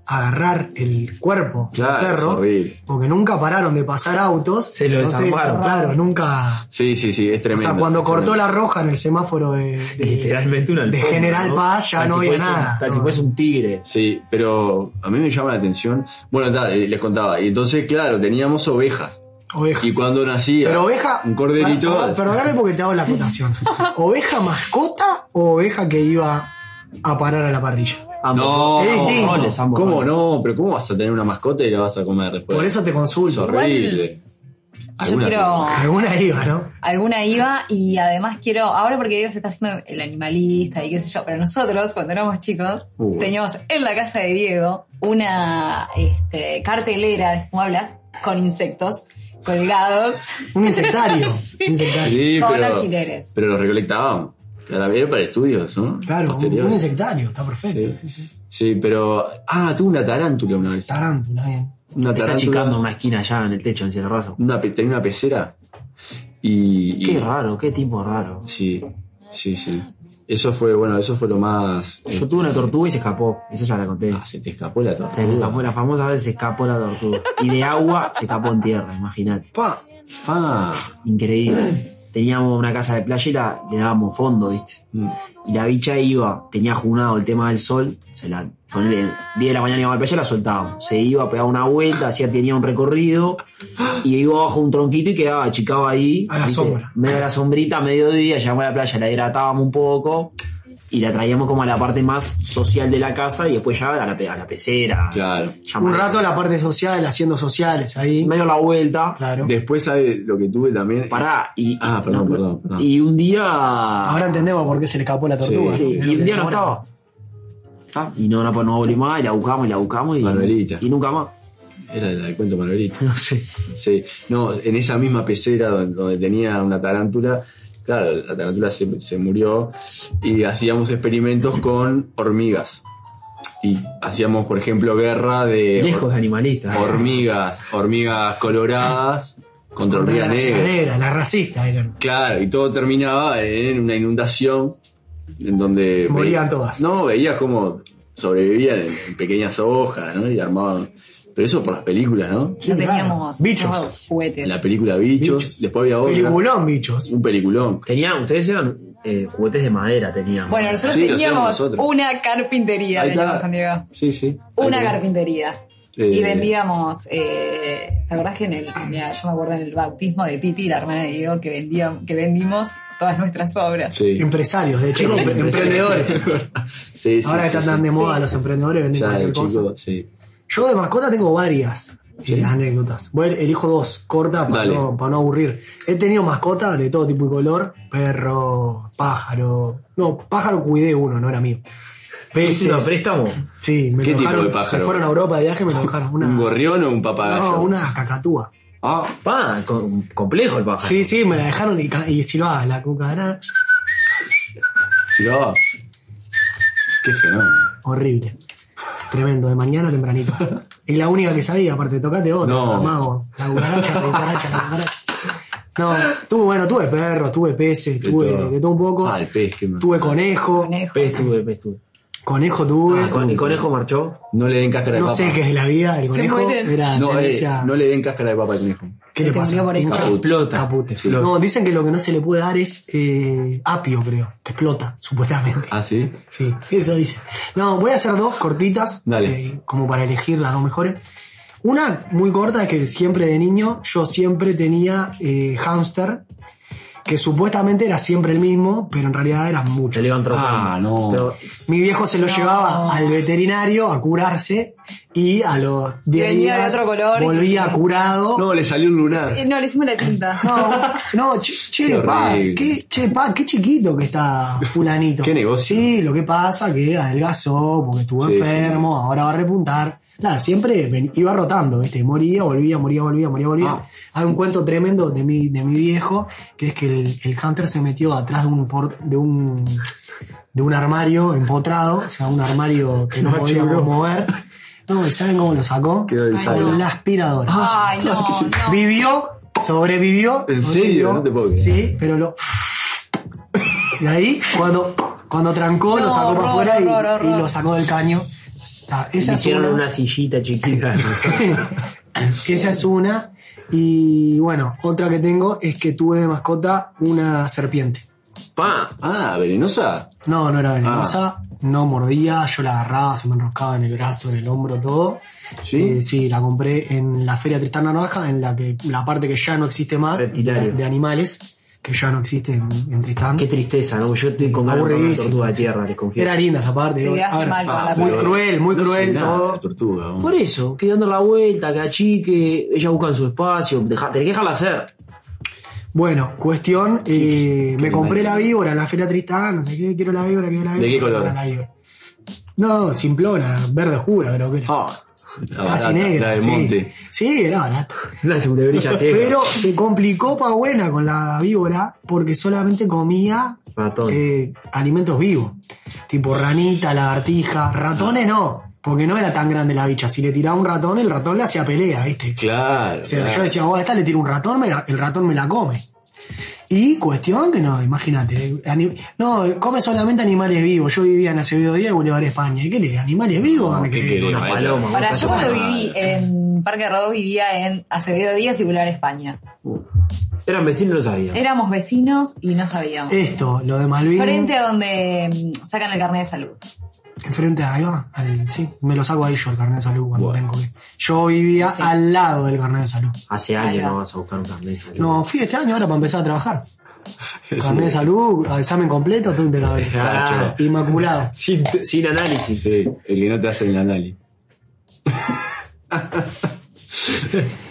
S6: agarrar el cuerpo
S4: Claro,
S6: del perro,
S4: horrible.
S6: porque nunca pararon de pasar autos.
S5: Se lo
S6: entonces,
S5: desarmaron.
S6: Claro, nunca...
S4: Sí, sí, sí, es
S6: O
S4: tremendo.
S6: sea, cuando
S4: es
S6: cortó
S4: tremendo.
S6: la roja en el semáforo de... de-
S5: Literalmente una
S6: de General Paz ya
S5: Tal
S6: no
S5: si
S6: había
S5: fuese-
S6: nada.
S5: Tal si
S6: No.
S5: fuese un tigre.
S4: Sí, pero a mí me llama la atención. Bueno, tal, eh, les contaba. Y entonces, claro, teníamos ovejas.
S6: oveja.
S4: Y cuando nacía
S6: Pero oveja.
S4: un corderito.
S6: Pará, pará, Perdóname porque te hago la acotación. ¿Oveja mascota o oveja que iba a parar a la parrilla?
S5: Ambos
S4: No,
S5: roles,
S6: Es distinto.
S5: roles, ambos
S4: ¿Cómo
S5: roles.
S4: no? Pero ¿cómo vas a tener una mascota y la vas a comer después?
S6: Por eso te
S4: es
S6: consulto.
S4: horrible.
S7: Ah, Yo
S4: Alguna-
S7: quiero.
S6: Alguna iba, ¿no?
S7: Alguna iba y además quiero. Ahora porque Diego se está haciendo el animalista y qué sé yo, pero nosotros cuando éramos chicos
S4: Uh.
S7: teníamos en la casa de Diego una este, cartelera de espumables con insectos colgados
S6: Un insectario.
S7: Sí.
S6: un insectario.
S4: Sí,
S7: con
S4: pero,
S7: alfileres.
S4: pero los recolectábamos. La vida para estudios, ¿no?
S6: Claro, un,
S4: Posteriores.
S6: un insectario, está perfecto. Sí, sí.
S4: Sí, pero. Ah, tuve una tarántula una vez.
S6: Tarántula, bien.
S4: Una
S5: Está
S4: tarántula.
S5: achicando Ah, una esquina allá en el techo en Cielo Raso.
S4: Una, pe- tenía una pecera. Y.
S5: Qué
S4: y-
S5: raro, qué tipo raro.
S4: Sí, sí, sí. Eso fue, bueno, eso fue lo más.
S5: Yo tuve una tortuga y se escapó. Eso ya la conté.
S4: se te escapó la tortuga.
S5: Se me escapó, la famosa vez se escapó la tortuga. Y de agua se escapó en tierra, imagínate.
S6: Pa.
S5: Increíble. Teníamos una casa de playa y la, le dábamos fondo, ¿viste? Y la bicha iba, tenía junado el tema del sol, se la ponele 10 de la mañana iba a la playa y la soltábamos. Se iba, pegaba una vuelta, hacía, tenía un recorrido, y iba bajo un tronquito y quedaba achicado ahí.
S6: A la
S5: ¿viste?
S6: sombra.
S5: Medio a la sombrita, mediodía, llegamos a la playa, la hidratábamos un poco, y la traíamos como a la parte más social de la casa, y después ya a la, pe- a la pecera.
S4: Claro.
S6: Un rato la parte social, haciendo sociales ahí.
S5: Medio la vuelta.
S6: Claro.
S4: Después, ¿sabes lo que tuve también?
S5: Pará, y.
S4: Ah, perdón, perdón. perdón.
S5: Y un día.
S6: Ahora entendemos por qué se le escapó la tortuga.
S5: Sí,
S6: Es
S5: y
S6: lo
S5: un
S6: que
S5: día no
S6: demora.
S5: estaba. Ah, Y no, no, pues no volví más, y la buscamos, y la buscamos, y, y nunca más.
S4: Era la del cuento Manolita.
S5: No sé.
S4: Sí. No, en esa misma pecera donde, donde tenía una tarántula, claro, la tarántula se, se murió y hacíamos experimentos con hormigas. Y hacíamos, por ejemplo, guerra de.
S5: Lejos de animalistas.
S4: Hormigas, hormigas coloradas contra hormigas
S6: La
S4: negras.
S6: negra, la racista eran.
S4: Claro, y todo terminaba en una inundación en donde...
S6: Morían
S4: veía-
S6: todas.
S4: No, veías cómo sobrevivían en, en pequeñas hojas, ¿no? Y armaban... Pero eso por las películas, ¿no?
S7: Ya teníamos bichos. juguetes.
S4: La película Bichos, después había otra...
S6: Peliculón, bichos.
S4: Un peliculón.
S5: Tenían, ustedes eran eh, juguetes de madera, tenían.
S7: Bueno, nosotros teníamos una carpintería,
S5: Ahí está.
S7: teníamos con Diego.
S4: Sí, sí.
S7: Una
S5: Ahí está.
S7: carpintería. Y
S5: Eh.
S7: vendíamos, eh, la verdad es que en el, mira, yo me acuerdo en el bautismo de Pipi, la hermana de Diego, que, vendía, que vendimos todas nuestras obras.
S4: Sí.
S6: Empresarios, de chicos, empre- emprendedores.
S4: Sí, sí,
S6: Ahora que
S4: sí,
S6: están
S4: sí.
S6: tan de moda los emprendedores, venden
S4: Ya,
S6: cualquier
S4: el
S6: cosa.
S4: chico, sí.
S6: Yo de mascota tengo varias eh,
S4: Sí.
S6: anécdotas. Voy, elijo dos, corta para
S4: Dale.
S6: no, para no aburrir. He tenido mascotas de todo tipo y color. Perro, pájaro. No, pájaro cuidé uno, no era mío. Peces.
S5: ¿Hicieron préstamo?
S6: Sí, me
S4: ¿Qué
S6: lo
S4: tipo
S6: dejaron.
S4: de pájaro?
S6: Se fueron a Europa de viaje y me lo dejaron. Una,
S4: ¿Un gorrión o un papagayo?
S6: no, una cacatúa.
S4: Ah,
S5: pa, con- complejo el pájaro.
S6: Sí, sí, me la dejaron y, ca- y silbaba la cucaracha.
S4: Sí, ah. Qué fenómeno.
S6: Horrible. Tremendo, de mañana tempranito. Y la única que sabía, aparte, tocate otra,
S4: No.
S6: mago. La cucaracha, la cucaracha, la cucaracha. No, tuve, bueno, tuve perros, tuve peces, tuve
S4: todo.
S6: de todo un poco.
S4: Ah, el pez, qué mal.
S6: Tuve conejo.
S5: Pez tuve, pez tuve.
S6: Conejo tuve.
S5: Ah, con- ¿El conejo marchó?
S4: No le den cáscara de
S6: no
S4: papa.
S6: sé qué es de la vida del
S5: Se
S6: conejo.
S5: mueren.
S6: Era
S4: no, eh,
S6: tendencia-
S4: no le den cáscara de papa al conejo.
S6: ¿Qué le pasa? Hincha-
S5: Explota.
S4: Sí.
S6: No, dicen que lo que no se le puede dar es eh, apio, creo. Que explota, supuestamente.
S4: Ah, sí.
S6: Sí, eso dice. No, voy a hacer dos cortitas,
S4: Dale.
S6: eh, como para elegir las dos mejores. Una muy corta es que siempre de niño yo siempre tenía eh, hámster, que supuestamente era siempre el mismo, pero en realidad eran muchos.
S4: Ah, no.
S6: Mi viejo se lo llevaba al veterinario a curarse y a los 10
S7: Venía de
S6: días
S7: otro color y-
S6: volvía curado.
S4: No, le salió un lunar.
S7: Eh, No, le hicimos la tinta.
S6: No, che, che,
S4: Qué
S6: pa,
S4: horrible.
S6: qué, che, pa, qué chiquito que está fulanito.
S4: Qué negocio.
S6: Sí, lo que pasa que adelgazó porque estuvo
S4: Sí,
S6: enfermo, ahora va a repuntar. Nada, siempre ven- iba rotando, ¿viste? Moría, volvía, moría, volvía, moría, volvía.
S4: Ah.
S6: Hay un cuento tremendo de mi, de mi viejo, que es que el, el Hunter se metió atrás de un, por- de un de un armario empotrado, o sea, un armario que no,
S4: No,
S6: podíamos
S4: chico.
S6: mover. No, ¿y saben cómo lo sacó?
S4: Quedó el
S6: Con
S4: saldo.
S6: la aspiradora.
S7: Ay, no, no.
S6: Vivió, sobrevivió.
S4: ¿En
S6: sobrevivió.
S4: serio? No te puedo creer.
S6: Sí, pero lo. Y ahí, cuando, cuando trancó,
S7: No,
S6: lo sacó para
S7: horror,
S6: afuera y,
S7: horror, horror.
S6: y lo sacó del caño. Está-
S5: Le
S6: Esa es
S5: hicieron
S6: una.
S5: una sillita chiquita. no sé.
S6: Esa es una. Y bueno, otra que tengo es que tuve de mascota una serpiente.
S5: Pa.
S4: Ah, venenosa.
S6: No, no era
S5: Ah.
S6: venenosa, no mordía, yo la agarraba, se me enroscaba en el brazo, en el hombro, todo.
S4: ¿Sí?
S6: Eh, sí, la compré en la Feria Tristana Narvaja, en la que la parte que ya no existe más
S5: Reptilario.
S6: de, de animales, que ya no existe en, en Tristán.
S5: Qué tristeza, ¿no? Yo estoy con ganas de comer una
S6: Aburridísimo.
S5: tortuga de tierra, les confieso.
S6: Era linda esa parte.
S7: Te
S6: digo,
S7: quedaste
S6: a ver, ah,
S7: mal con la
S6: muy
S7: parte.
S6: cruel, muy
S4: No hace
S6: cruel
S4: nada,
S6: todo.
S4: la tortuga. ¿no?
S5: Por eso, que dando la vuelta, que achique, ellas buscan su espacio, deja, tenés que dejarla hacer.
S6: Bueno, cuestión, eh, me compré la víbora en la Feria Tristán, no sé qué, quiero la víbora, quiero la
S4: ¿De
S6: víbora.
S4: qué color?
S6: quiero la víbora. No, simplona, verde oscura creo que era.
S4: Ah,
S6: Casi negra.
S4: del
S6: sí.
S4: monte.
S6: Sí, era barata.
S5: La sobrebrilla ciega.
S6: Pero se complicó para buena con la víbora porque solamente comía
S5: Ratón.
S6: eh, alimentos vivos. Tipo ranita, lagartija, ratones no. Porque no era tan grande la bicha. Si le tiraba un ratón, el ratón le hacía pelea, ¿viste?
S4: Claro.
S6: O sea,
S4: claro.
S6: yo decía, vos a esta le tiro un ratón, me la- el ratón me la come. Y cuestión que no, imagínate. eh, ani- No, come solamente animales vivos. Yo vivía en Acevedo 10 y Boulevard España. ¿Y qué le ¿Animales vivos? ¿Dónde
S4: ¿qué
S6: querés?
S4: querés,
S6: Una
S4: maestro?
S6: paloma,
S7: Para
S6: una
S7: yo cuando
S6: paloma.
S7: viví eh, en Parque Rodó vivía en Acevedo Díaz y Bular España.
S5: Eran vecinos y no sabían.
S7: Éramos vecinos y no sabíamos.
S6: Esto, lo de Malvinas.
S7: Frente a donde mm, sacan el carnet de salud.
S6: Enfrente de Alba, al- sí, me lo saco ahí yo el carnet de salud cuando tengo que. Yo vivía al lado del carnet de salud.
S5: Hace
S6: Ahí
S5: años
S6: va.
S5: no vas a buscar un carnet de salud.
S6: No, fui este año ahora para empezar a trabajar. Carnet de salud, examen completo, todo impecable.
S4: Ah,
S6: Inmaculado.
S5: Sin, sin análisis.
S4: Sí, el que no te hace el análisis.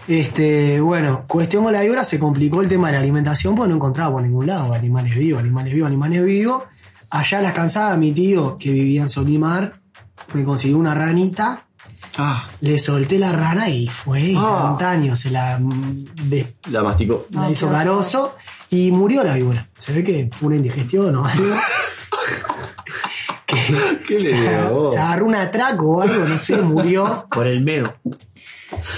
S6: Este, bueno, cuestión con la víbora se complicó el tema de la alimentación porque no encontraba por ningún lado animales vivos, animales vivos, animales vivos. Allá las cansaba mi tío que vivía en Solimar, me consiguió una ranita, le solté la rana y fue instantáneo, se la mm, des-
S4: La masticó.
S7: Ah,
S6: la hizo carozo y murió la víbora. Se ve que fue una indigestión o algo.
S4: ¿Qué le
S6: se,
S4: dio?
S6: se agarró un atraco o algo, no sé, murió.
S5: Por el meo.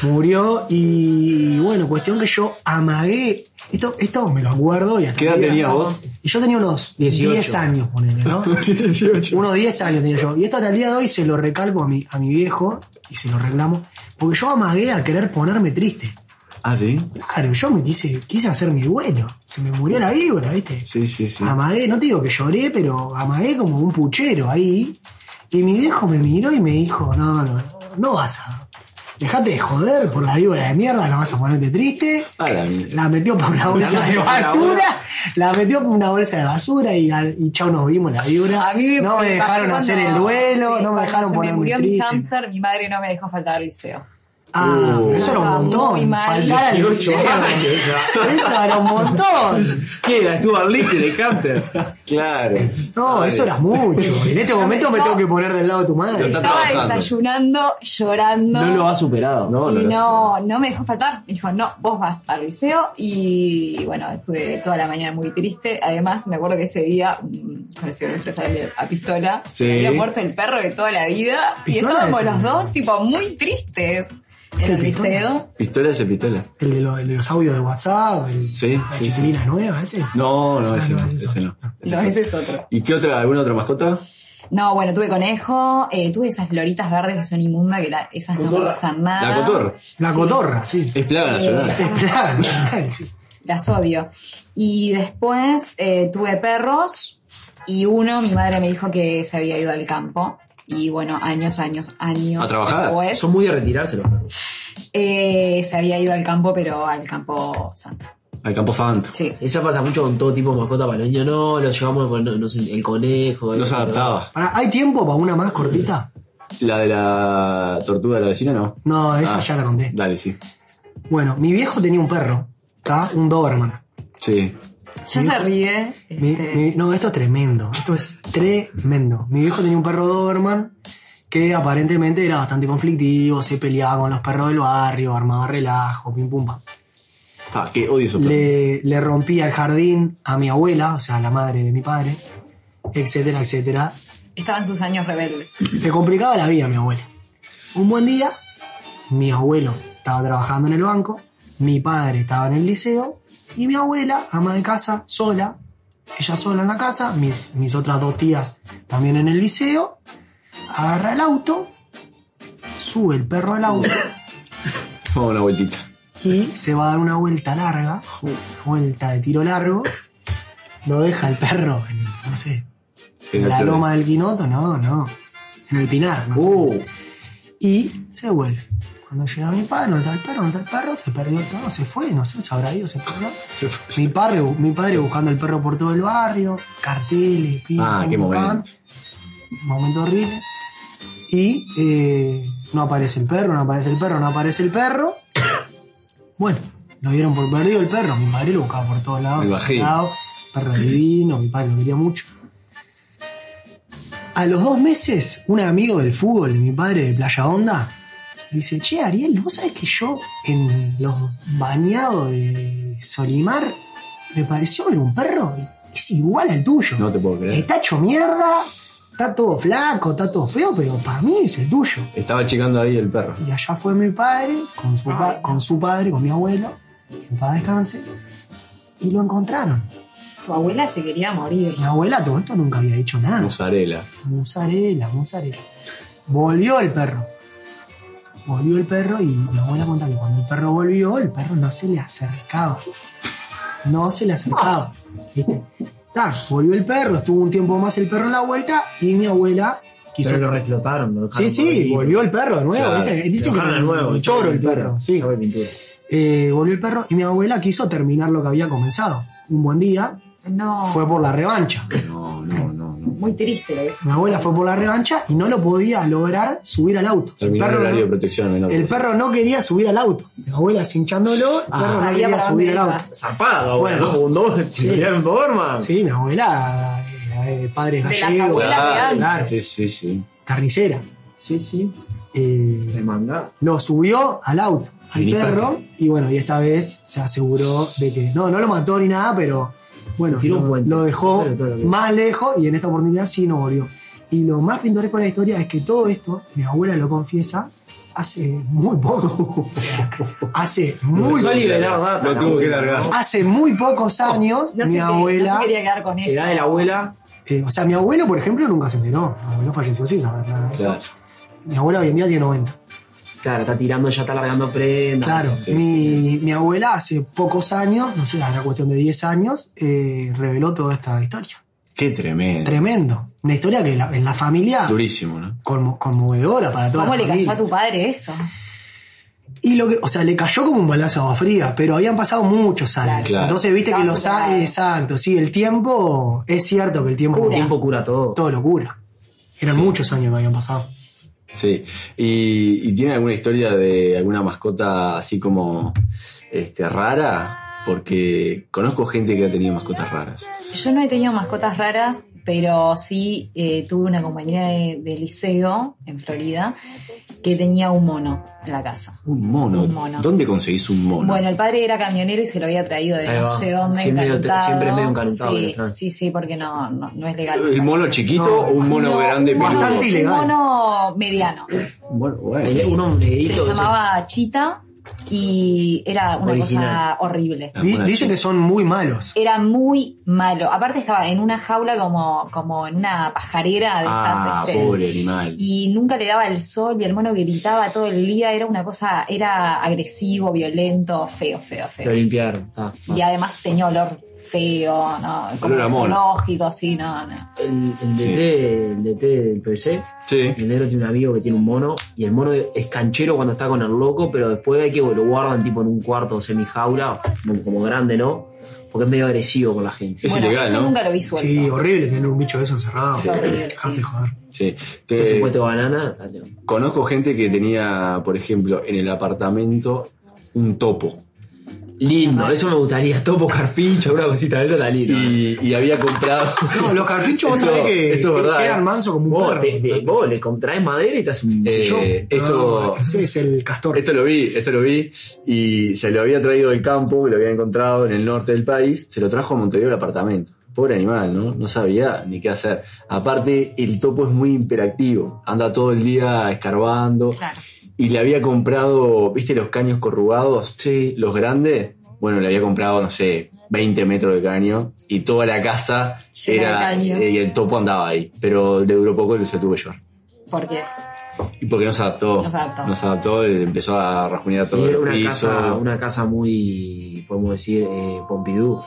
S6: Murió y bueno, cuestión que yo amagué. Esto, esto me lo acuerdo y hasta
S4: ¿Qué edad
S6: hoy día-
S4: tenías vos?
S6: Y yo tenía unos
S4: 18.
S6: 10 años, ponele, ¿no? Unos 10 años tenía yo. Y esto hasta el día de hoy se lo recalco a mi, a mi viejo y se lo reclamo. Porque yo amagué a querer ponerme triste.
S4: Ah, sí.
S6: Claro, yo me quise, quise hacer mi duelo. Se me murió la víbora, ¿viste?
S4: Sí, sí, sí.
S6: Amagué, no te digo que lloré, pero amagué como un puchero ahí. Y mi viejo me miró y me dijo, no, no, no vas a... Dejate de joder por la víbora de mierda, no vas a ponerte triste.
S4: Ah, la mierda.
S6: La metió por una
S4: La
S6: bolsa de
S4: metió por una
S6: basura. La metió por una bolsa de basura y, al- y chau, nos vimos la víbora. no me
S7: pasó
S6: dejaron hacer el
S7: cuando-
S6: duelo,
S7: sí,
S6: no me
S7: cuando
S6: dejaron
S7: se me
S6: ponerme
S7: murió mi
S6: triste.
S7: hámster, mi madre no me dejó faltar al liceo.
S6: Ah,
S7: Uh.
S6: pero eso era un
S7: Estaba muy
S6: montón.
S7: mal.
S6: Faltar al
S5: 18
S6: liceo.
S5: años.
S6: Eso era un montón.
S5: ¿Qué era? Estuvo al límite de Camper.
S4: Claro.
S6: No,
S4: Ah,
S6: eso era mucho. En este
S7: Yo me-
S6: momento me
S7: yo-
S6: tengo que poner del lado de tu madre.
S7: Estaba desayunando, llorando.
S5: No lo ha superado. No,
S7: y no, no me dejó faltar. Me dijo, no, vos vas al liceo. Y bueno, estuve toda la mañana muy triste. Además, me acuerdo que ese día mm, conocí a nuestro sal- a pistola. Se
S6: Sí.
S7: me había muerto el perro de toda la vida. Y
S6: Pistola
S7: estábamos
S6: es el-
S7: los dos, tipo, muy tristes.
S6: ¿Es
S7: En
S6: el
S7: el
S6: Pistola?
S7: liceo.
S4: Pistola es el pistola.
S6: El de, lo- el de los audios de WhatsApp, el,
S4: Sí.
S6: la
S4: sí, sí.
S6: chiquilina nueva, ese.
S4: No, no,
S6: Ah,
S4: ese
S6: no,
S4: no.
S6: ese es
S4: Ese no.
S7: No, ese es otro.
S4: ¿Y qué otra? ¿Alguna otra mascota?
S7: No, bueno, tuve conejo. eh, tuve esas loritas verdes que son inmundas, que la- esas no me gustan nada.
S4: La cotorra.
S6: La cotorra, sí.
S4: Es plaga nacional.
S7: Eh, las odio. Y después eh, tuve perros y uno, mi madre me dijo que se había ido al campo. Y bueno, años, años, años después,
S5: Son muy de retirarse los perros.
S7: eh, se había ido al campo, pero al campo santo.
S4: Al Campo Santo.
S5: Esa pasa mucho con todo tipo de mascota para los niños. No, los llevamos con no, no sé, el conejo. eh, el-
S4: No se adaptaba.
S6: Pará, ¿Hay tiempo para una más cortita?
S4: ¿La de la tortuga de la vecina no?
S6: No, esa
S4: Ah.
S6: ya la conté.
S4: Dale, sí.
S6: Bueno, mi viejo tenía un perro, ¿está? Un Doberman.
S4: Sí.
S7: Ya se ríe.
S6: Mi- mi- no, esto es tremendo. Esto es tremendo. Mi viejo tenía un perro Doberman que aparentemente era bastante conflictivo, se peleaba con los perros del barrio, armaba relajo, pim pum pam.
S4: Ah, que odio esos perros.
S6: le, le rompía el jardín a mi abuela, o sea, a la madre de mi padre, etcétera, etcétera.
S7: Estaban sus años rebeldes.
S6: Le complicaba la vida a mi abuela. Un buen día, mi abuelo estaba trabajando en el banco, mi padre estaba en el liceo y mi abuela, ama de casa, sola, ella sola en la casa, mis, mis otras dos tías también en el liceo, agarra el auto, sube el perro al auto
S4: Vamos a una vueltita.
S6: y se va a dar una vuelta larga, vuelta de tiro largo, lo deja el perro, en, no sé, en la
S4: flor.
S6: loma del Quinoto, no, no, en el Pinar, no sé. Y se vuelve. Cuando llega mi padre, no está el perro, no está el perro, se perdió todo, se fue, no sé, se habrá ido, se perdió. Mi padre, mi padre buscando el perro por todo el barrio, carteles, pim,
S4: Ah,
S6: pum,
S4: qué
S6: pam.
S4: momento.
S6: Momento horrible. Y eh, no aparece el perro, no aparece el perro, no aparece el perro. bueno, lo dieron por perdido el perro. Mi padre lo buscaba por todos lados.
S4: Me imagino.
S6: sacado, Perro divino, mi padre lo quería mucho. A los dos meses, un amigo del fútbol de mi padre de Playa Honda dice, che, Ariel, ¿vos sabés que yo en los bañados de Solimar me pareció ver un perro? Es igual al tuyo.
S4: No te puedo creer.
S6: Está hecho mierda, está todo flaco, está todo feo, pero para mí es el tuyo.
S4: Estaba checando ahí el perro.
S6: Y allá fue mi padre, con su, pa- con su padre, con mi abuelo, que en paz descanse, y lo encontraron.
S7: Tu abuela se quería morir.
S6: Mi abuela todo esto nunca había dicho nada.
S4: Musarela.
S6: Musarela, musarela. Volvió el perro. Volvió el perro y mi abuela cuenta que cuando el perro volvió, el perro no se le acercaba. No se le acercaba. ¿Viste? Ta, volvió el perro, estuvo un tiempo más el perro en la vuelta y mi abuela quiso.
S5: Pero lo reflotaron, lo
S6: Sí,
S5: dejaron
S6: sí,
S5: por ahí.
S6: volvió el perro de nuevo.
S5: Claro.
S6: Dice-
S5: Lo
S6: dice que
S5: dejaron
S6: era
S5: de nuevo,
S6: un
S5: ya
S6: toro
S5: fue
S6: el
S5: pintura,
S6: perro, sí. Eh, volvió el perro y mi abuela quiso terminar lo que había comenzado. Un buen día
S7: No.
S6: fue por la revancha.
S7: Muy triste lo que
S6: Mi abuela fue por la revancha y no lo podía lograr subir al auto.
S4: Terminó el
S6: perro
S4: horario
S6: no-
S4: de protección. menor.
S6: el perro no quería subir al auto. Mi abuela cinchándolo, el
S5: Ah.
S6: perro no
S5: Sabía
S6: quería
S5: para
S6: subir al
S5: dónde iba.
S6: auto.
S5: Zarpado, bueno,
S6: Bueno.
S5: un dos,
S6: Sí.
S5: sí. un Doberman.
S6: Sí, mi abuela, eh, eh, padres
S5: De las
S6: gallegos.
S5: abuelas de antes.
S6: claro,
S4: Sí, sí, sí.
S6: carnicera.
S5: Sí, sí.
S6: Eh,
S5: manga.
S6: lo subió al auto, al
S5: Vení para
S6: perro, y bueno, y esta vez se aseguró de que no, no lo mató ni nada, pero bueno,
S5: Tiró un
S6: lo,
S5: puente.
S6: lo dejó
S5: Eso era todo lo que-
S6: más lejos y en esta oportunidad sí no volvió. Y lo más pintoresco de la historia es que todo esto, mi abuela lo confiesa, hace muy poco. O sea, hace muy
S5: empezó a liberar data, Lo la tuvo que abuela, largar. ¿no?
S6: Hace muy pocos años,
S7: No se,
S6: mi
S7: que- no se
S6: abuela.
S7: quería quedar con eso.
S6: abuela? eh, o sea, mi abuelo, por ejemplo, nunca se enteró. Mi abuelo falleció sin saber nada. de esto. Mi abuela hoy en día tiene 90.
S5: Claro, está tirando, ya está largando prendas.
S6: Claro, mi, mi abuela hace pocos años, no sé, era cuestión de 10 años, eh, reveló toda esta historia.
S4: Qué tremendo.
S6: Tremendo. Una historia que la- en la familia
S4: Durísimo, ¿no?
S6: conmo- conmovedora para toda
S7: ¿Cómo
S6: la
S7: le cayó
S6: familia.
S7: a tu padre eso?
S6: Y lo que, o sea, le cayó como un balazo de agua fría, pero habían pasado muchos años.
S5: Claro.
S6: Entonces, viste que
S5: Estaba
S6: los años. Exacto, sí, el tiempo, es cierto que el tiempo
S5: El tiempo cura todo.
S6: Todo lo cura. Eran muchos años que habían pasado.
S4: Sí. ¿Y, y tiene alguna historia de alguna mascota así como este, rara? Porque conozco gente que ha tenido mascotas raras.
S7: Yo no he tenido mascotas raras, pero sí eh, tuve una compañera de, de liceo en Florida que tenía un mono en la casa.
S4: Un mono.
S7: Un mono.
S4: ¿Dónde conseguís un mono?
S7: Bueno, el padre era camionero y se lo había traído de
S4: Ahí
S7: no
S4: va.
S7: sé dónde,
S4: Sí, medio te-
S7: encalentado.
S4: siempre es medio encalentado que lo
S7: Sí,
S4: traen.
S7: sí, sí, porque no, no, no es legal.
S4: ¿El mono chiquito o un mono grande? peludo?
S7: Un mono mediano.
S4: Bueno, bueno.
S5: Sí, un
S7: Se
S5: hombreíto. eso.
S7: llamaba Chita y era una cosa
S5: Original.
S7: horrible.
S6: Di- Dicen que son muy malos.
S7: Era muy malo. Aparte estaba en una jaula como, como en una pajarera de
S4: Ah,
S7: esas. este,
S4: pobre animal.
S7: y nunca le daba el sol y el mono gritaba todo el día. Era una cosa, era agresivo, violento, feo, feo,
S5: Lo
S7: feo.
S5: limpiaron. está.
S7: Y además tenía olor feo, ¿no? Como
S5: Olor a mono.
S7: zoológico, sí, no, no.
S5: El, el DT, el DT del PC, el negro tiene un amigo que tiene un mono y el mono es canchero cuando está con el loco, pero después hay que lo guardan tipo en un cuarto semi jaula, como, como grande, ¿no? Porque es medio agresivo con la gente.
S4: Es Bueno, ilegal, este ¿no? nunca
S7: lo vi
S5: visual.
S6: Sí, horrible tener un bicho de eso encerrado.
S5: Es horrible,
S6: Dejate joder.
S4: Sí. Te-
S5: Por supuesto, banana. dale.
S4: Conozco gente que tenía, por ejemplo, en el apartamento un topo.
S5: Lindo, eso me gustaría. Topo carpincho, una cosita de esa lindo.
S4: Y, y había comprado.
S6: No, los carpinchos vos
S5: Eso-
S6: sabés que,
S5: esto es
S6: que
S5: verdad,
S6: quedan
S5: eh.
S6: mansos como un
S5: Vos,
S6: perro.
S5: te- te- vos le contraes madera y te haces un
S4: Eh,
S5: sillón.
S4: esto-
S6: No, ese es el castor.
S4: Esto lo vi, esto lo vi. Y se lo había traído del campo, lo había encontrado en el norte del país. Se lo trajo a Montevideo al apartamento. Pobre animal, ¿no? No sabía ni qué hacer. Aparte, el topo es muy imperactivo. Anda todo el día escarbando. Y le había comprado, ¿viste los caños corrugados? Sí. Los grandes. Bueno, le había comprado, no sé, 20 metros de caño. Y toda la casa
S7: Llena de
S4: era. eh,
S7: caños.
S4: Y el topo andaba ahí. Pero le duró poco y se tuvo que llevar.
S7: Porque
S4: Y porque no se adaptó.
S7: No se adaptó.
S4: No se adaptó, él empezó a rajunear
S5: Y
S4: todo
S5: era
S4: el
S5: una
S4: piso.
S5: casa, una casa muy, podemos decir, eh, Pompidou.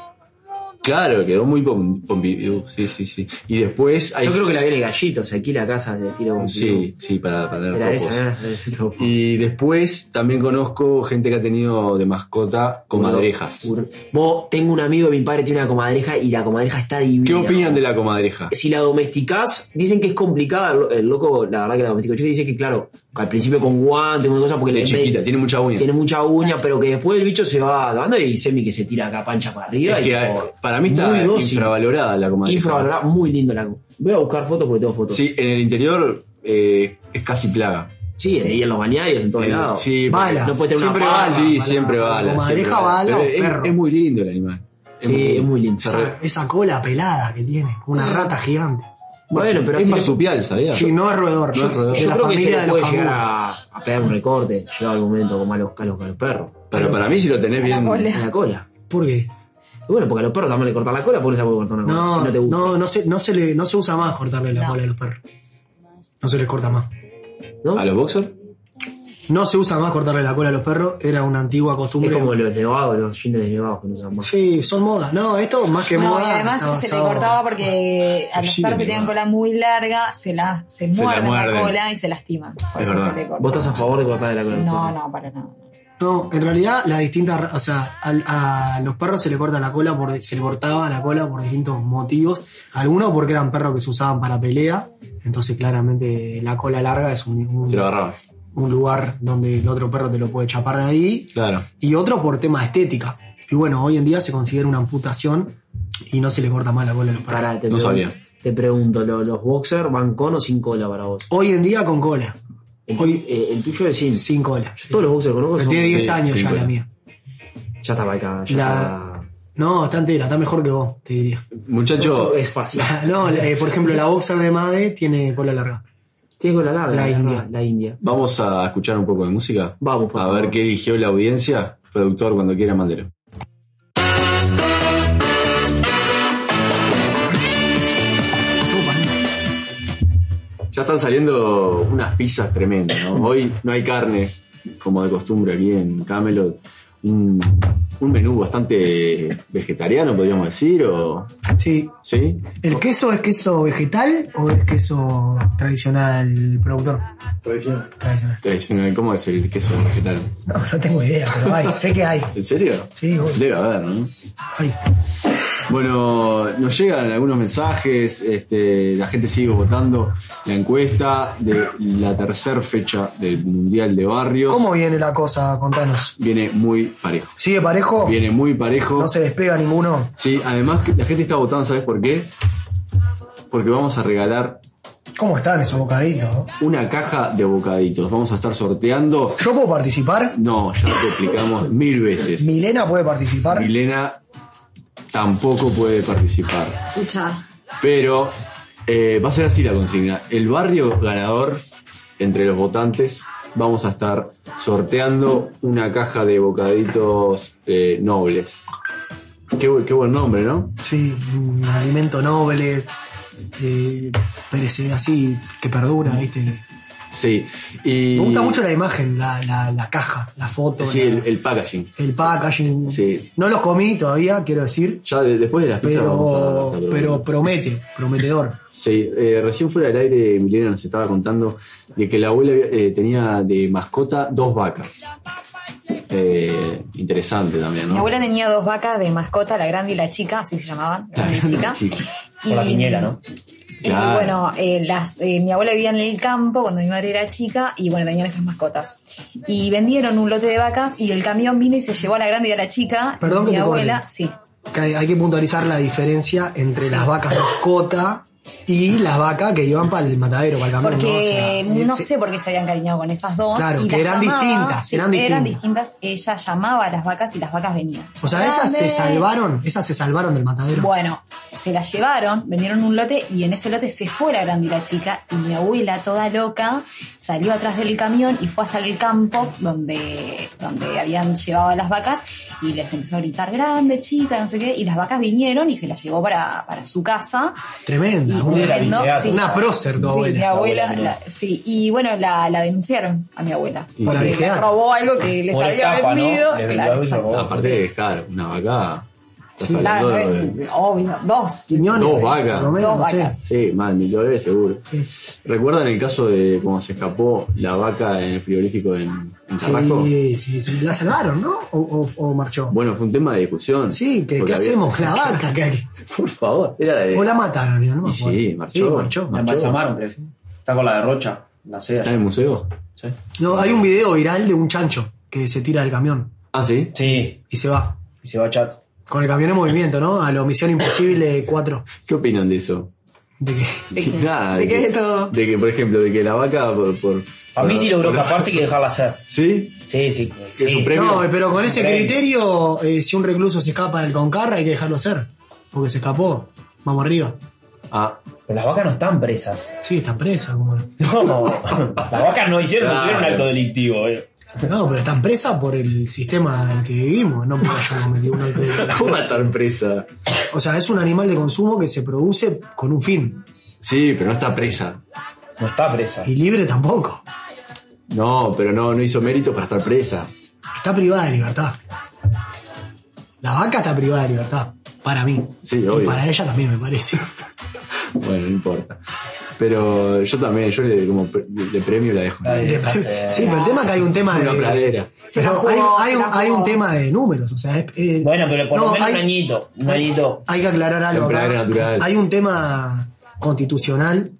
S4: Claro, quedó muy pom- Pompidou. uh, Sí, sí, sí. Y después hay.
S5: Yo creo que la viene gallito, o sea, aquí la casa de estilo Pompidou.
S4: Sí, sí, para, para tener
S5: Era
S4: topos.
S5: esa, era el topo.
S4: Y después también conozco gente que ha tenido de mascota comadrejas.
S5: Ur- Vos, tengo un amigo, mi padre tiene una comadreja y la comadreja está divina.
S4: ¿Qué opinan de la comadreja?
S5: Si la domesticás, dicen que es complicada. el lo- El loco, la verdad que la domesticó chico, dice que, claro, al principio con guantes, una cosa, porque
S4: De
S5: le-
S4: chiquita, tiene mucha uña.
S5: Tiene mucha uña, pero que después el bicho se va acabando y semi que se tira acá pancha para arriba.
S4: Es
S5: y,
S4: que,
S5: tipo,
S4: eh, para mí está
S5: muy dócil.
S4: infravalorada la comadreja.
S5: Infravalorada, muy lindo la Voy a buscar fotos porque tengo fotos.
S4: Sí, en el interior eh, es casi plaga.
S5: Sí, y en los balnearios, en todos
S4: Eh,
S5: lados.
S4: Sí, porque-
S5: No puede tener una pala.
S4: Sí, siempre bala.
S6: Como
S4: siempre
S6: abeja, bala
S4: Pero
S6: o
S4: es-
S6: perro.
S4: Es, muy lindo el animal.
S5: Sí, es muy lindo.
S6: Esa, esa cola pelada que tiene, una
S5: Bueno.
S6: rata gigante.
S5: Bueno, pero
S4: es
S5: así le-
S4: marsupial, ¿sabías?
S6: Sí, no es roedor.
S5: Yo,
S6: no es roedor.
S5: yo
S6: De la
S5: creo que se le
S6: familia de los
S5: puede llegar
S6: canguros.
S5: a, a pegar un recorte, llegado el momento, como a los, a los, a los perros.
S4: Pero para mí si lo tenés bien...
S5: En la cola.
S6: ¿Por qué?
S5: Y bueno, porque a los perros también le cortan la cola, por eso se puede cortar una cola.
S6: No,
S5: si no te gusta.
S6: no, no se, no, se le, no se usa más cortarle la cola a los perros. No se les corta más.
S4: ¿A los boxers?
S6: No se usa más cortarle la cola a los perros, era una antigua costumbre.
S5: Es como los nevados, los jeans de nevados que no usan más.
S6: Sí, son modas. No, esto más que
S7: No, y
S6: moda.
S7: además
S6: está
S7: se le
S6: basado-
S7: cortaba porque a los
S6: Sí,
S7: perros que
S6: le
S7: tienen cola muy larga se la se muerden la
S6: muerden.
S7: cola y se lastiman. Por
S6: Es
S7: eso
S6: verdad.
S7: se le corta.
S5: ¿Vos estás a favor de cortar la cola? a los
S7: No,
S5: perros?
S7: no, para nada.
S6: No, en realidad las distintas, ra- o sea, al- a, los perros se le corta la cola por, se le cortaba la cola por distintos motivos. Algunos porque eran perros que se usaban para pelea, entonces claramente la cola larga es un, un-
S4: Se lo agarraba.
S6: un lugar donde el otro perro te lo puede chapar de ahí.
S4: Claro.
S6: Y otro por tema de estética. Y bueno, hoy en día se considera una amputación y no se le corta más la cola a los perros.
S5: Pará, te pregun- Te pregunto, ¿lo- ¿los boxers van con o sin cola para vos?
S6: Hoy en día con cola.
S5: El, eh, el tuyo es sin.
S6: Sin cola.
S5: Todos los boxers que conozco
S6: Pero
S5: son-
S6: tiene 10
S5: Sí,
S6: años
S5: sin
S6: ya
S5: cola.
S6: la mía.
S5: Ya está acá, ya
S6: La- No, está entera, está mejor que vos, te diría.
S4: Muchacho,
S5: Es fácil.
S6: No, eh, por ejemplo, la boxer de Made tiene cola larga.
S5: Tiene cola larga.
S6: La
S5: es
S6: India.
S5: verdad, La India.
S4: vamos a escuchar un poco de música.
S5: Vamos,
S4: A ver qué eligió la audiencia. Productor, cuando quiera, mandelo. Ya están saliendo unas pizzas tremendas, ¿no? Hoy no hay carne, como de costumbre aquí en Camelot. Un, un menú bastante vegetariano, podríamos decir, o...
S6: Sí.
S4: ¿Sí?
S6: ¿El queso es queso vegetal o es queso tradicional productor?
S13: Tradicional.
S4: Tradicional, ¿cómo es el queso vegetal?
S6: No, no tengo idea, pero hay, sé que hay.
S4: ¿En serio?
S6: Sí, obvio.
S4: Debe haber, ¿no? Bueno, nos llegan algunos mensajes, este, la gente sigue votando la encuesta de la tercera fecha del Mundial de Barrios.
S6: ¿Cómo viene la cosa? Contanos.
S4: Viene muy parejo.
S6: ¿Sigue parejo?
S4: Viene muy parejo.
S6: No se despega ninguno.
S4: Sí, además que la gente está votando, ¿sabes por qué? Porque vamos a regalar
S6: ¿Cómo están esos bocaditos? no?
S4: una caja de bocaditos. Vamos a estar sorteando.
S6: ¿Yo puedo participar?
S4: No, ya te explicamos mil veces.
S6: ¿Milena puede participar?
S4: Milena tampoco puede participar.
S7: Escucha.
S4: Pero eh, va a ser así la consigna. El barrio ganador, entre los votantes, vamos a estar sorteando una caja de bocaditos eh, nobles. Qué, bu- qué buen nombre, ¿no?
S6: Sí, un alimento noble, eh, perece así, que perdura, ¿viste?
S4: Sí. Y,
S6: Me gusta mucho la imagen, la, la- la caja, la foto,
S4: Sí,
S6: la-
S4: el, el packaging.
S6: el packaging.
S4: Sí.
S6: No los comí todavía, quiero decir,
S4: Ya de- después de las pizzas vamos a-
S6: pero,
S4: vamos a probar.
S6: pero promete, prometedor.
S4: Sí, eh, recién fuera del aire Milena nos estaba contando de que la abuela eh, tenía de mascota dos vacas. Eh, interesante también, ¿no?
S7: Mi abuela tenía dos vacas de mascota, la grande y la chica, así se llamaban,
S4: La
S7: grande y chica.
S5: Por la piñera, ¿no?
S7: Y bueno, eh, las, eh, mi abuela vivía en el campo cuando mi madre era chica y bueno, tenían esas mascotas. Y vendieron un lote de vacas y el camión vino y se llevó a la grande y a la chica. y
S6: Perdón que
S7: mi
S6: te
S7: abuela,
S6: corte.
S7: sí.
S6: Que hay, hay que puntualizar la diferencia entre las vacas mascota y las vacas que iban para el matadero, para el camión. ¿no? O sea,
S7: Porque no,
S6: ese-
S7: sé por qué se habían cariñado con esas dos.
S6: Claro,
S7: y
S6: que
S7: las
S6: eran
S7: llamaba,
S6: distintas,
S7: sí,
S6: eran
S7: distintas. Ella llamaba a las vacas y las vacas venían.
S6: O sea, esas se
S7: Grande.
S6: salvaron, esas se salvaron del matadero.
S7: Bueno, se la llevaron, vendieron un lote y en ese lote se fue la grande y la chica y mi abuela, toda loca, salió atrás del camión y fue hasta el campo donde, donde habían llevado a las vacas y les empezó a gritar grande, chica, no sé qué, y las vacas vinieron y se las llevó para, para su casa.
S6: Tremenda,
S7: Y
S6: una,
S7: tremendo, sí.
S6: una prócer tu
S7: Sí,
S6: abuela.
S7: mi abuela, la- sí, y bueno, la, la denunciaron a mi abuela.
S4: Y
S7: porque
S4: sí.
S7: le
S4: Claro.
S7: robó algo que les
S4: Por
S7: había
S4: estafa, ¿no?
S7: vendido.
S4: Le- le
S7: Claro,
S4: habéis
S7: exacto.
S4: Aparte de dejar una vaca. estás
S7: Claro,
S4: hablando de-
S7: eh, obvio, dos.
S6: eh,
S4: Dos vacas.
S7: Dos vacas.
S4: Sí, mal, mil dólares seguro. ¿Recuerdan el caso de cómo se escapó la vaca en el frigorífico en, en Tarraco?
S6: Sí, sí, sí. La salvaron, ¿no? O, o- o marchó.
S4: Bueno, fue un tema de discusión.
S6: Sí, ¿qué,
S4: Porque
S6: qué
S4: había-
S6: hacemos? La vaca, ¿qué?
S4: Por favor, era de.
S6: O la mataron, no me acuerdo.
S4: Y sí, marchó.
S6: Sí, marchó.
S5: La embalsamaron, creo. Está con la derrocha, la seda. ¿Está
S4: en el museo?
S5: Sí.
S6: No, hay un video viral de un chancho que se tira del camión.
S4: Ah, sí.
S5: Sí.
S6: Y se va.
S5: Y se va chato.
S6: Con el camión en movimiento, ¿no? A la Misión Imposible 4.
S4: ¿Qué opinan de eso?
S6: ¿De qué?
S4: Nada,
S6: ¿De qué de todo?
S4: De que, por ejemplo, de que la vaca por, por
S14: A mí sí logró escaparse que dejarla hacer.
S4: ¿Sí?
S14: Sí, sí. sí.
S6: No, pero con
S14: Es
S6: ese
S14: un premio.
S6: criterio, eh, si un recluso se escapa del Concarra, hay que dejarlo ser. Porque se escapó. Vamos arriba.
S4: Ah.
S14: Pero las vacas no están presas.
S6: Sí, están presas. Como... no.
S14: No, las vacas no hicieron, no
S6: Claro.
S14: tuvieron un acto delictivo. eh.
S6: No, pero están presas por el sistema en el que vivimos. No puedo yo cometer un acto de-
S4: ¿Cómo va a estar presa?
S6: O sea, es un animal de consumo que se produce con un fin.
S4: Sí, pero no está presa.
S14: No está presa.
S6: Y libre tampoco.
S4: No, pero no, no hizo mérito para estar presa.
S6: Está privada de libertad. La vaca está privada de libertad. Para mí.
S4: Sí,
S6: Y
S4: obvio.
S6: para ella también me parece.
S4: Bueno, no importa. Pero yo también, yo le, como pre- de premio la dejo.
S6: Sí, pero el tema es que hay un tema
S4: Una
S6: de.
S4: pradera.
S14: Se la
S6: Pero
S14: jugó,
S6: hay, hay
S14: se
S6: un,
S14: la jugó.
S6: hay un tema de números, o sea, es- eh,
S14: Bueno, pero por
S6: no,
S14: lo menos
S6: hay-
S14: un añito. Un añito.
S6: Hay que aclarar
S14: En
S6: algo. acá.
S14: pradera natural.
S6: Hay un tema constitucional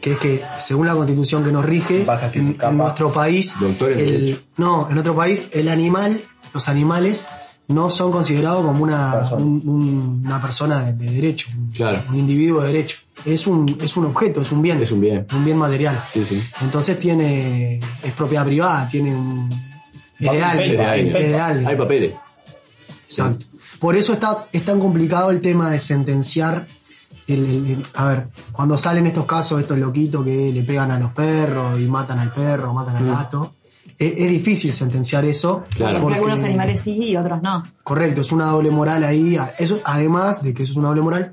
S6: que es que según la constitución que nos rige en, en nuestro país
S4: Doctores de
S6: el,
S4: Derecho.
S6: no en nuestro país el animal los animales no son considerados como una un- un- una persona de, de derecho un,
S4: Claro.
S6: un individuo de derecho es un es un objeto es un bien es
S4: un bien
S6: un bien material
S4: Sí, sí.
S6: entonces tiene es propiedad privada tiene un es de alguien,
S4: Es de alguien.
S6: es de alguien.
S4: Hay papeles.
S6: Exacto. Por eso está, es tan complicado el tema de sentenciar. el- el- el- a ver, cuando salen estos casos, estos loquitos que le pegan a los perros y matan al perro, matan al
S7: Mm.
S6: gato, e, es, es difícil sentenciar eso.
S7: Porque
S6: porque-
S7: algunos animales sí y otros no.
S6: Correcto, es una doble moral ahí. A- Eso, además de que eso es una doble moral,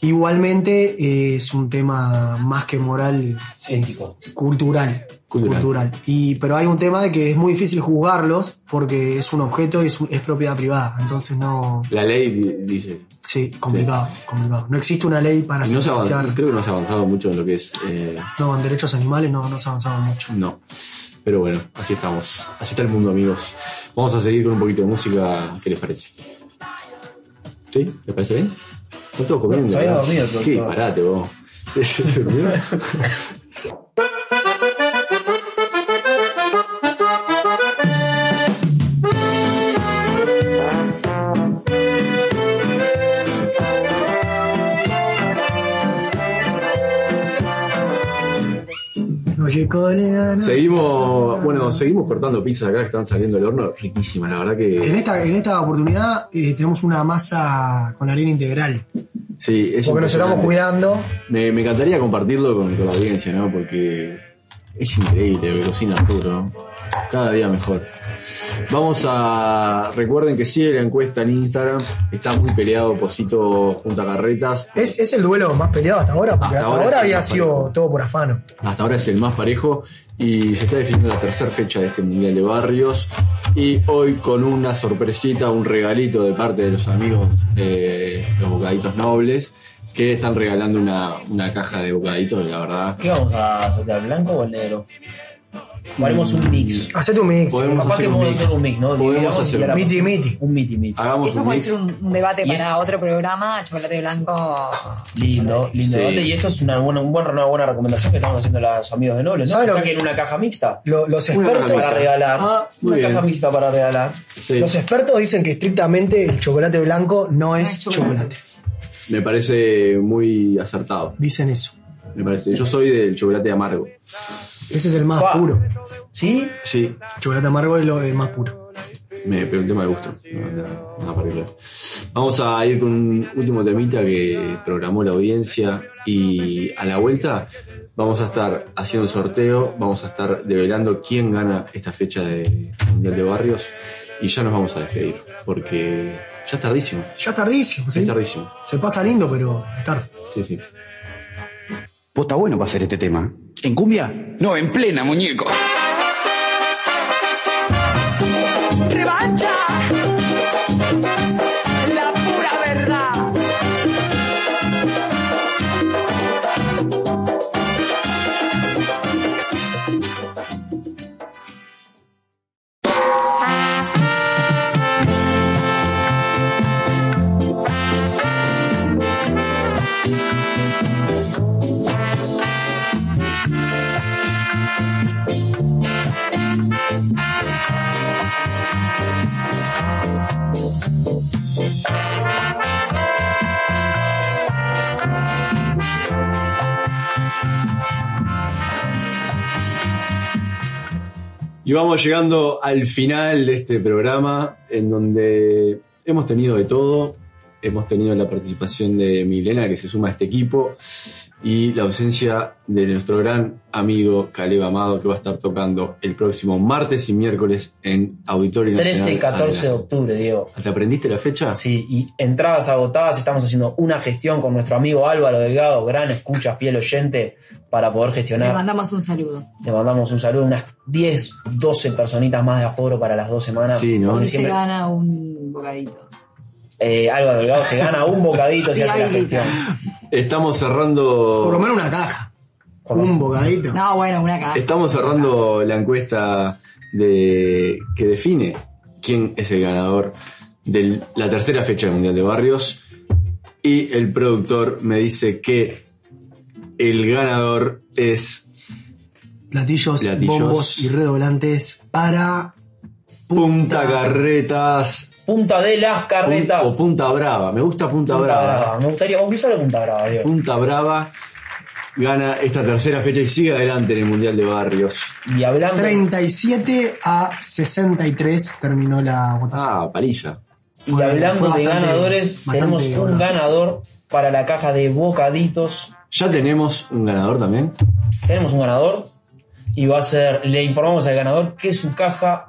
S6: igualmente eh, es un tema más que moral,
S14: Ético.
S6: cultural.
S4: Cultural.
S6: Cultural. Y, pero hay un tema de que es muy difícil juzgarlos porque es un objeto y es, un- es propiedad privada. Entonces no.
S4: La ley di- dice.
S6: Sí, complicado, complicado. No existe una ley para
S4: Y no se ha
S6: sentenciar.
S4: avanzado, creo que no se ha avanzado mucho en lo que es. eh,
S6: No, en derechos animales no, no se ha avanzado mucho.
S4: no. Pero bueno, así estamos. Así está el mundo, amigos. Vamos a seguir con un poquito de música. ¿Qué les parece? ¿Sí? ¿Les parece bien? No todos comiendo.
S14: Se había
S4: ¿verdad?
S14: dormido el
S4: Qué
S14: doctor.
S4: disparate, vos. ¿Se durmió?
S6: Oye, colega, no.
S4: Seguimos, bueno, seguimos cortando pizzas acá que están saliendo del horno. Riquísima, la verdad que.
S6: En esta, en esta oportunidad eh, tenemos una masa con harina integral.
S4: Sí, es
S6: Porque nos estamos
S4: impresionante.
S6: cuidando.
S4: Me, me encantaría compartirlo con, con la audiencia, ¿no? Porque es increíble lo que cocina Arturo, ¿no? Cada día mejor. Vamos a. Recuerden que sigue la encuesta en Instagram. Está muy peleado Posito Junta Carretas.
S6: Es, es el duelo más peleado hasta ahora, porque
S4: Ah, Hasta
S6: hasta,
S4: ahora
S6: ahora,
S4: sí,
S6: había
S4: más
S6: sido todo por afano.
S4: Hasta ahora es el más parejo y se está definiendo la tercera fecha de este Mundial de Barrios. Y hoy con una sorpresita, un regalito de parte de los amigos de los Bocaditos Nobles, que están regalando una, una caja de bocaditos, la verdad.
S14: ¿Qué vamos a soltar? ¿El blanco o el negro? O haremos un mix.
S6: Mm. Hacete un mix.
S14: Podemos Capaz que podemos hacer un mix, ¿no?
S4: Podemos
S14: Digamos,
S4: hacer
S14: y
S4: un
S14: la-
S4: mix.
S14: Un miti miti.
S4: Hagamos
S7: Eso puede ser un, un debate para otro programa, chocolate blanco.
S14: Lindo, lindo
S7: Sí.
S14: debate. Y esto es una buena, un buen- una buena recomendación que estamos haciendo los amigos de Nobles, ¿no?
S6: ¿Saben
S14: Que
S6: lo
S14: saquen una caja mixta.
S6: los
S14: Una caja
S6: expertos.
S14: para regalar.
S6: Ah, muy
S14: una
S6: bien.
S14: caja mixta para regalar.
S6: Los expertos dicen que estrictamente el chocolate blanco no es chocolate.
S4: Me parece muy acertado.
S6: Dicen eso.
S4: Me parece. Yo soy del chocolate amargo.
S6: Ese es el más puro.
S14: ¿Sí?
S4: Sí.
S6: Chocolate amargo es lo el más puro.
S4: Me, pero un tema de gusto. no, no, nada particular. Vamos a ir con un último temita que programó la audiencia. Y a la vuelta vamos a estar haciendo un sorteo. Vamos a estar develando quién gana esta fecha de Mundial de Barrios. Y ya nos vamos a despedir. Porque ya es tardísimo.
S6: Ya es tardísimo, ¿sí?
S4: Es tardísimo.
S6: Se pasa lindo, pero es tarde.
S4: Sí, sí.
S15: Vos está bueno para hacer este tema. ¿En cumbia? No, en plena, muñeco.
S3: revancha, la pura verdad.
S4: Y vamos llegando al final de este programa, en donde hemos tenido de todo. Hemos tenido la participación de Milena, que se suma a este equipo, y la ausencia de nuestro gran amigo Caleb Amado, que va a estar tocando el próximo martes y miércoles en Auditorio
S5: 13 y
S4: Nacional
S5: 14 de
S4: Arena.
S5: octubre, Diego.
S4: ¿Te aprendiste la fecha?
S5: Sí, y entradas agotadas, estamos haciendo una gestión con nuestro amigo Álvaro Delgado, gran escucha, fiel oyente, para poder
S7: Le
S5: gestionar.
S7: mandamos un saludo.
S5: Le mandamos un saludo, unas 10, 12 personitas más de aforo para las dos semanas.
S4: Sí, ¿no?
S7: Y se
S5: Siempre-
S7: gana un bocadito.
S5: eh, Álvaro Delgado se gana un bocadito si
S7: Sí,
S5: hace la
S7: habilita.
S5: gestión.
S4: Estamos cerrando.
S6: Por lo menos una caja. Un bocadito.
S7: No, bueno, una caja.
S4: Estamos cerrando la encuesta de, que define quién es el ganador de la tercera fecha del Mundial de Barrios. Y el productor me dice que el ganador es
S6: Platillos,
S4: Platillos.
S6: bombos y redoblantes para
S4: Punta Carretas.
S5: Punta de las carretas.
S4: Pun- o Punta Brava. Me gusta Punta, Brava.
S5: Me gustaría, vamos a usar la Punta Brava, Diego.
S4: Punta Brava gana esta tercera fecha y sigue adelante en el Mundial de Barrios.
S5: Y hablando.
S6: 37 a 63 terminó la votación.
S4: Ah, paliza.
S5: Y hablando
S6: fue
S5: de
S6: bastante-
S5: ganadores,
S6: bastante
S5: tenemos un
S6: ganador.
S5: ganador para la caja de bocaditos.
S4: Ya tenemos un ganador también.
S5: Tenemos un ganador y va a ser, le informamos al ganador que su caja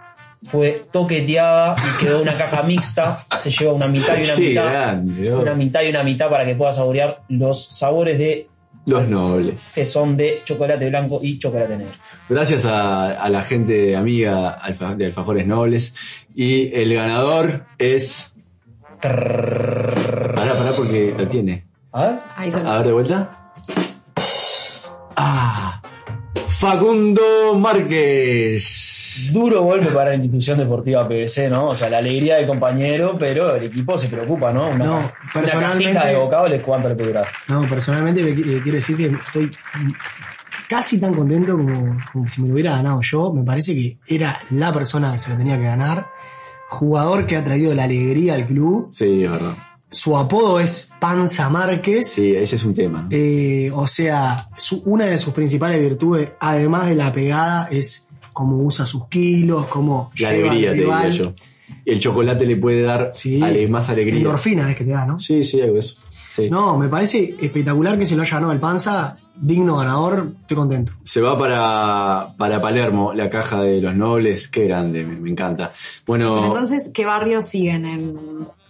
S5: fue toqueteada y quedó una caja mixta. Se lleva una mitad y una
S4: Qué
S5: mitad.
S4: grande, oh.
S5: Una mitad y una mitad para que pueda saborear los sabores de
S4: Los nobles.
S5: que son de chocolate blanco y chocolate negro.
S4: Gracias a, a la gente amiga alfa- de Alfajores Nobles. Y el ganador es. Pará, pará, porque lo tiene.
S5: A ver.
S7: Ahí son.
S4: A ver, de vuelta. Ah, Facundo Márquez.
S5: Duro golpe para la institución deportiva PBC, ¿no? O sea, la alegría del compañero, pero el equipo se preocupa, ¿no? Una,
S6: No,
S5: una
S6: personalmente-
S5: cajita de bocado les puedan perpetuar.
S6: No, personalmente me qui- eh, quiero decir que estoy casi tan contento como, como si me lo hubiera ganado yo. Me parece que era la persona que se lo tenía que ganar. Jugador que ha traído la alegría al club.
S4: Sí, es verdad.
S6: Su apodo es Panza Márquez.
S4: Sí, ese es un tema.
S6: Eh, o sea, su- una de sus principales virtudes, además de la pegada, es cómo usa sus kilos, cómo
S4: La
S6: lleva al
S4: alegría, te diría
S6: rival.
S4: yo. El chocolate le puede dar ale- más alegría.
S6: Endorfina es que te da, ¿no?
S4: Sí, sí, algo de eso. Sí.
S6: No, me parece espectacular que se lo haya ganado el Panza. Digno ganador, estoy contento.
S4: Se va para, para Palermo, la caja de los nobles. Qué grande, me, me encanta. Bueno,
S7: Entonces, ¿qué barrios siguen en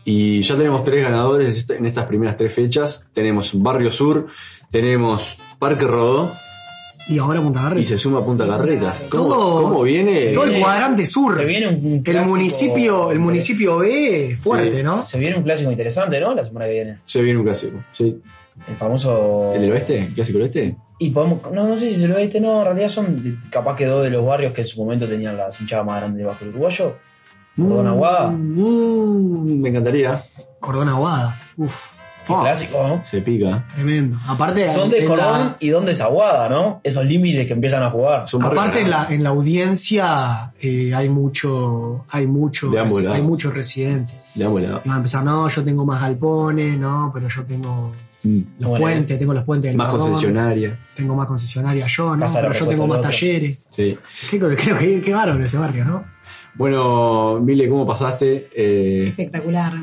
S4: Y ya tenemos tres ganadores est- en estas primeras tres fechas. Tenemos Barrio Sur, tenemos Parque Rodó
S6: Y ahora Punta Carretas.
S4: y se suma Punta Carretas. ¿Cómo,
S6: Todo-
S4: cómo viene?
S6: Todo el cuadrante sur.
S5: Se viene un- un
S6: el
S5: clásico-
S6: municipio, el municipio B fuerte,
S4: Sí.
S6: ¿no?
S5: Se viene un clásico interesante, ¿no? La semana que viene.
S4: Se viene un clásico. sí.
S5: El famoso.
S4: ¿El del oeste? ¿El clásico del oeste?
S5: Y podemos. No, no sé si se lo viste, no. En realidad son de- capaz que dos de los barrios que en su momento tenían las hinchadas más grandes del básquet uruguayo. Cordón Aguada.
S4: Mm, me encantaría. Ah.
S6: Cordón Aguada. Uf,
S5: Qué clásico, ¿no?
S4: Se pica.
S6: tremendo. Aparte,
S5: ¿Dónde es
S6: en
S5: Cordón
S6: la,
S5: y dónde es Aguada, no? Esos límites que empiezan a jugar.
S6: aparte en la, en la audiencia eh, hay mucho, hay mucho,
S4: De ambos lados.
S6: hay muchos residentes.
S4: Le damos la-
S6: Y van a empezar, no, yo tengo más galpones, no, pero yo tengo
S4: Mm.
S6: los puentes, tengo los puentes del
S4: Más
S6: Cordón,
S4: concesionaria.
S6: tengo más concesionaria yo, no,
S4: Casa de la
S6: pero yo tengo
S4: Respuesta
S6: más
S4: del Otro.
S6: talleres.
S4: Sí.
S6: Qué, qué- qué- qué bárbaro ese barrio, ¿no?
S4: Bueno, Mile, ¿cómo pasaste? Eh,
S7: espectacular?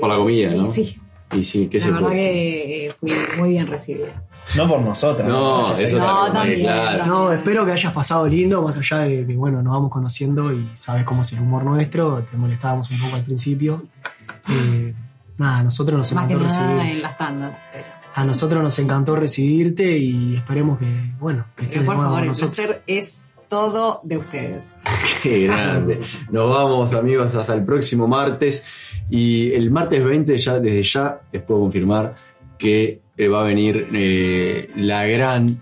S4: por la comida,
S7: Y
S4: ¿no?
S7: sí,
S4: Y sí, ¿qué
S7: la
S4: se
S7: verdad
S4: puede?
S7: que eh, fui muy bien recibida.
S5: No por nosotros.
S4: No,
S5: Porque se-
S4: eso otra
S7: No,
S4: cosa,
S7: también,
S4: claro.
S7: también.
S6: No, espero que hayas pasado lindo, más allá de que, bueno, nos vamos conociendo y sabes cómo es el humor nuestro, te molestábamos un poco al principio. Eh, nada, a nosotros nos
S7: Más que
S6: encantó
S7: nada
S6: recibirte.
S7: en las tandas. pero-
S6: A nosotros nos encantó recibirte y esperemos que, bueno, que
S7: Pero
S6: estés de
S7: por
S6: nuevo
S7: favor,
S6: con
S7: el
S6: nosotros.
S7: placer es todo de ustedes.
S4: Qué grande. Nos vamos, amigos, hasta el próximo martes. Y el martes 20, ya desde ya, les puedo confirmar que eh, va a venir eh, la gran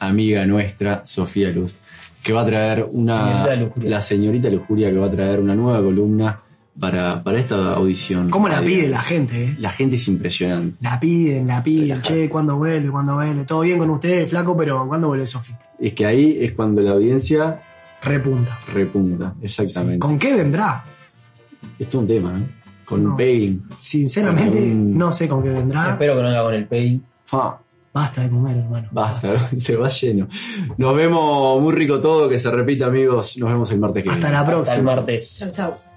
S4: amiga nuestra, Sofía Luz, que va a traer una.
S5: Señorita Lujuria.
S4: La señorita Lujuria, que va a traer una nueva columna para, para esta audición.
S6: ¿Cómo la pide la gente? eh?
S4: La gente es impresionante.
S6: La piden, la piden, che, ¿cuándo vuelve? ¿Cuándo vuelve? Todo bien con ustedes, flaco, pero ¿cuándo vuelve Sofi?
S4: Es que ahí es cuando la audiencia
S6: Repunta.
S4: repunta, exactamente.
S6: ¿Con qué vendrá?
S4: Esto es un tema, ¿eh? Con
S6: No.
S4: un pegging.
S6: Sinceramente,
S4: Con un-
S6: no sé con qué vendrá.
S5: Espero que no venga con el pay.
S4: Fa.
S6: Basta de comer, hermano.
S4: Basta, se va lleno. Nos vemos, muy rico todo, que se repita, amigos. Nos vemos el martes que
S6: Hasta la próxima.
S14: martes.
S7: Chau, chau.